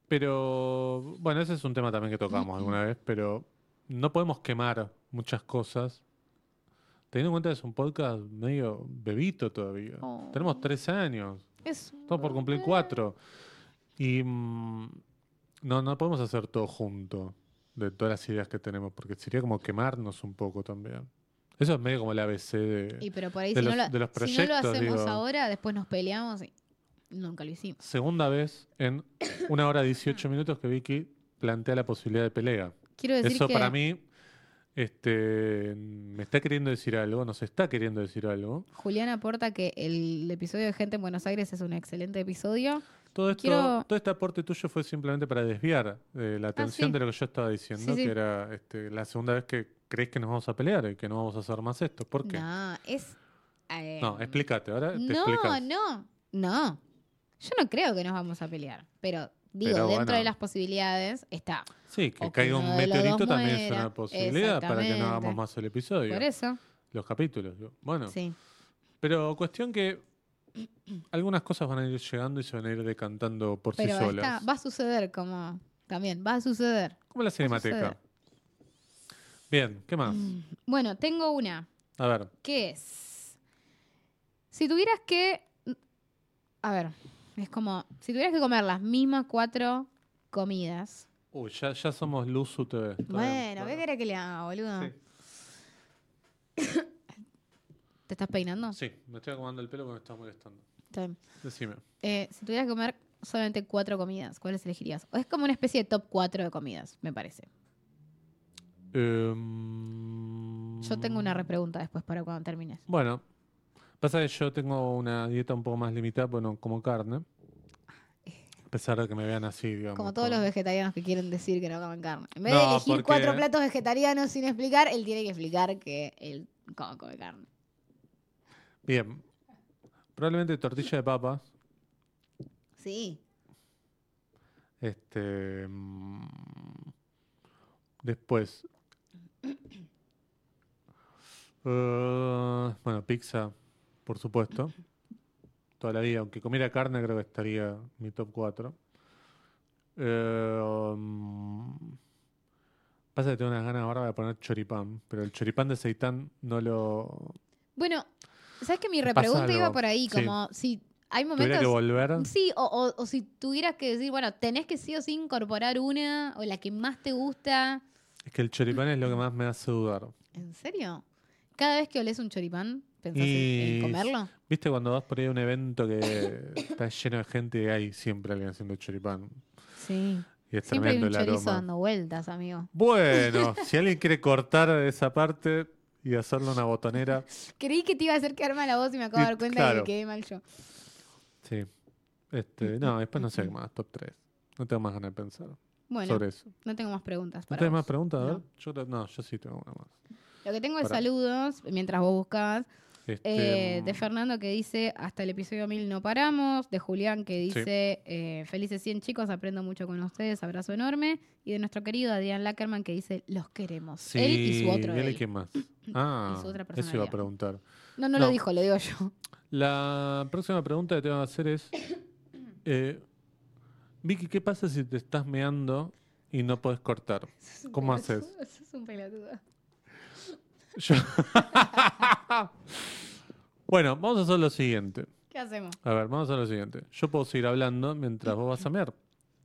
A: pero bueno, ese es un tema también que tocamos alguna vez, pero no podemos quemar muchas cosas. Teniendo en cuenta que es un podcast medio bebito todavía.
B: Oh. Eh.
A: Tenemos tres años,
B: Es
A: estamos por cumplir cuatro. Y mm, no, no podemos hacer todo junto de todas las ideas que tenemos, porque sería como quemarnos un poco también. Eso es medio como el ABC de...
B: Y pero por ahí
A: de
B: si,
A: los-
B: no lo,
A: de los
B: si no lo
A: proyectos,
B: hacemos
A: digo.
B: ahora, después nos peleamos y nunca lo hicimos.
A: Segunda vez en una hora 18 minutos que Vicky plantea la posibilidad de pelea.
B: Quiero decir
A: Eso
B: que
A: para mí este, me está queriendo decir algo, nos está queriendo decir algo.
B: Julián aporta que el episodio de Gente en Buenos Aires es un excelente episodio.
A: Todo, esto,
B: Quiero- Ah,
A: todo este aporte tuyo fue simplemente para desviar eh, la atención
B: sí.
A: de lo que yo estaba diciendo,
B: Sí, sí.
A: que era este, la segunda vez que crees que nos vamos a pelear y que no vamos a hacer más esto. ¿Por qué?
B: No, es... eh,
A: No, explícate, ahora te
B: No,
A: explicas.
B: no, no. Yo no creo que nos vamos a pelear, pero digo,
A: Pero
B: dentro
A: bueno.
B: de las posibilidades está.
A: Sí, que
B: O que
A: caiga
B: uno
A: un
B: de los dos
A: meteorito también es
B: muera.
A: una posibilidad para que no hagamos
B: Exactamente.
A: más el episodio,
B: Por eso,
A: los capítulos. digo. Bueno,
B: sí.
A: Pero cuestión que algunas cosas van a ir llegando y se van a ir decantando por
B: Pero
A: sí
B: esta
A: solas.
B: va a suceder como... También, va a suceder.
A: Como la cinemateca.
B: suceder.
A: Bien, ¿qué más?
B: Mm.
E: Bueno, tengo una.
A: A ver,
E: ¿Qué es? Si tuvieras que. A ver, es como. Si tuvieras que comer las mismas cuatro comidas.
A: uy, ya, ya somos Luzu TV. está bien,
B: Bueno, ¿qué querés que le haga, boludo?
A: Sí.
E: ¿Te estás peinando?
A: Sí, me estoy acomodando el pelo que me está molestando.
B: Está bien.
A: Decime.
E: Eh, si tuvieras que comer solamente cuatro comidas, ¿cuáles elegirías? O es como una especie de top cuatro de comidas, me parece.
A: Em,
E: Yo tengo una repregunta después para cuando termines.
A: Bueno, pasa que yo tengo una dieta un poco más limitada, bueno, como carne. A pesar de que me vean así, digamos.
B: Ah, eh. Como todos
A: con-
B: los vegetarianos que quieren decir que no comen carne. En vez de
A: No,
B: elegir
A: porque-
B: cuatro platos vegetarianos sin explicar, él tiene que explicar que él cómo come carne.
A: Bien. Probablemente tortilla de papas.
B: Sí.
A: Este. mm, Después. Eh, bueno, pizza, por supuesto. Toda la vida. Aunque comiera carne, creo que estaría mi top 4. Eh, pasa que tengo unas ganas ahora de poner choripán. Pero el choripán de seitán no lo.
E: Bueno, ¿sabes que mi
A: Pasa
E: repregunta
A: algo,
E: iba por ahí?
A: sí.
E: Como si hay
A: Tuviera que
E: momentos.
A: volver.
E: Sí, o, o- o si tuvieras que decir, bueno, tenés que sí o sí incorporar una, o la que más te gusta.
A: Es que el choripán es lo que más me hace dudar.
B: ¿En
E: ¿En serio? Cada vez que olés un choripán, ¿pensás en- en
A: Y-
E: comerlo?
A: ¿Viste cuando vas por ahí a un evento que está lleno de gente y hay siempre alguien haciendo choripán?
E: Sí.
A: Y es
E: Siempre hay
A: tremendo
E: un
A: el
E: chorizo
A: aroma.
E: dando vueltas, amigo.
A: Bueno, si alguien quiere cortar esa parte y hacerle una botonera,
B: Creí que te iba a hacer quedar mal la voz y me acabo de
A: Y
B: dar cuenta de
A: claro.
B: que quedé mal yo.
A: sí. Este, no, después no sé qué más, top 3. No tengo más ganas de pensar
B: Bueno,
A: sobre eso.
B: no tengo más preguntas.
A: ¿No
B: Para
A: tenés
B: vos.
A: más preguntas? A ver,
B: No.
A: Yo, creo- no, yo sí tengo una más.
B: Lo que tengo es
A: Pará.
B: saludos, mientras vos buscabas.
A: Este,
E: Eh, de Fernando que dice, hasta el episodio 1000 no paramos. De Julián que dice, eh, felices 100 chicos, aprendo mucho con ustedes, abrazo enorme. Y de nuestro querido Adrián Lackerman que dice, los queremos.
A: mm, sí,
E: él y su otro.
A: ¿y él
E: él.
A: y quién más? Ah,
E: otra
A: eso iba a
E: personalidad.
A: preguntar.
E: No, no,
A: No.
E: lo dijo, lo digo yo.
A: La próxima pregunta que te van a hacer es, eh, Vicky, ¿qué pasa si te estás meando y no podés cortar? ¿Cómo haces?
E: Sos un pelotudo.
A: Yo- bueno, vamos a hacer lo siguiente.
B: ¿Qué hacemos?
A: A ver, vamos a hacer lo siguiente. Yo puedo seguir hablando mientras vos vas a mear.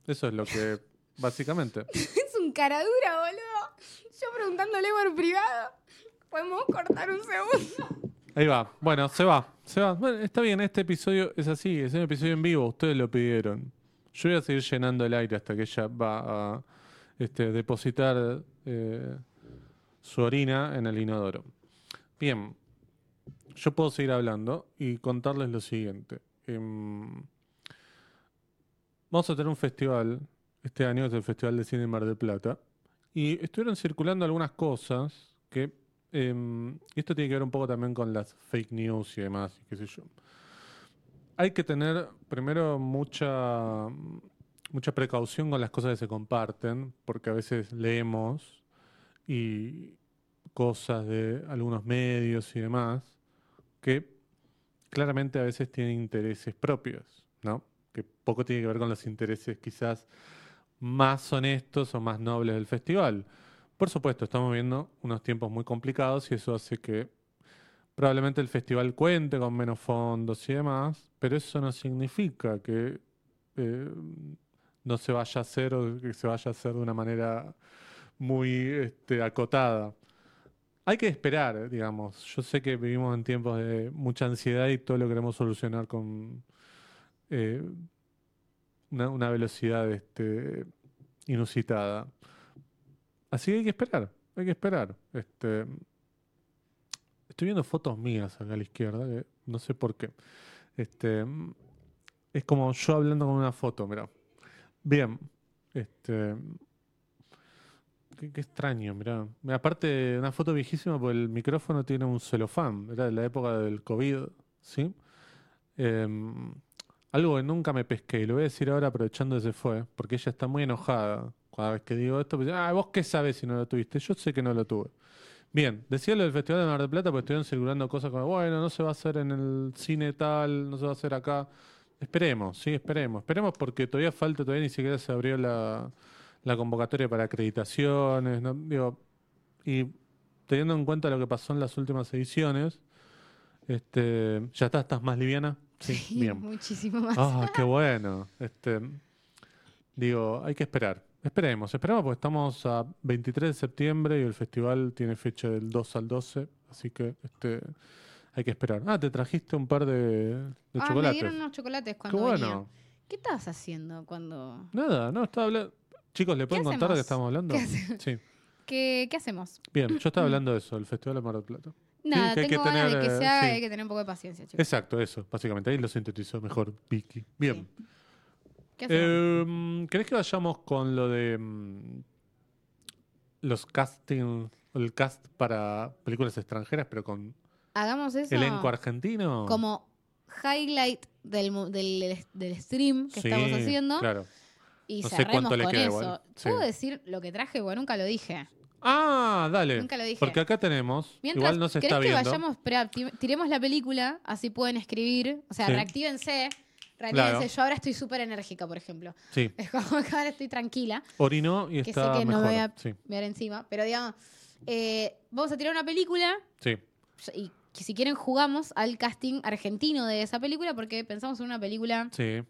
A: Eso es lo que, básicamente.
B: Es un caradura, boludo. Yo preguntándole por privado. ¿Podemos cortar un segundo?
A: Ahí va. Bueno, se va. Se va. Bueno, está bien, este episodio es así. Es un episodio en vivo. Ustedes lo pidieron. Yo voy a seguir llenando el aire hasta que ella va a este, depositar eh, su orina en el inodoro. Bien. Yo puedo seguir hablando y contarles lo siguiente. Em, vamos a tener un festival este año, es el Festival de Cine en Mar del Plata. Y estuvieron circulando algunas cosas que eh, esto tiene que ver un poco también con las fake news y demás, y qué sé yo. Hay que tener primero mucha, mucha precaución con las cosas que se comparten, porque a veces leemos y cosas de algunos medios y demás que claramente a veces tienen intereses propios, ¿no? Que poco tiene que ver con los intereses quizás más honestos o más nobles del festival. Por supuesto, estamos viendo unos tiempos muy complicados y eso hace que probablemente el festival cuente con menos fondos y demás, pero eso no significa que eh, no se vaya a hacer o que se vaya a hacer de una manera muy este, acotada. Hay que esperar, digamos. Yo sé que vivimos en tiempos de mucha ansiedad y todo lo queremos solucionar con eh, una, una velocidad este, inusitada. Así que hay que esperar, hay que esperar. Este, estoy viendo fotos mías acá a la izquierda, que no sé por qué. Este, es como yo hablando con una foto, mirá. Bien, este, qué, qué extraño, mirá. Mirá, Aparte, una foto viejísima porque el micrófono tiene un celofán, era de la época del COVID, ¿sí? Em, algo que nunca me pesqué, y lo voy a decir ahora aprovechando que se fue, porque ella está muy enojada cada vez que digo esto. pues, ah, vos qué sabes si no lo tuviste. Yo sé que no lo tuve. Bien, decía lo del Festival de Mar del Plata, porque estuvieron circulando cosas como, bueno, no se va a hacer en el cine tal, no se va a hacer acá. Esperemos, sí, esperemos. Esperemos porque todavía falta, todavía ni siquiera se abrió la, la convocatoria para acreditaciones. ¿no? Digo, y teniendo en cuenta lo que pasó en las últimas ediciones, este, ¿ya estás, estás más liviana?
B: Sí, muchísimo más.
A: Ah, qué bueno. Este, digo, hay que esperar. Esperemos, esperemos porque estamos a 23 de septiembre y el festival tiene fecha del 2 al 12, así que este, hay que esperar. Ah, te trajiste un par de, de
B: Ah, me
A: chocolates.
B: dieron unos chocolates cuando
A: Qué bueno.
B: venía. ¿Qué estabas haciendo cuando...?
A: Nada, no, estaba hablando... Chicos, ¿le pueden contar de qué estamos
B: hacemos?
A: hablando?
B: ¿Qué hacemos?
A: sí.
E: ¿Qué, qué hacemos?
A: Bien, yo estaba hablando de eso, el Festival de Mar del Plata.
E: Nada,
A: que hay que
E: tengo ganas de que
A: tener,
E: se haga,
A: sí.
E: hay que tener un poco de paciencia, chicos.
A: Exacto, eso, básicamente. Ahí lo sintetizó mejor Vicky. Bien.
E: ¿Qué hacemos?
A: Eh, ¿Crees que vayamos con lo de mm, los castings, el cast para películas extranjeras, pero con
B: Hagamos eso
A: elenco argentino?
B: como highlight del, mu- del, del stream que
A: Sí,
B: estamos haciendo
A: Claro.
B: y
A: No sé
B: cerremos
A: cuánto le
B: con
A: queda
B: eso.
A: igual. Sí.
B: ¿Puedo decir lo que traje? Bueno, nunca lo dije.
A: Ah, dale.
B: Nunca lo dije.
A: Porque acá tenemos.
B: Mientras,
A: igual no se
B: ¿querés
A: está
B: que
A: viendo.
B: vayamos, esperá, ti- tiremos la película, así pueden escribir? O sea,
A: Sí.
B: reactívense, reactívense.
A: Claro.
B: Yo ahora estoy súper enérgica, por ejemplo.
A: Sí.
B: Es como que ahora estoy tranquila.
A: Orinó y
B: que
A: está
B: sé que
A: mejor.
B: no voy a
A: Sí,
B: mirar encima. Pero digamos, eh, vamos a tirar una película
A: sí.
B: Pues, y que si quieren jugamos al casting argentino de esa película porque pensamos en una película
A: Sí,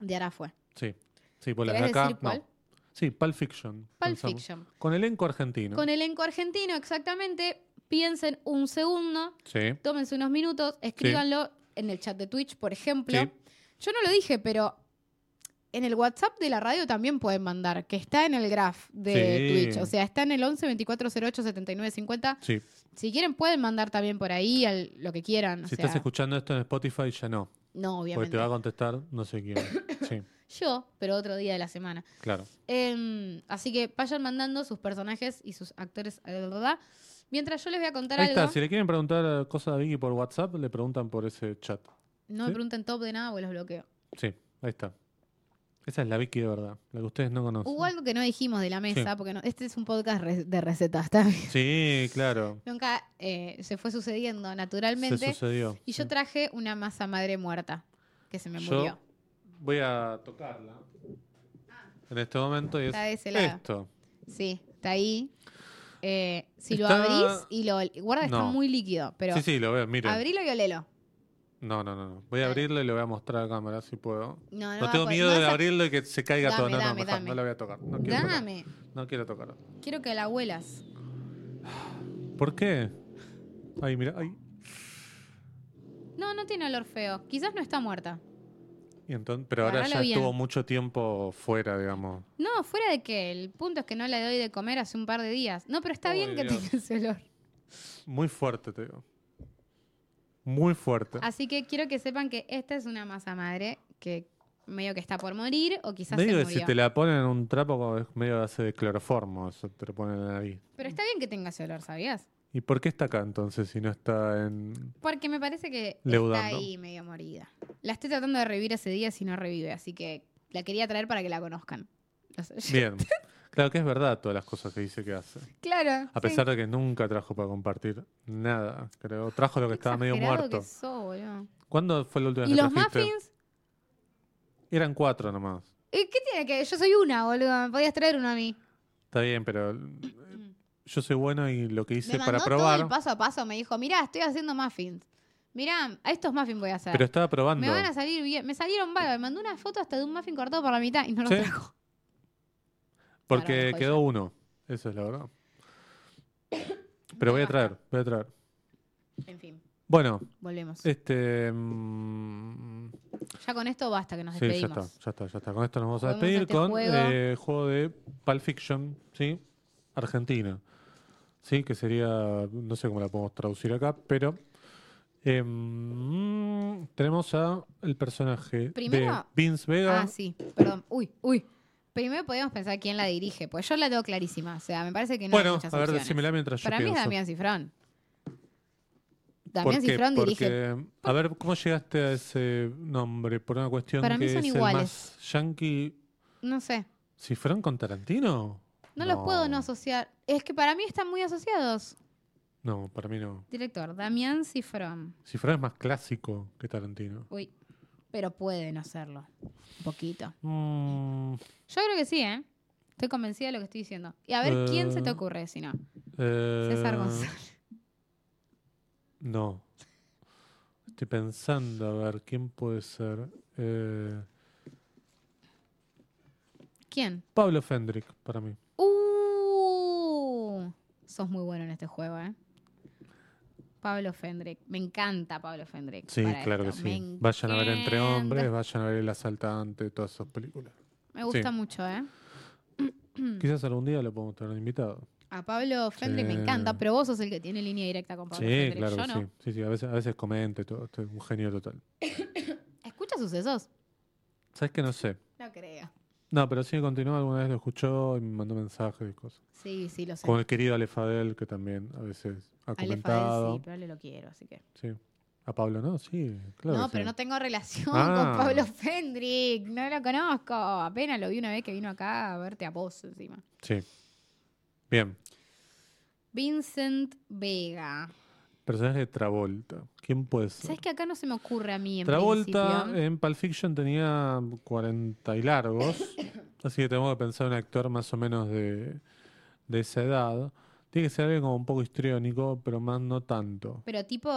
B: de Arafue.
A: sí. Sí, por las de
B: ¿Querés
A: acá.
B: decir cuál?
A: No. Sí, Pulp Fiction.
B: Pulp
A: pensamos.
B: Fiction.
A: Con elenco argentino.
B: Con elenco argentino, exactamente. Piensen un segundo,
A: Sí.
B: tómense unos minutos, escríbanlo en el chat de Twitch, por ejemplo.
A: Sí.
B: Yo no lo dije, pero en el WhatsApp de la radio también pueden mandar, que está en el graph de
A: Sí.
B: Twitch. O sea, está en el 11 24 08 79 50.
A: Sí.
B: Si quieren, pueden mandar también por ahí al- lo que quieran. O
A: Si
B: sea,
A: estás escuchando esto en Spotify, ya no.
B: no,
A: Porque te
B: obviamente.
A: va a contestar no sé quién. Sí,
B: Yo, pero otro día de la semana.
A: claro.
B: Em, así que vayan mandando sus personajes y sus actores. eh, bla, bla, bla. Mientras yo les voy a contar
A: Ahí
B: algo.
A: está. Si le quieren preguntar eh, cosas a Vicky por WhatsApp, le preguntan por ese chat.
B: No
A: ¿Sí?
B: me pregunten top de nada porque los bloqueo.
A: Sí, ahí está. Esa es la Vicky de verdad, la que ustedes no conocen.
B: Hubo algo que no dijimos de la mesa,
A: Sí.
B: porque no- este es un podcast re- de recetas también.
A: Sí, claro.
B: Nunca eh, se fue sucediendo
A: Se
B: naturalmente.
A: sucedió.
B: y yo
A: sí.
B: traje una masa madre muerta que se me
A: Yo
B: murió.
A: voy a tocarla en este momento y es
B: Está de ese lado.
A: esto.
B: Sí, está ahí. Eh, si lo
A: Está-
B: abrís y lo guarda, está
A: No.
B: muy líquido, pero
A: sí, sí, lo veo, miren.
B: abrilo y olelo.
A: No, no, no, no. Voy a abrirlo y lo voy a mostrar a cámara si puedo.
B: No, no,
A: No,
B: va a
A: tengo
B: poder-
A: miedo
B: no
A: de
B: vas a-
A: abrirlo y que se caiga
B: Dame,
A: todo. No, no,
B: dame,
A: mejor,
B: dame.
A: no lo voy a tocar. No quiero tocarlo.
B: Dame,
A: No quiero tocarlo.
B: quiero que la huelas.
A: ¿Por qué? Ay, mira, ay.
B: No, no tiene olor feo. Quizás no está muerta.
A: Y entonces, pero ahora
B: Agarralo
A: ya
B: bien.
A: estuvo mucho tiempo fuera, digamos.
B: No, fuera de que el punto es que no le doy de comer hace un par de días. No, pero está
A: Ay,
B: bien que
A: Oh, Dios.
B: tenga ese olor.
A: Muy fuerte, te digo. Muy fuerte.
B: Así que quiero que sepan que esta es una masa madre que medio que está por morir o quizás se
A: Medio que
B: murió.
A: si te la ponen en un trapo, como es medio hace de cloroformo, eso te lo ponen en la nariz.
B: Pero está bien que tenga ese olor, ¿sabías?
A: ¿Y por qué está acá entonces si no está en.?
B: Porque me parece que
A: Leudando.
B: está ahí medio morida. La estoy tratando de revivir ese día si no revive, así que la quería traer para que la conozcan. Los-
A: Bien. Claro que es verdad todas las cosas que dice que hace.
B: claro.
A: A pesar de que nunca trajo para compartir nada, creo. Trajo lo que estaba medio muerto. ¿Cuándo fue la última vez
B: ¿Y
A: que
B: los
A: trajiste?
B: muffins?
A: Eran cuatro nomás.
B: ¿Y ¿Qué tiene que Yo soy una, boludo. Me podías traer uno a mí.
A: Está bien, pero eh, yo soy bueno y lo que hice
B: me mandó
A: para
B: todo
A: probar.
B: el paso a paso. Me dijo, mirá, estoy haciendo muffins. Mirá, a estos muffins voy a hacer.
A: Pero estaba probando.
B: Me van a salir bien. Me salieron bárbaros. Me mandó una foto hasta de un muffin cortado por la mitad y no lo
A: Sí.
B: trajo. Ahora me
A: Porque
B: dejó
A: quedó uno. Eso es la verdad. Pero voy a traer, voy a traer.
B: En fin,
A: Bueno,
B: volvemos.
A: este. mm,
B: Ya con esto basta que nos
A: sí, ya
B: despedimos.
A: está, ya está, ya está. Con esto nos vamos a
B: Volvemos a
A: despedir
B: este
A: con
B: juego.
A: eh, juego de Pulp Fiction, ¿sí? Argentina. Sí, que sería. No sé cómo la podemos traducir acá, pero. em, mm, tenemos a el personaje de
B: Primero-
A: Vince Vega.
B: Ah, sí, perdón. Uy, uy. Primero podemos pensar quién la dirige, pues yo la tengo clarísima. O sea, me parece que no hay
A: bueno,
B: muchas
A: a ver,
B: opciones.
A: decímela mientras yo
B: Para mí es
A: pienso.
B: Damián Cifrón.
A: ¿Por
B: Damián
A: qué?
B: Cifrón
A: Porque,
B: dirige.
A: A ver, ¿cómo llegaste a ese nombre? Por una cuestión
B: Para mí
A: que
B: son
A: es el
B: iguales.
A: más yankee.
B: No sé.
A: ¿Cifrón con Tarantino?
B: No, los puedo no asociar. Es que para mí están muy asociados.
A: No, para mí no.
B: Director, Damián Cifrón.
A: Cifrón es más clásico que Tarantino.
B: Uy,
F: Pero pueden hacerlo. Un poquito.
A: Mm,
B: yo creo que sí, ¿eh? Estoy convencida de lo que estoy diciendo. Y a ver quién se te
A: Eh,
B: ocurre, si no.
A: eh,
B: César González.
A: No. Estoy pensando, a ver, ¿quién puede ser? Eh,
B: ¿Quién?
A: Pablo Fendrick, para mí.
B: ¡Uh! Sos muy bueno en este juego, ¿eh? Pablo Fendrick. Me encanta Pablo Fendrick.
A: Sí,
B: para
A: claro
B: esto.
A: que
B: Me
A: sí. Vayan a ver Entre
B: encanta.
A: Hombres, vayan a ver El Asaltante, todas esas películas.
B: Me gusta
A: Sí.
B: mucho, ¿eh? Mm.
A: Quizás algún día lo podemos tener invitado.
F: A Pablo Fendrick me
A: Sí.
F: encanta, pero vos sos el que tiene línea directa con Pablo
A: Sí,
F: Fendrick.
A: claro
F: Yo
A: que
F: no.
A: sí. Sí, sí, a veces, a veces comenta y todo. Estoy un genio total.
F: ¿Escucha sucesos?
A: ¿Sabes que No sé.
F: No creo.
A: No, pero sí continuó, alguna vez lo escuchó y me mandó mensajes y cosas.
F: Sí, sí, lo sé.
A: Con el querido Alefadel, que también a veces ha
F: Ale Fadel
A: comentado.
F: sí, pero Ale lo quiero, así que.
A: sí. A Pablo no, sí, claro.
F: no,
A: que
F: pero
A: sí.
F: no tengo relación
A: Ah.
F: con Pablo Fendrick. No lo conozco. Apenas lo vi una vez que vino acá a verte a vos encima.
A: Sí. Bien.
B: Vincent Vega.
A: Personaje de Travolta. ¿Quién puede ser?
B: ¿Sabes que acá no se me ocurre a mí en
A: Travolta eh.
B: principio?
A: en Pulp Fiction tenía 40 y largos, así que tenemos que pensar en un actor más o menos de, de esa edad. Tiene que ser alguien como un poco histriónico, pero más no tanto.
F: Pero tipo,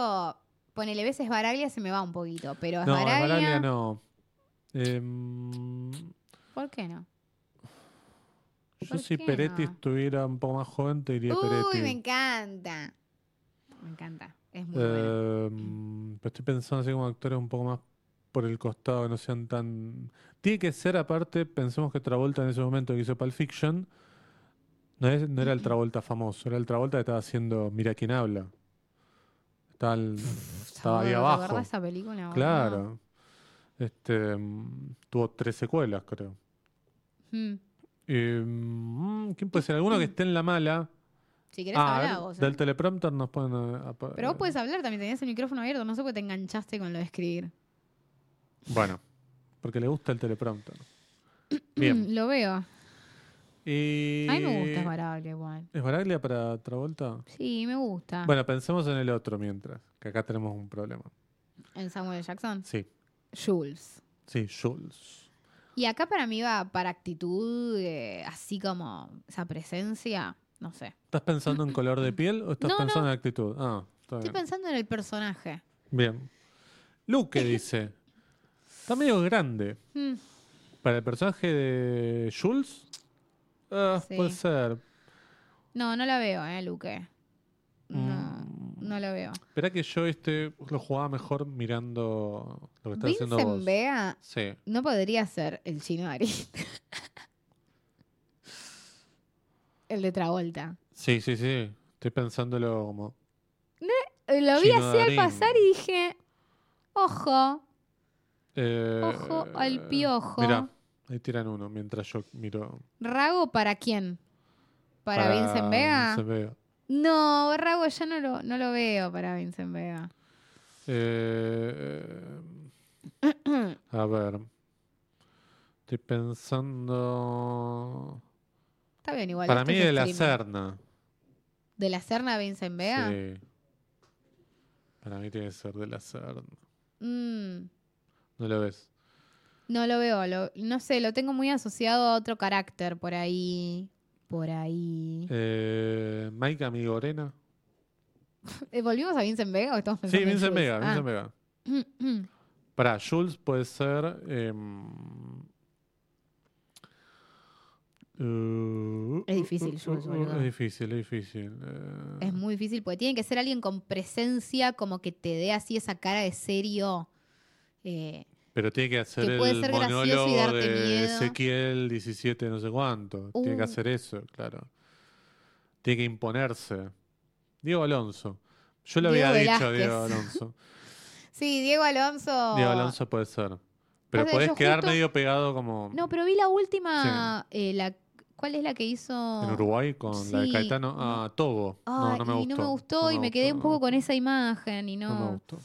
F: ponele veces Baraglia se me va un poquito, pero
A: no,
F: Baraglia,
A: Baraglia no. Em,
B: ¿Por qué no?
A: yo
B: ¿Por
A: si
B: qué
A: Peretti
B: no?
A: estuviera un poco más joven, te diría
F: Uy,
A: Peretti.
F: me encanta.
B: Me encanta. Es
A: Eh,
B: muy bueno.
A: Em, pero estoy pensando así como actores un poco más por el costado, que no sean tan... Tiene que ser, aparte, pensemos que Travolta en ese momento que hizo Pulp Fiction, no, es- no era el Travolta famoso, era el Travolta que estaba haciendo Mira quién habla. Estaba, el- estaba ahí
B: Boludo, ¿te
A: abajo.
B: acordás esa película? boludo?
A: Claro. Este, em, tuvo tres secuelas, creo.
B: Mm.
A: Em, ¿Quién puede ser? ¿Alguno que esté en la mala?
F: Si querés
A: Ah,
F: hablar
A: del-
F: vos.
A: del teleprompter nos pueden... eh, apa-
B: Pero vos podés hablar también, tenías el micrófono abierto, no sé por qué te enganchaste con lo de escribir.
A: Bueno, porque le gusta el teleprompter. Bien.
B: Mm, Lo veo.
A: Y...
B: A mí me gusta, es variable igual.
A: ¿Es Baraglia para Travolta?
B: Sí, me gusta.
A: Bueno, pensemos en el otro mientras, que acá tenemos un problema.
B: En Samuel Jackson.
A: Sí,
B: Jules.
A: sí, Jules.
B: Y acá para mí va para actitud, eh, así como esa presencia, no sé.
A: ¿Estás pensando en color de piel o estás
B: No,
A: pensando en actitud? Ah, está
B: Estoy
A: bien.
B: pensando en el personaje.
A: Bien. Luke dice, está medio grande.
B: Mm.
A: Para el personaje de Jules, ah,
B: Sí.
A: puede ser.
B: No, no la veo, eh, Luque. No,
A: Mm.
B: no la veo.
A: Esperá que yo este lo jugaba mejor mirando lo que estás haciendo
F: Vincent
A: vos.
F: Vega
A: Sí.
F: no podría ser el chino Ari. el de Travolta.
A: Sí, sí, sí. Estoy pensándolo como.
B: Eh, Lo vi
A: Gino
B: así al
A: Darín.
B: pasar y dije, ojo,
A: eh,
B: Ojo al piojo.
A: Mirá, ahí tiran uno mientras yo miro.
B: ¿rago para quién? ¿Para, Vincent Vega?
A: Vincent Vega.
B: No, Rago ya no lo, no lo veo para Vincent Vega.
A: Eh, a ver. Estoy pensando.
F: Está bien igual.
A: Para
F: esto
A: mí,
F: es
A: de la
F: streaming.
A: Serna.
F: ¿De la Serna Vincent Vega?
A: Sí. Para mí tiene que ser de la Serna.
B: Mm,
A: No lo ves.
B: no lo veo, lo- no sé, lo tengo muy asociado a otro carácter por ahí. Por ahí.
A: Eh, Mike Amigorena.
B: Eh, ¿Volvimos a Vincent Vega o estamos pensando
A: Sí,
B: en
A: Vincent
B: Jules?
A: Vega.
B: Ah.
A: Vincent Vega. Para Jules puede ser. em, eh,
F: Es difícil, Jules, boludo.
A: Es difícil, es difícil. eh.
B: Es muy difícil porque tiene que ser alguien con presencia, como que te dé así esa cara de serio. Eh,
A: Pero tiene que hacer
B: que
A: el
B: puede ser gracioso y
A: monólogo
B: darte
A: de
B: miedo.
A: Ezequiel 17, no sé cuánto. Tiene que
B: Uh.
A: hacer eso, claro. Tiene que imponerse. Diego Alonso. Yo lo
F: Diego
A: había dicho,
F: Velázquez.
A: Diego Alonso.
F: Sí, Diego Alonso.
A: Diego Alonso puede ser. Pero
B: O sea,
A: podés
B: Oh. yo
A: quedar
B: justo-
A: medio pegado como
B: no, pero vi la última. eh, la, ¿Cuál es la que hizo?
A: en Uruguay con la de
B: Ah, Sí,
A: Caetano a Tobo.
B: Ah,
A: no, no me
B: y
A: gustó.
B: no me gustó y me quedé un poco con esa imagen y
A: No me
B: no,
A: gustó.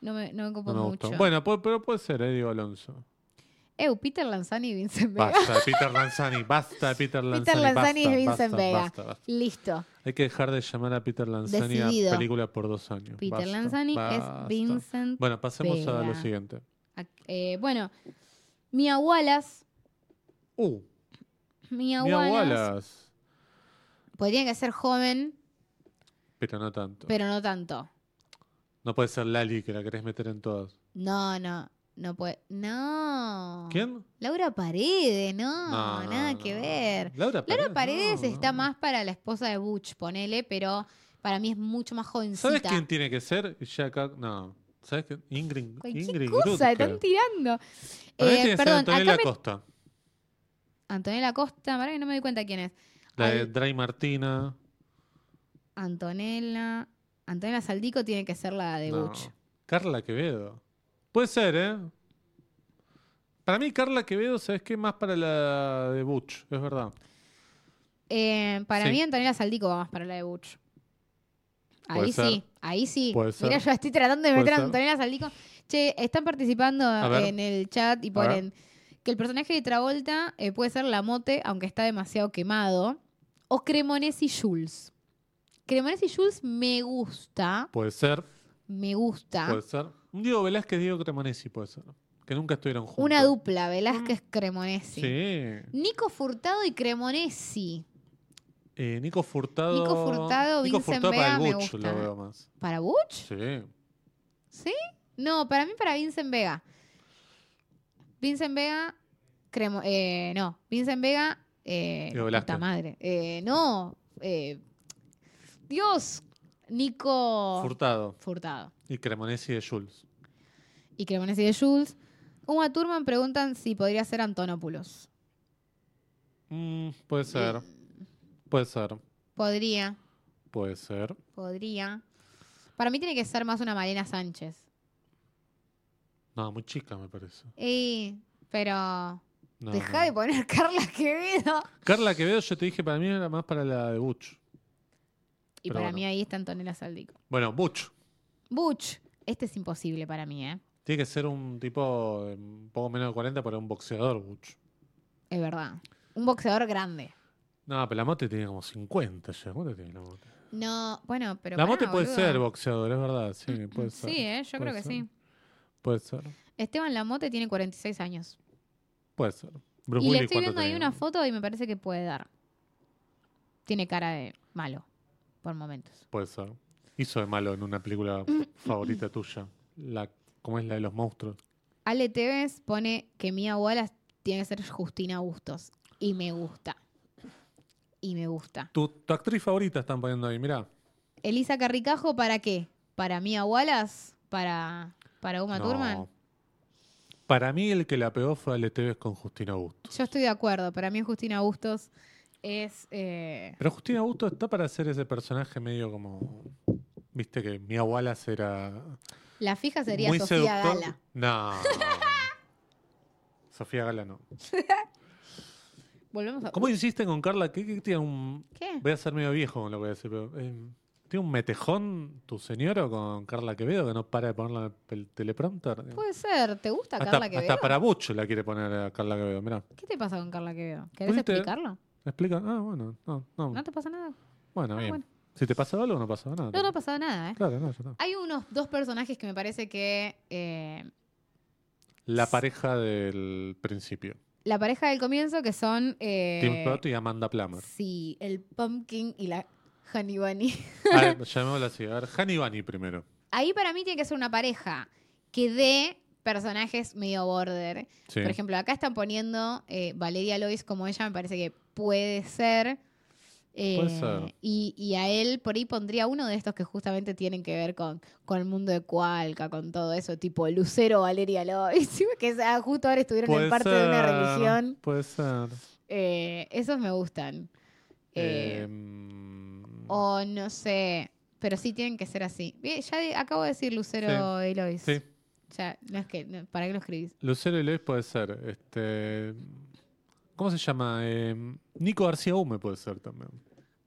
B: no me, no me copó
A: No me
B: mucho.
A: gustó. Bueno, puede- pero puede ser, eh, Diego Alonso.
B: Eu, Peter Lanzani y Vincent Vega.
A: Basta de Peter Lanzani, basta de Peter Lanzani.
G: Lanzani es
A: basta,
G: Vincent
A: basta,
G: Vega.
A: basta, basta.
G: Listo.
A: Hay que dejar de llamar a Peter Lanzani
G: Decidido.
A: a películas por dos años.
B: Peter
A: Basta,
B: Lanzani
A: basta.
B: es Vincent
A: Bueno, pasemos a lo
B: Vega.
A: siguiente.
B: A- eh, bueno, Mia Wallace.
A: Uh,
B: Mia,
A: Mia
B: Wallace.
A: Wallace.
G: Podría que ser joven,
A: Pero no tanto.
G: pero no tanto.
A: No puede ser Lali, que la querés meter en todas.
G: No, no. No puede.
B: Ah.
G: No.
A: ¿Quién?
G: Laura Paredes, no, nada que
A: no.
G: ver.
A: Laura Paredes,
G: Laura Paredes
A: no,
G: está
A: no.
G: más para la esposa de Butch, ponele, pero para mí es mucho más jovencita.
A: ¿Sabes quién tiene que ser? Jack Ac- No. ¿Sabes quién? Ingrid.
B: Cualquier
A: Ingrid
B: cosa,
A: Grutke.
B: están tirando.
A: Para mí
B: Eh,
A: tiene que ser
B: perdón,
A: Antonella
B: acá me-
A: Costa.
B: Antonella Costa, para que no me doy cuenta quién es.
A: La de
B: Al-
A: Dray Martina.
B: Antonella. Antonella Saldico tiene que ser la de
A: No.
B: Butch.
A: Carla Quevedo. Puede ser, ¿eh? Para mí, Carla Quevedo, ¿sabes qué? Más para la de Butch, es verdad.
B: Eh, para
A: Sí.
B: mí, Antonella Saldico va más para la de Butch.
A: Puede
B: Ahí
A: ser.
B: sí, ahí sí.
A: Puede ser.
B: Mira, yo estoy tratando de
A: Puede
B: meter a
A: ser.
B: Antonella Saldico. Che, están participando
A: ver.
B: en el chat y
A: ver.
B: ponen que el personaje de Travolta eh, puede ser la mote, aunque está demasiado quemado. O Cremonesi Jules. Cremonesi Jules me gusta.
A: Puede ser,
B: Me gusta.
A: puede ser. Un Diego Velázquez, Diego Cremonesi, puede ser. Que nunca estuvieron juntos.
B: Una dupla, Velázquez Cremonesi.
A: Sí. Eh,
B: Nico Furtado y Cremonesi.
A: eh, Nico Furtado.
B: Nico Furtado,
A: Nico
B: Vincent
A: Furtado para el
B: Vega me
A: Butch
B: gusta.
A: lo veo más.
B: ¿Para Butch?
A: Sí.
B: ¿Sí? No, para mí para Vincent Vega. Vincent Vega, cremo, eh, no, Vincent Vega, eh,
A: Diego
B: puta
A: Velázquez.
B: madre. Eh, no, eh, Dios, Nico
A: Furtado.
B: Furtado.
A: Y Cremonesi de Jules.
B: Y Cremonesi de Jules. Uma Thurman preguntan si podría ser Antonopoulos.
A: Mm, puede ser. Puede ser.
B: Podría,
A: Puede ser.
B: podría. Para mí tiene que ser más una Malena Sánchez.
A: No, muy chica me parece.
B: Y, pero,
A: No,
B: deja
A: no.
B: de poner Carla Quevedo.
A: Carla Quevedo, yo te dije, para mí era más para la de Butch.
B: Y
A: Pero
B: para
A: bueno.
B: mí ahí está Antonella Saldico.
A: Bueno, Butch.
B: Butch, este es imposible para mí, ¿eh?
A: Tiene que ser un tipo de un poco menos de 40 para un boxeador, Butch.
B: Es verdad. Un boxeador grande.
A: No, pero la mote tiene como 50 ya. ¿Cuánto tiene la mote?
B: No, bueno, pero.
A: la
B: pará,
A: mote puede
B: boludo.
A: ser boxeador, es verdad. Sí, puede ser.
B: Sí, ¿eh? yo
A: puede
B: creo que
A: ser.
B: sí.
A: Puede ser.
B: Esteban Lamote tiene 46 años.
A: Puede ser. Bruce
B: y le
A: Willis,
B: estoy
A: ¿cuánto
B: viendo ahí
A: tenía?
B: una foto y me parece que puede dar. Tiene cara de malo, por momentos.
A: Puede ser. Hizo de malo en una película favorita tuya. La, ¿Cómo es la de los monstruos?
B: Ale Tevez pone que Mia Wallace tiene que ser Justina Bustos. Y me gusta. Y me gusta.
A: Tu, tu actriz favorita están poniendo ahí, mirá.
B: Elisa Carricajo, ¿para qué? ¿Para Mia Wallace? ¿Para, para Uma
A: No.
B: Thurman?
A: Para mí el que la pegó fue Ale Tevez con Justina Augusto.
B: Yo estoy de acuerdo. Para mí Justina Bustos es... eh,
A: Pero Justina Augusto está para hacer ese personaje medio como... Viste que Mia Wallace era
B: la fija sería
A: muy
B: Sofía
A: seductor.
B: Gala.
A: No. Sofía Gala no.
B: Volvemos a...
A: ¿Cómo insisten con Carla? ¿Qué, qué tiene un...
B: ¿Qué?
A: Voy a ser medio viejo con lo que voy a decir, pero... eh, ¿Tiene un metejón tu señora con Carla Quevedo que no para de ponerla en el teleprompter?
B: Puede ser. ¿Te gusta
A: hasta,
B: Carla Quevedo?
A: hasta para Bucho la quiere poner a Carla Quevedo, mirá.
B: ¿Qué te pasa con Carla Quevedo? ¿Querés
A: ¿Viste?
B: explicarlo?
A: ¿Me explica? Ah, bueno, no, no.
B: ¿No te pasa nada?
A: Bueno,
B: Ah,
A: bien.
B: bueno.
A: Si te pasa algo, no pasa nada.
B: No, no ha pasado nada, ¿eh?
A: Claro, no, ya está.
B: Hay unos dos personajes que me parece que... eh,
A: La pareja del principio.
B: la pareja del comienzo que son... eh,
A: Tim Pratt y Amanda Plummer.
B: sí, el Pumpkin y la Honey Bunny.
A: A ver, llamémosla Ah, así. A ver, Hanny Bunny primero.
B: Ahí para mí tiene que ser una pareja que dé personajes medio border.
A: Sí.
B: Por ejemplo, acá están poniendo eh, Valeria Lois como ella, me parece que puede ser. Eh,
A: Puede ser.
B: Y, y a él por ahí pondría uno de estos que justamente tienen que ver con, con el mundo de Cualca, con todo eso, tipo Lucero Valeria Lois, que sea, justo ahora estuvieron en parte de una religión.
A: Puede ser.
B: Eh, esos me gustan. Eh,
A: Em,
B: O no sé, pero sí tienen que ser así. Bien, ya de- acabo de decir Lucero y Lois.
A: sí.
B: Ya, no es que, no, ¿para qué lo escribís?
A: Lucero y Luis puede ser. Este. ¿Cómo se llama? Em, Nico García Hume puede ser también.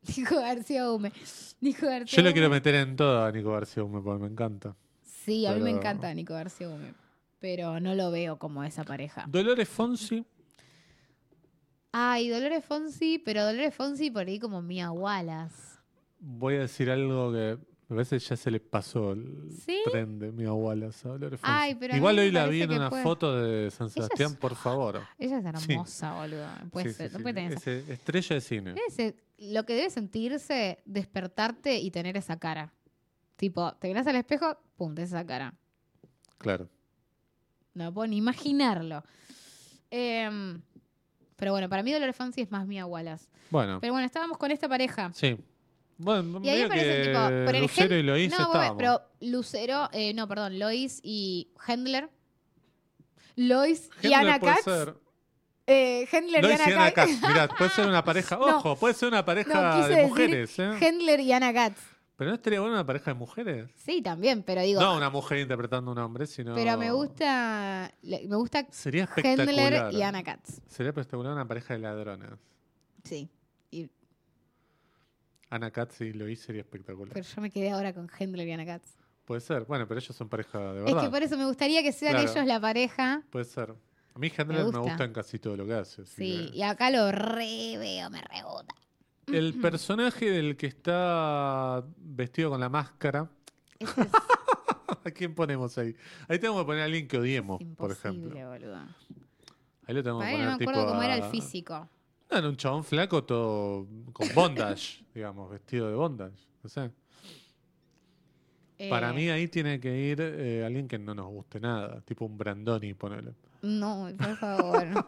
B: Dijo García Hume. Dijo García
A: Yo lo
B: Hume.
A: quiero meter en todo a Nico García Hume porque me encanta.
B: Sí, a mí me
A: Pero-
B: encanta Nico García Gómez.
H: pero no lo veo como esa
B: Ah.
H: pareja.
A: Dolores Fonsi.
B: Ay, Dolores Fonsi, pero Dolores Fonsi por ahí como Mia Wallace.
A: Voy a decir algo que a veces ya se le pasó el
B: ¿Sí?
A: tren de mi abuela. a Dolores Fonsi.
B: Ay, pero a mí
A: Igual
B: me
A: hoy la
B: parece
A: vi en
B: que
A: una
B: puede-
A: foto de San Sebastián, por favor.
B: Ella es
A: Sí.
B: hermosa, boludo. No puede
A: Sí, sí,
B: ser, Ah, pues, no
A: sí.
B: puede tener Eh, esa-
A: Ese- Estrella de cine.
B: Debe ser- lo que debe sentirse despertarte y tener esa cara. Tipo, te miras al espejo, pum, tenés esa cara.
A: Claro.
B: No puedo ni imaginarlo. Em, pero bueno, para mí Dolores Fonsi es más Mia Wallace.
A: Bueno,
B: Pero bueno, estábamos con esta pareja.
A: sí. Bueno,
B: Y ahí
A: medio
B: aparecen,
A: que
B: tipo, por el
A: Lucero
B: gen-
A: y Lois
B: no, bueno,
A: estábamos.
B: pero Lucero, eh, no, perdón, Lois y Handler. Lois y
A: Hendler
B: Ana
A: puede
B: Katz.
A: ser-
B: Eh, Handler
A: Lois
B: y
A: y Ana
B: Ana Katz.
A: Katz. Mirá, puede ser una pareja.
B: No.
A: Ojo, puede ser una pareja
B: No, quise
A: de
B: decir
A: mujeres. ¿eh?
B: Handler y Ana Katz.
A: Pero no estaría bueno una pareja de mujeres.
B: Sí, también, pero digo.
A: No una mujer interpretando a un hombre, sino.
B: Pero me gusta. le- Me gusta
A: Sería espectacular.
B: Handler y Ana Katz.
A: Sería espectacular una pareja de ladronas.
B: Sí. Y-
A: Ana Katz y Lois sería espectacular.
B: pero yo me quedé ahora con Handler y Ana Katz.
A: Puede ser. Bueno, pero ellos son pareja de
B: Es
A: verdad.
B: que por eso me gustaría que sean
A: Claro.
B: ellos la pareja.
A: Puede ser. A mí Handler me gusta.
B: gusta.
A: en casi todo lo que hace. así
B: Sí,
A: que-
B: y acá lo re veo, me rebota.
A: El personaje del que está vestido con la máscara.
B: Ese Este es
A: ¿A quién ponemos ahí? Ahí tenemos que poner a alguien que odiemos, por
B: imposible,
A: ejemplo.
B: boludo.
A: Ahí lo tenemos que
B: Ay,
A: poner
B: no me acuerdo
A: tipo
B: cómo era
A: a-
B: el físico.
A: No, era un chabón flaco, todo con bondage, digamos, vestido de bondage. No sé. Para
B: Eh,
A: mí ahí tiene que ir eh, alguien que no nos guste nada, tipo un Brandoni, ponele.
B: No, por favor.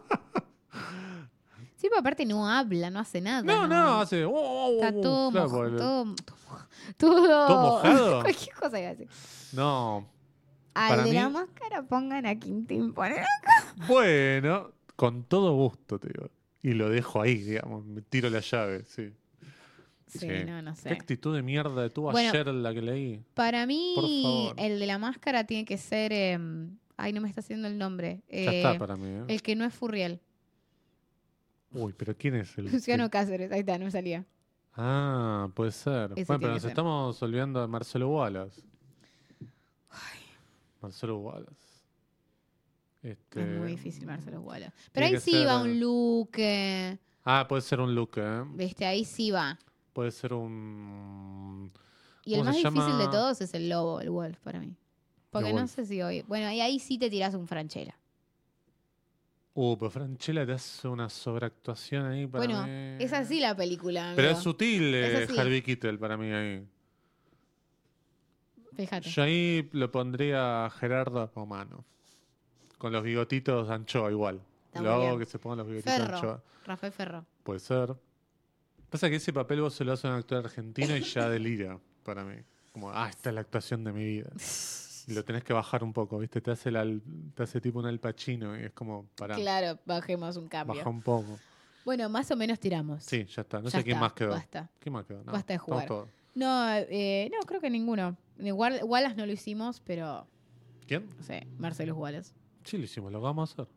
B: sí, pero aparte no habla, no hace nada.
A: No, no, hace... "Oh, oh, oh",
B: Está todo,
A: claro,
B: moj-
A: ponele.
B: todo, todo,
A: ¿Todo mojado?
B: Cualquier cosa iba a decir.
A: No.
B: Al
A: Para
B: de la
A: mí-
B: máscara pongan a Quintín, poner.
A: Bueno, con todo gusto, te digo. Y lo dejo ahí, digamos, me tiro la llave, sí.
B: Sí,
A: Sí.
B: no, no
A: Qué
B: sé.
A: actitud de mierda tuvo
B: Bueno.
A: ayer la que leí.
B: Para
A: Por
B: mí,
A: favor.
B: el de la máscara tiene que ser. em, ay, no me está haciendo el nombre.
A: Ya
B: Eh,
A: está para mí, ¿eh?
B: El que no es Furriel.
A: Uy, pero ¿quién es el...?
B: Luciano
A: que-
B: Cáceres. Ahí está, no me salía.
A: Ah, puede ser. Bueno,
B: Ese tiene
A: pero
B: que
A: nos
B: ser.
A: estamos olvidando de Marcelo Wallace. Marcelo Wallace. Este...
B: Es muy difícil Marcelo Wallace.
A: Tiene
B: Pero ahí
A: que
B: sí
A: ser,
B: va un
A: eh,
B: look. eh,
A: Ah, puede ser un Luke, ¿eh?
B: Viste, ahí sí va.
A: Puede ser un.
B: Y el
A: ¿Cómo
B: más
A: se
B: difícil de
A: llama?
B: todos es el lobo, el wolf, para mí. Porque
A: El
B: no
A: Wolf.
B: sé si hoy. Bueno, ahí, ahí sí te tirás un franchera.
A: Uh, pero Franchella te hace una sobreactuación ahí para
B: Bueno,
A: mí.
B: Es así la película.
A: Pero es
B: amigo.
A: sutil, eh,
B: Es así.
A: Harvey Keitel para mí ahí.
B: Fíjate.
A: Yo ahí lo pondría a Gerardo Romano. Con los bigotitos de anchoa igual.
B: Está
A: lo
B: muy
A: hago
B: bien.
A: que se pongan los bigotitos de
B: Ferro.
A: anchoa.
B: Rafael Ferro.
A: Puede ser. Pasa que ese papel vos se lo haces a un actor argentino y ya delira para mí. Como, ah, esta es la actuación de mi vida. Y lo tenés que bajar un poco, ¿viste? Te hace, el Al- te hace tipo un alpachino y es como, pará,
B: Claro, bajemos un cambio.
A: baja un poco.
B: Bueno, más o menos tiramos.
A: Sí, ya está. No
B: Ya
A: sé quién
B: está,
A: más quedó.
B: Basta.
A: ¿Quién más quedó? No,
B: Basta de
A: estamos
B: jugar.
A: todos.
B: No, eh, no, creo que ninguno. Ni Wal- Wallace no lo hicimos, pero
A: ¿Quién?
B: no sé, Marcelo Wallace.
A: Sí, lo hicimos, lo vamos a hacer.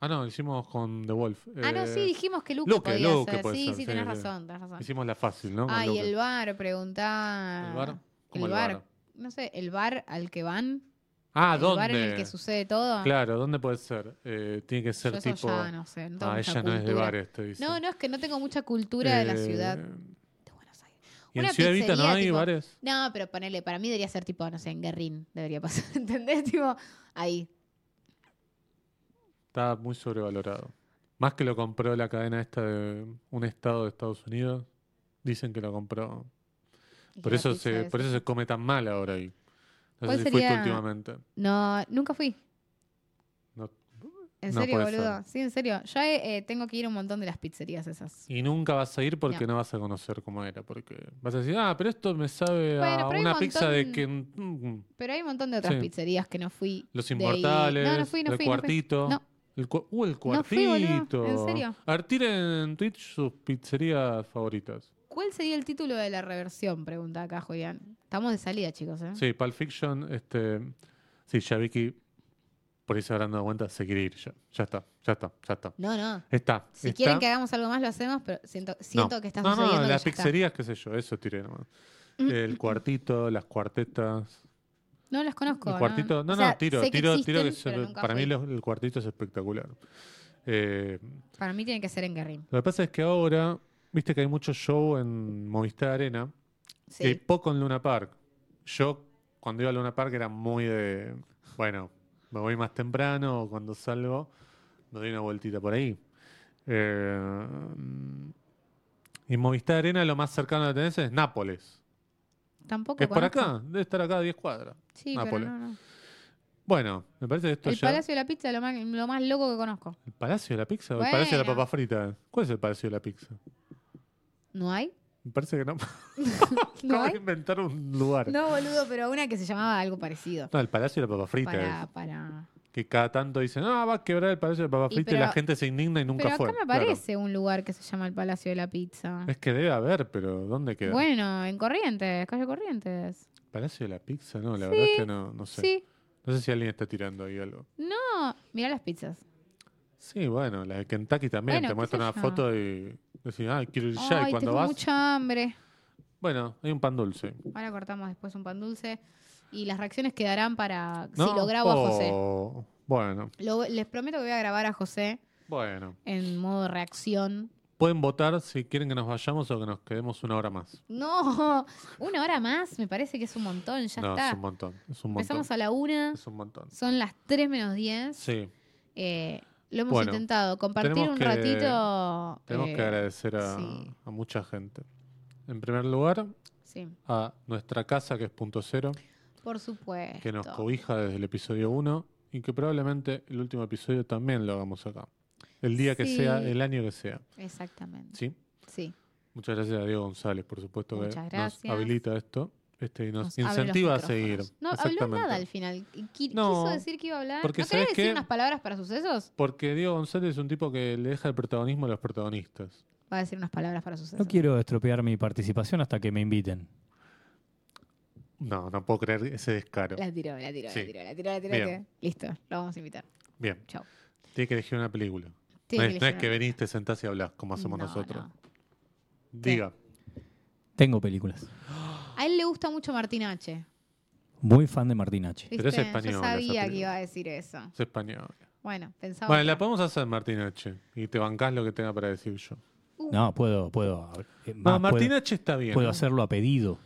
A: Ah, no, lo hicimos con The Wolf.
B: ah, no,
A: Eh,
B: sí, dijimos que Luke,
A: Luque,
B: podía
A: Luque
B: ser.
A: puede
B: sí,
A: ser,
B: sí,
A: sí,
B: tenés
A: sí.
B: razón, tenés razón.
A: Hicimos la fácil, ¿no? Con
B: Ah, y
A: Luke.
B: el bar, preguntá.
A: ¿El bar? ¿Cómo
B: el
A: el
B: bar?
A: bar?
B: No sé, el bar al que van.
A: Ah,
B: el
A: ¿dónde?
B: bar en el que sucede todo.
A: Claro, ¿dónde puede ser? Eh, tiene que
B: Yo
A: ser
B: eso
A: tipo.
B: ya no sé. No tengo
A: ah,
B: mucha
A: ella no es de
B: cultura.
A: bares, te dice.
B: No, no, es que no tengo mucha cultura de la ciudad
A: Eh,
B: de Buenos Aires.
A: ¿Y
B: Una
A: en Ciudad Evita no
B: pizzería,
A: hay
B: tipo-
A: bares?
B: No, pero ponele, para mí debería ser tipo, no sé, en Guerrín debería pasar, ¿entendés? Tipo, ahí.
A: Está muy sobrevalorado. Más que lo compró la cadena esta de un estado de Estados Unidos. Dicen que lo compró.
B: Y
A: Por
B: la
A: eso,
B: pizza
A: se,
B: es-
A: por eso se come tan mal ahora ahí. No
B: ¿Cuál
A: sé si fuiste
B: sería?
A: últimamente.
B: No, nunca fui.
A: No-
B: En
A: no
B: serio,
A: puede ser.
B: boludo. Sí, en serio. Yo eh, tengo que ir a un montón de las pizzerías esas.
A: Y nunca vas a ir porque
B: No.
A: no, vas a conocer cómo era. Porque vas a decir, ah, pero esto me sabe
B: Bueno,
A: a
B: pero hay
A: una
B: un
A: pizza de
B: montón-
A: que. mm,
B: Pero hay un montón de otras
A: Sí.
B: pizzerías que no fui.
A: los
B: de ahí.
A: Inmortales,
B: No, no fui, no
A: el
B: fui. no fui.
A: Cuartito.
B: No.
A: El cua- uh, el
B: No
A: Cuartito.
B: fui, boludo. ¿En serio?
A: A ver, tiren en Twitch sus pizzerías favoritas.
B: ¿Cuál sería el título de la reversión? Pregunta acá, Julián. Estamos de salida, chicos, ¿eh?
A: Sí, Pulp Fiction, este. Sí, ya Vicky, por ahí se habrán dado cuenta, se quiere ir ya. Ya está, ya está, ya está.
B: No, no.
A: Está.
B: Si
A: está.
B: quieren que hagamos algo más, lo hacemos, pero siento, siento
A: No.
B: que está
A: No,
B: sucediendo.
A: no,
B: que
A: las
B: ya está. Mm.
A: pizzerías, qué sé yo, eso tiré nomás. El cuartito, las cuartetas.
B: No los conozco.
A: El
B: no,
A: cuartito, no,
B: o
A: no,
B: sea,
A: tiro,
B: sé que
A: tiro,
B: existen,
A: tiro. que
B: pero
A: es-
B: nunca
A: para mí
B: fui.
A: lo- el cuartito es espectacular. Eh,
B: Para mí tiene que ser en Guerrín.
A: lo que pasa es que ahora, viste que hay mucho show en Movistar Arena y hay
I: Sí.
A: poco en Luna Park. Yo, cuando iba a Luna Park, era muy de. Bueno, me voy más temprano o cuando salgo, me doy una vueltita por ahí. Eh, y Movistar Arena, lo más cercano que tenés es Nápoles.
B: Tampoco.
A: Que es por
B: conozco.
A: acá, Ah, debe estar acá a 10 cuadras.
B: Sí,
A: Nápoles.
B: pero no, no.
A: Bueno, me parece que esto
B: El
A: ya.
B: Palacio de la Pizza es lo más, lo más loco que conozco.
A: ¿El Palacio de la Pizza o el Palacio de la
B: Bueno.
A: Papa Frita? ¿Cuál es el Palacio de la Pizza?
B: ¿No hay?
A: Me parece que no.
B: ¿No
A: Acabo
B: hay?
A: de inventar un lugar.
I: No,
A: No.
I: boludo, pero una que se llamaba algo parecido.
A: el Palacio de la Papa Frita.
B: Para,
A: es.
B: para.
A: Que cada tanto dicen, ah, va a quebrar el Palacio de la Papa
I: Y
A: Frita y, la
I: pero-
A: gente se indigna y nunca
B: Pero acá
A: fue.
B: me
A: Claro.
B: aparece un lugar que se llama el Palacio de la Pizza.
A: Es que debe haber, pero ¿dónde queda?
B: Bueno, en Corrientes, calle Corrientes.
A: ¿Palacio de la Pizza? No, la
B: Sí,
A: verdad es que no, no sé.
B: Sí.
A: No sé si alguien está tirando ahí algo.
B: No, mirá las pizzas.
A: Sí, bueno, la de Kentucky también.
B: Bueno,
A: Te
B: qué
A: muestran
B: sé
A: una
B: yo.
A: foto y decís, ah, quiero ir ya.
B: Ay,
A: y cuando
B: tengo
A: vas,
B: mucha hambre.
A: bueno, hay un pan dulce.
B: Ahora cortamos después un pan dulce. Y las reacciones quedarán para
A: ¿No?
B: si lo grabo a José.
A: Oh, Bueno,
B: Lo- les prometo que voy a grabar a José
A: bueno.
B: en modo reacción.
A: Pueden votar si quieren que nos vayamos o que nos quedemos una hora más.
B: No, una hora más me parece que es un montón, ya
A: no,
B: está.
A: es un montón. Es un montón.
B: Empezamos a la una,
A: Es un montón.
B: son las 3 menos 10.
A: Sí,
B: Eh, lo hemos
A: Bueno,
B: intentado compartir
A: tenemos
B: un
A: que-
B: ratito.
A: tenemos
B: eh,
A: que agradecer a,
B: sí.
A: a mucha gente. En primer lugar,
B: Sí,
A: a nuestra casa, que es Punto Cero,
B: por supuesto.
A: que nos cobija desde el episodio 1 y que probablemente el último episodio también lo hagamos acá. El día que
B: Sí.
A: sea, el año que sea.
B: Exactamente.
A: ¿sí?
B: Sí.
A: Muchas gracias a Diego González, por supuesto, que
B: Muchas
A: nos
B: gracias.
A: habilita esto este, y nos,
B: Nos abre los
A: incentiva a seguir.
B: micrófonos. No habló nada al final. Y qui-
A: No,
B: quiso decir que iba a hablar.
A: porque
B: ¿No querés
A: ¿sabés
B: decir
A: qué?
B: unas palabras para sucesos?
A: Porque Diego González es un tipo que le deja el protagonismo a los protagonistas.
B: Va a decir unas palabras para sucesos.
C: No quiero estropear mi participación hasta que me inviten.
A: No, no puedo creer ese descaro.
B: La tiró, la tiró,
A: Sí.
B: la tiró, la tiró, la tiró,
A: Bien.
B: la tiró. Listo, lo vamos a invitar.
A: Bien.
B: Chau.
A: Tiene que elegir una película. No
B: Tiene
A: es, no es
B: elegir
A: que
B: una-
A: venís, te sentás y hablas como hacemos
B: No,
A: nosotros.
B: no.
A: Diga.
C: Tengo películas.
B: A él le gusta mucho Martín H.
C: Muy fan de Martín H.
A: Pero
B: ¿Viste?
A: es español,
B: Yo
A: esa
B: sabía que
A: película.
B: iba a decir eso.
A: Es español.
B: Bueno, pensaba.
A: Bueno,
B: que-
A: la podemos hacer Martín H. Y te bancás lo que tenga para decir yo.
C: No, puedo, puedo. eh,
A: No,
C: más,
A: Martín
C: puedo,
A: H está bien.
C: puedo hacerlo a pedido.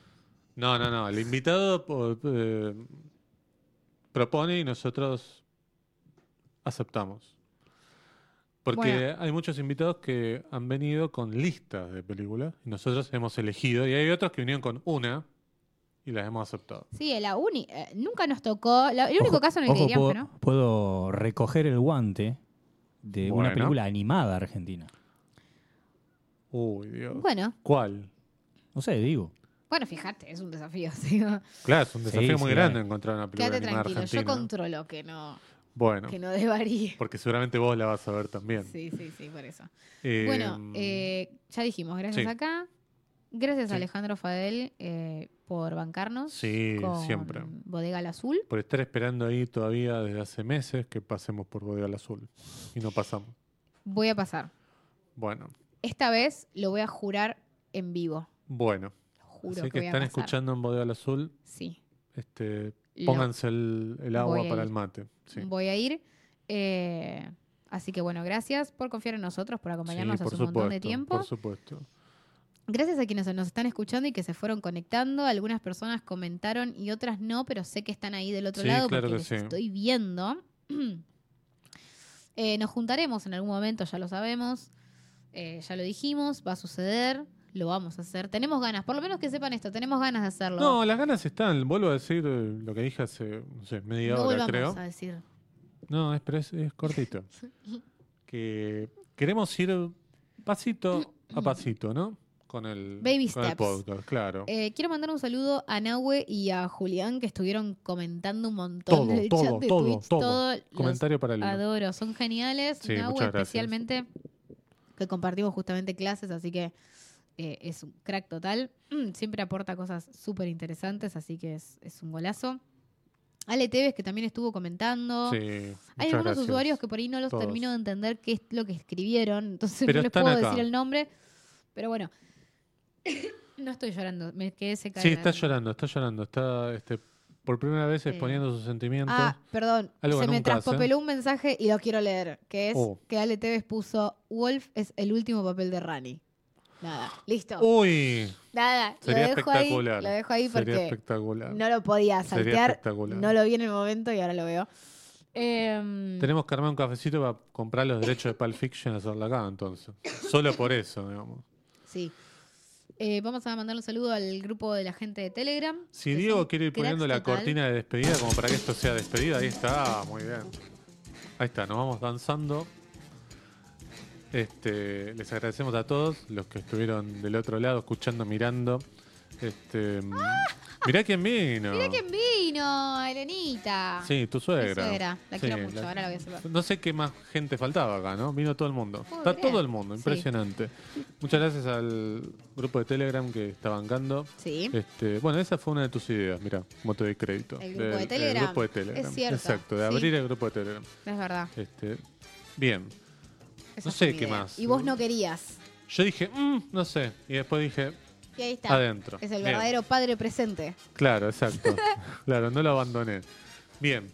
A: No, no, no. El invitado po- eh, propone y nosotros aceptamos. Porque
B: Bueno.
A: hay muchos invitados que han venido con listas de películas y nosotros hemos elegido. Y hay otros que vinieron con una y las hemos aceptado.
B: Sí, la uni. eh, nunca nos tocó. la- el único
C: Ojo,
B: caso en el que
C: ojo,
B: diríamos
C: puedo,
B: que no.
C: puedo recoger el guante de
A: Bueno.
C: una película animada argentina.
A: Uy, Dios.
B: Bueno,
A: ¿Cuál?
C: No sé, digo.
B: bueno, fíjate, es un desafío. sí.
A: Claro, es un
C: Sí,
A: desafío
C: sí,
A: muy grande
C: dale.
A: encontrar una película
B: Quédate
A: animada
B: tranquilo,
A: argentina.
B: yo controlo que no,
A: Bueno,
B: que no desvaríe.
A: porque seguramente vos la vas a ver también.
B: Sí, sí, sí, por eso.
A: Eh,
B: Bueno, eh, ya dijimos, gracias
A: sí.
B: acá. Gracias
A: Sí.
B: a Alejandro Fadel eh, por bancarnos.
A: Sí,
B: con
A: siempre.
B: Bodega al Azul.
A: Por estar esperando ahí todavía desde hace meses que pasemos por Bodega al Azul. Y no pasamos.
B: Voy a pasar.
A: Bueno,
B: Esta vez lo voy a jurar en vivo.
A: bueno.
B: Lo Juro
A: Así
B: que
A: que
B: voy a
A: están
B: pasar.
A: escuchando en Bodega al Azul,
B: Sí.
A: este,
B: lo
A: pónganse el, el agua
B: Voy a
A: para
B: ir.
A: el mate. Sí.
B: Voy a ir. eh, así que bueno, gracias por confiar en nosotros, por acompañarnos
A: Sí,
B: hace un montón de tiempo.
A: Por supuesto.
B: Gracias a quienes nos están escuchando y que se fueron conectando. Algunas personas comentaron y otras no, pero sé que están ahí del otro
A: Sí,
B: lado
A: claro
B: porque
A: que
B: les
A: sí.
B: estoy viendo. Eh, nos juntaremos en algún momento, ya lo sabemos. Eh, ya lo dijimos, va a suceder, lo vamos a hacer. Tenemos ganas, por lo menos que sepan esto, tenemos ganas de hacerlo.
A: No, las ganas están. Vuelvo a decir eh, lo que dije hace no sé, media
B: No
A: hora, creo.
B: volvamos a decir.
A: No, es, pero es, es cortito. que queremos ir pasito a pasito, ¿no? Con el,
B: Baby
A: con el
B: steps.
A: podcast, claro.
B: Eh, quiero mandar un saludo a Nahue y a Julián que estuvieron comentando un montón
A: Todo,
B: en el
A: todo,
B: chat de
A: todo,
B: Twitch.
A: todo.
B: Todo, los
A: Comentario para el
B: Adoro, son geniales.
A: Sí,
B: Nahue
A: muchas gracias.
B: especialmente, que compartimos justamente clases, así que eh, es un crack total. Mm, Siempre aporta cosas súper interesantes, así que es, es un golazo. Ale Tevez, que también estuvo comentando.
A: Sí,
B: Hay
A: muchas
B: algunos
A: gracias.
B: usuarios que por ahí no los
A: Todos.
B: termino de entender qué es lo que escribieron, entonces
A: Pero
B: no les
A: están
B: puedo
A: acá.
B: decir el nombre. Pero bueno, no estoy llorando, me quedé secada. ¿eh?
A: Sí, está llorando, está llorando, está este, por primera vez exponiendo sus sentimientos.
B: Ah, perdón.
A: Algo que
B: se me
A: nunca hace.
B: traspapeló un mensaje y lo quiero leer, que es
A: ¿eh? Oh.
B: que Ale Tevez puso Wolf es el último papel de Rani. Nada, listo.
A: Uy,
B: Nada,
A: Oh. sería
B: lo dejo ahí,
A: espectacular.
B: lo dejo ahí
A: Sería
B: porque
A: espectacular.
B: no lo podía
A: Sería
B: saltear.
A: espectacular.
B: No lo vi en el momento y ahora lo veo. Em,
A: Tenemos que armar un cafecito para comprar los derechos de Pulp Fiction y hacerla acá, entonces. Solo por eso, digamos.
B: sí. Eh, vamos a mandar un saludo al grupo de la gente de Telegram.
A: Si
B: que
A: Diego
B: son
A: quiere ir
B: cracks
A: poniendo la
B: total.
A: cortina de despedida, como para que esto sea despedida, ahí está, ah, muy bien. Ahí está, nos vamos danzando. Este, les agradecemos a todos los que estuvieron del otro lado, escuchando, mirando. Este, mirá quién vino.
B: Ah. Mirá quién vino, Elenita.
A: Sí, tu
B: Mi
A: suegra.
B: suegra. La
A: Sí,
B: quiero mucho,
A: la-
B: ahora la voy a saludar.
A: No sé qué más gente faltaba acá, ¿no? Vino todo el mundo.
B: Pobre.
A: Está todo el mundo,
B: Sí.
A: impresionante. Muchas gracias al grupo de Telegram que está bancando.
B: Sí.
A: Este, bueno, esa fue una de tus ideas, mira, como te doy crédito.
B: El grupo de
A: Del-
B: Telegram.
A: grupo de Telegram.
B: Es cierto,
A: Exacto, de
B: sí.
A: abrir el grupo de Telegram.
B: Es verdad.
A: Este, bien.
B: esa
A: No
B: fue
A: sé
B: mi
A: qué
B: idea.
A: más.
B: Y vos no querías.
A: Yo dije, "Mm, no sé. Y después dije,
B: Y ahí está.
A: Adentro.
B: Es el
A: Bien.
B: verdadero padre presente.
A: claro, exacto. claro, no lo abandoné. Bien.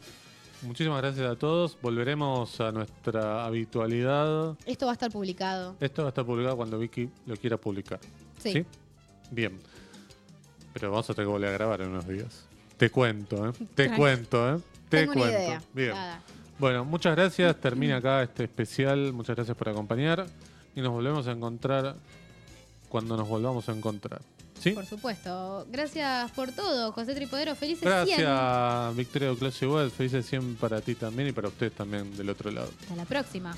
A: Muchísimas gracias a todos. Volveremos a nuestra habitualidad.
B: Esto va a estar publicado.
A: Esto va a estar publicado cuando Vicky lo quiera publicar.
B: Sí.
A: Bien. Pero vamos a tener que volver a grabar en unos días. Te cuento, ¿eh? Te
B: Tranqui.
A: cuento, ¿eh? Te
B: Tengo
A: cuento.
B: una idea.
A: Bien.
B: Nada.
A: Bueno, muchas gracias. Termina acá este especial. Muchas gracias por acompañar. Y nos volvemos a encontrar cuando nos volvamos a encontrar. ¿Sí?
B: Por supuesto. Gracias por todo, José Tripodero. Felices 100.
A: Gracias, Victoria Clase Web. Felices 100 para ti también y para ustedes también del otro lado.
B: Hasta la próxima.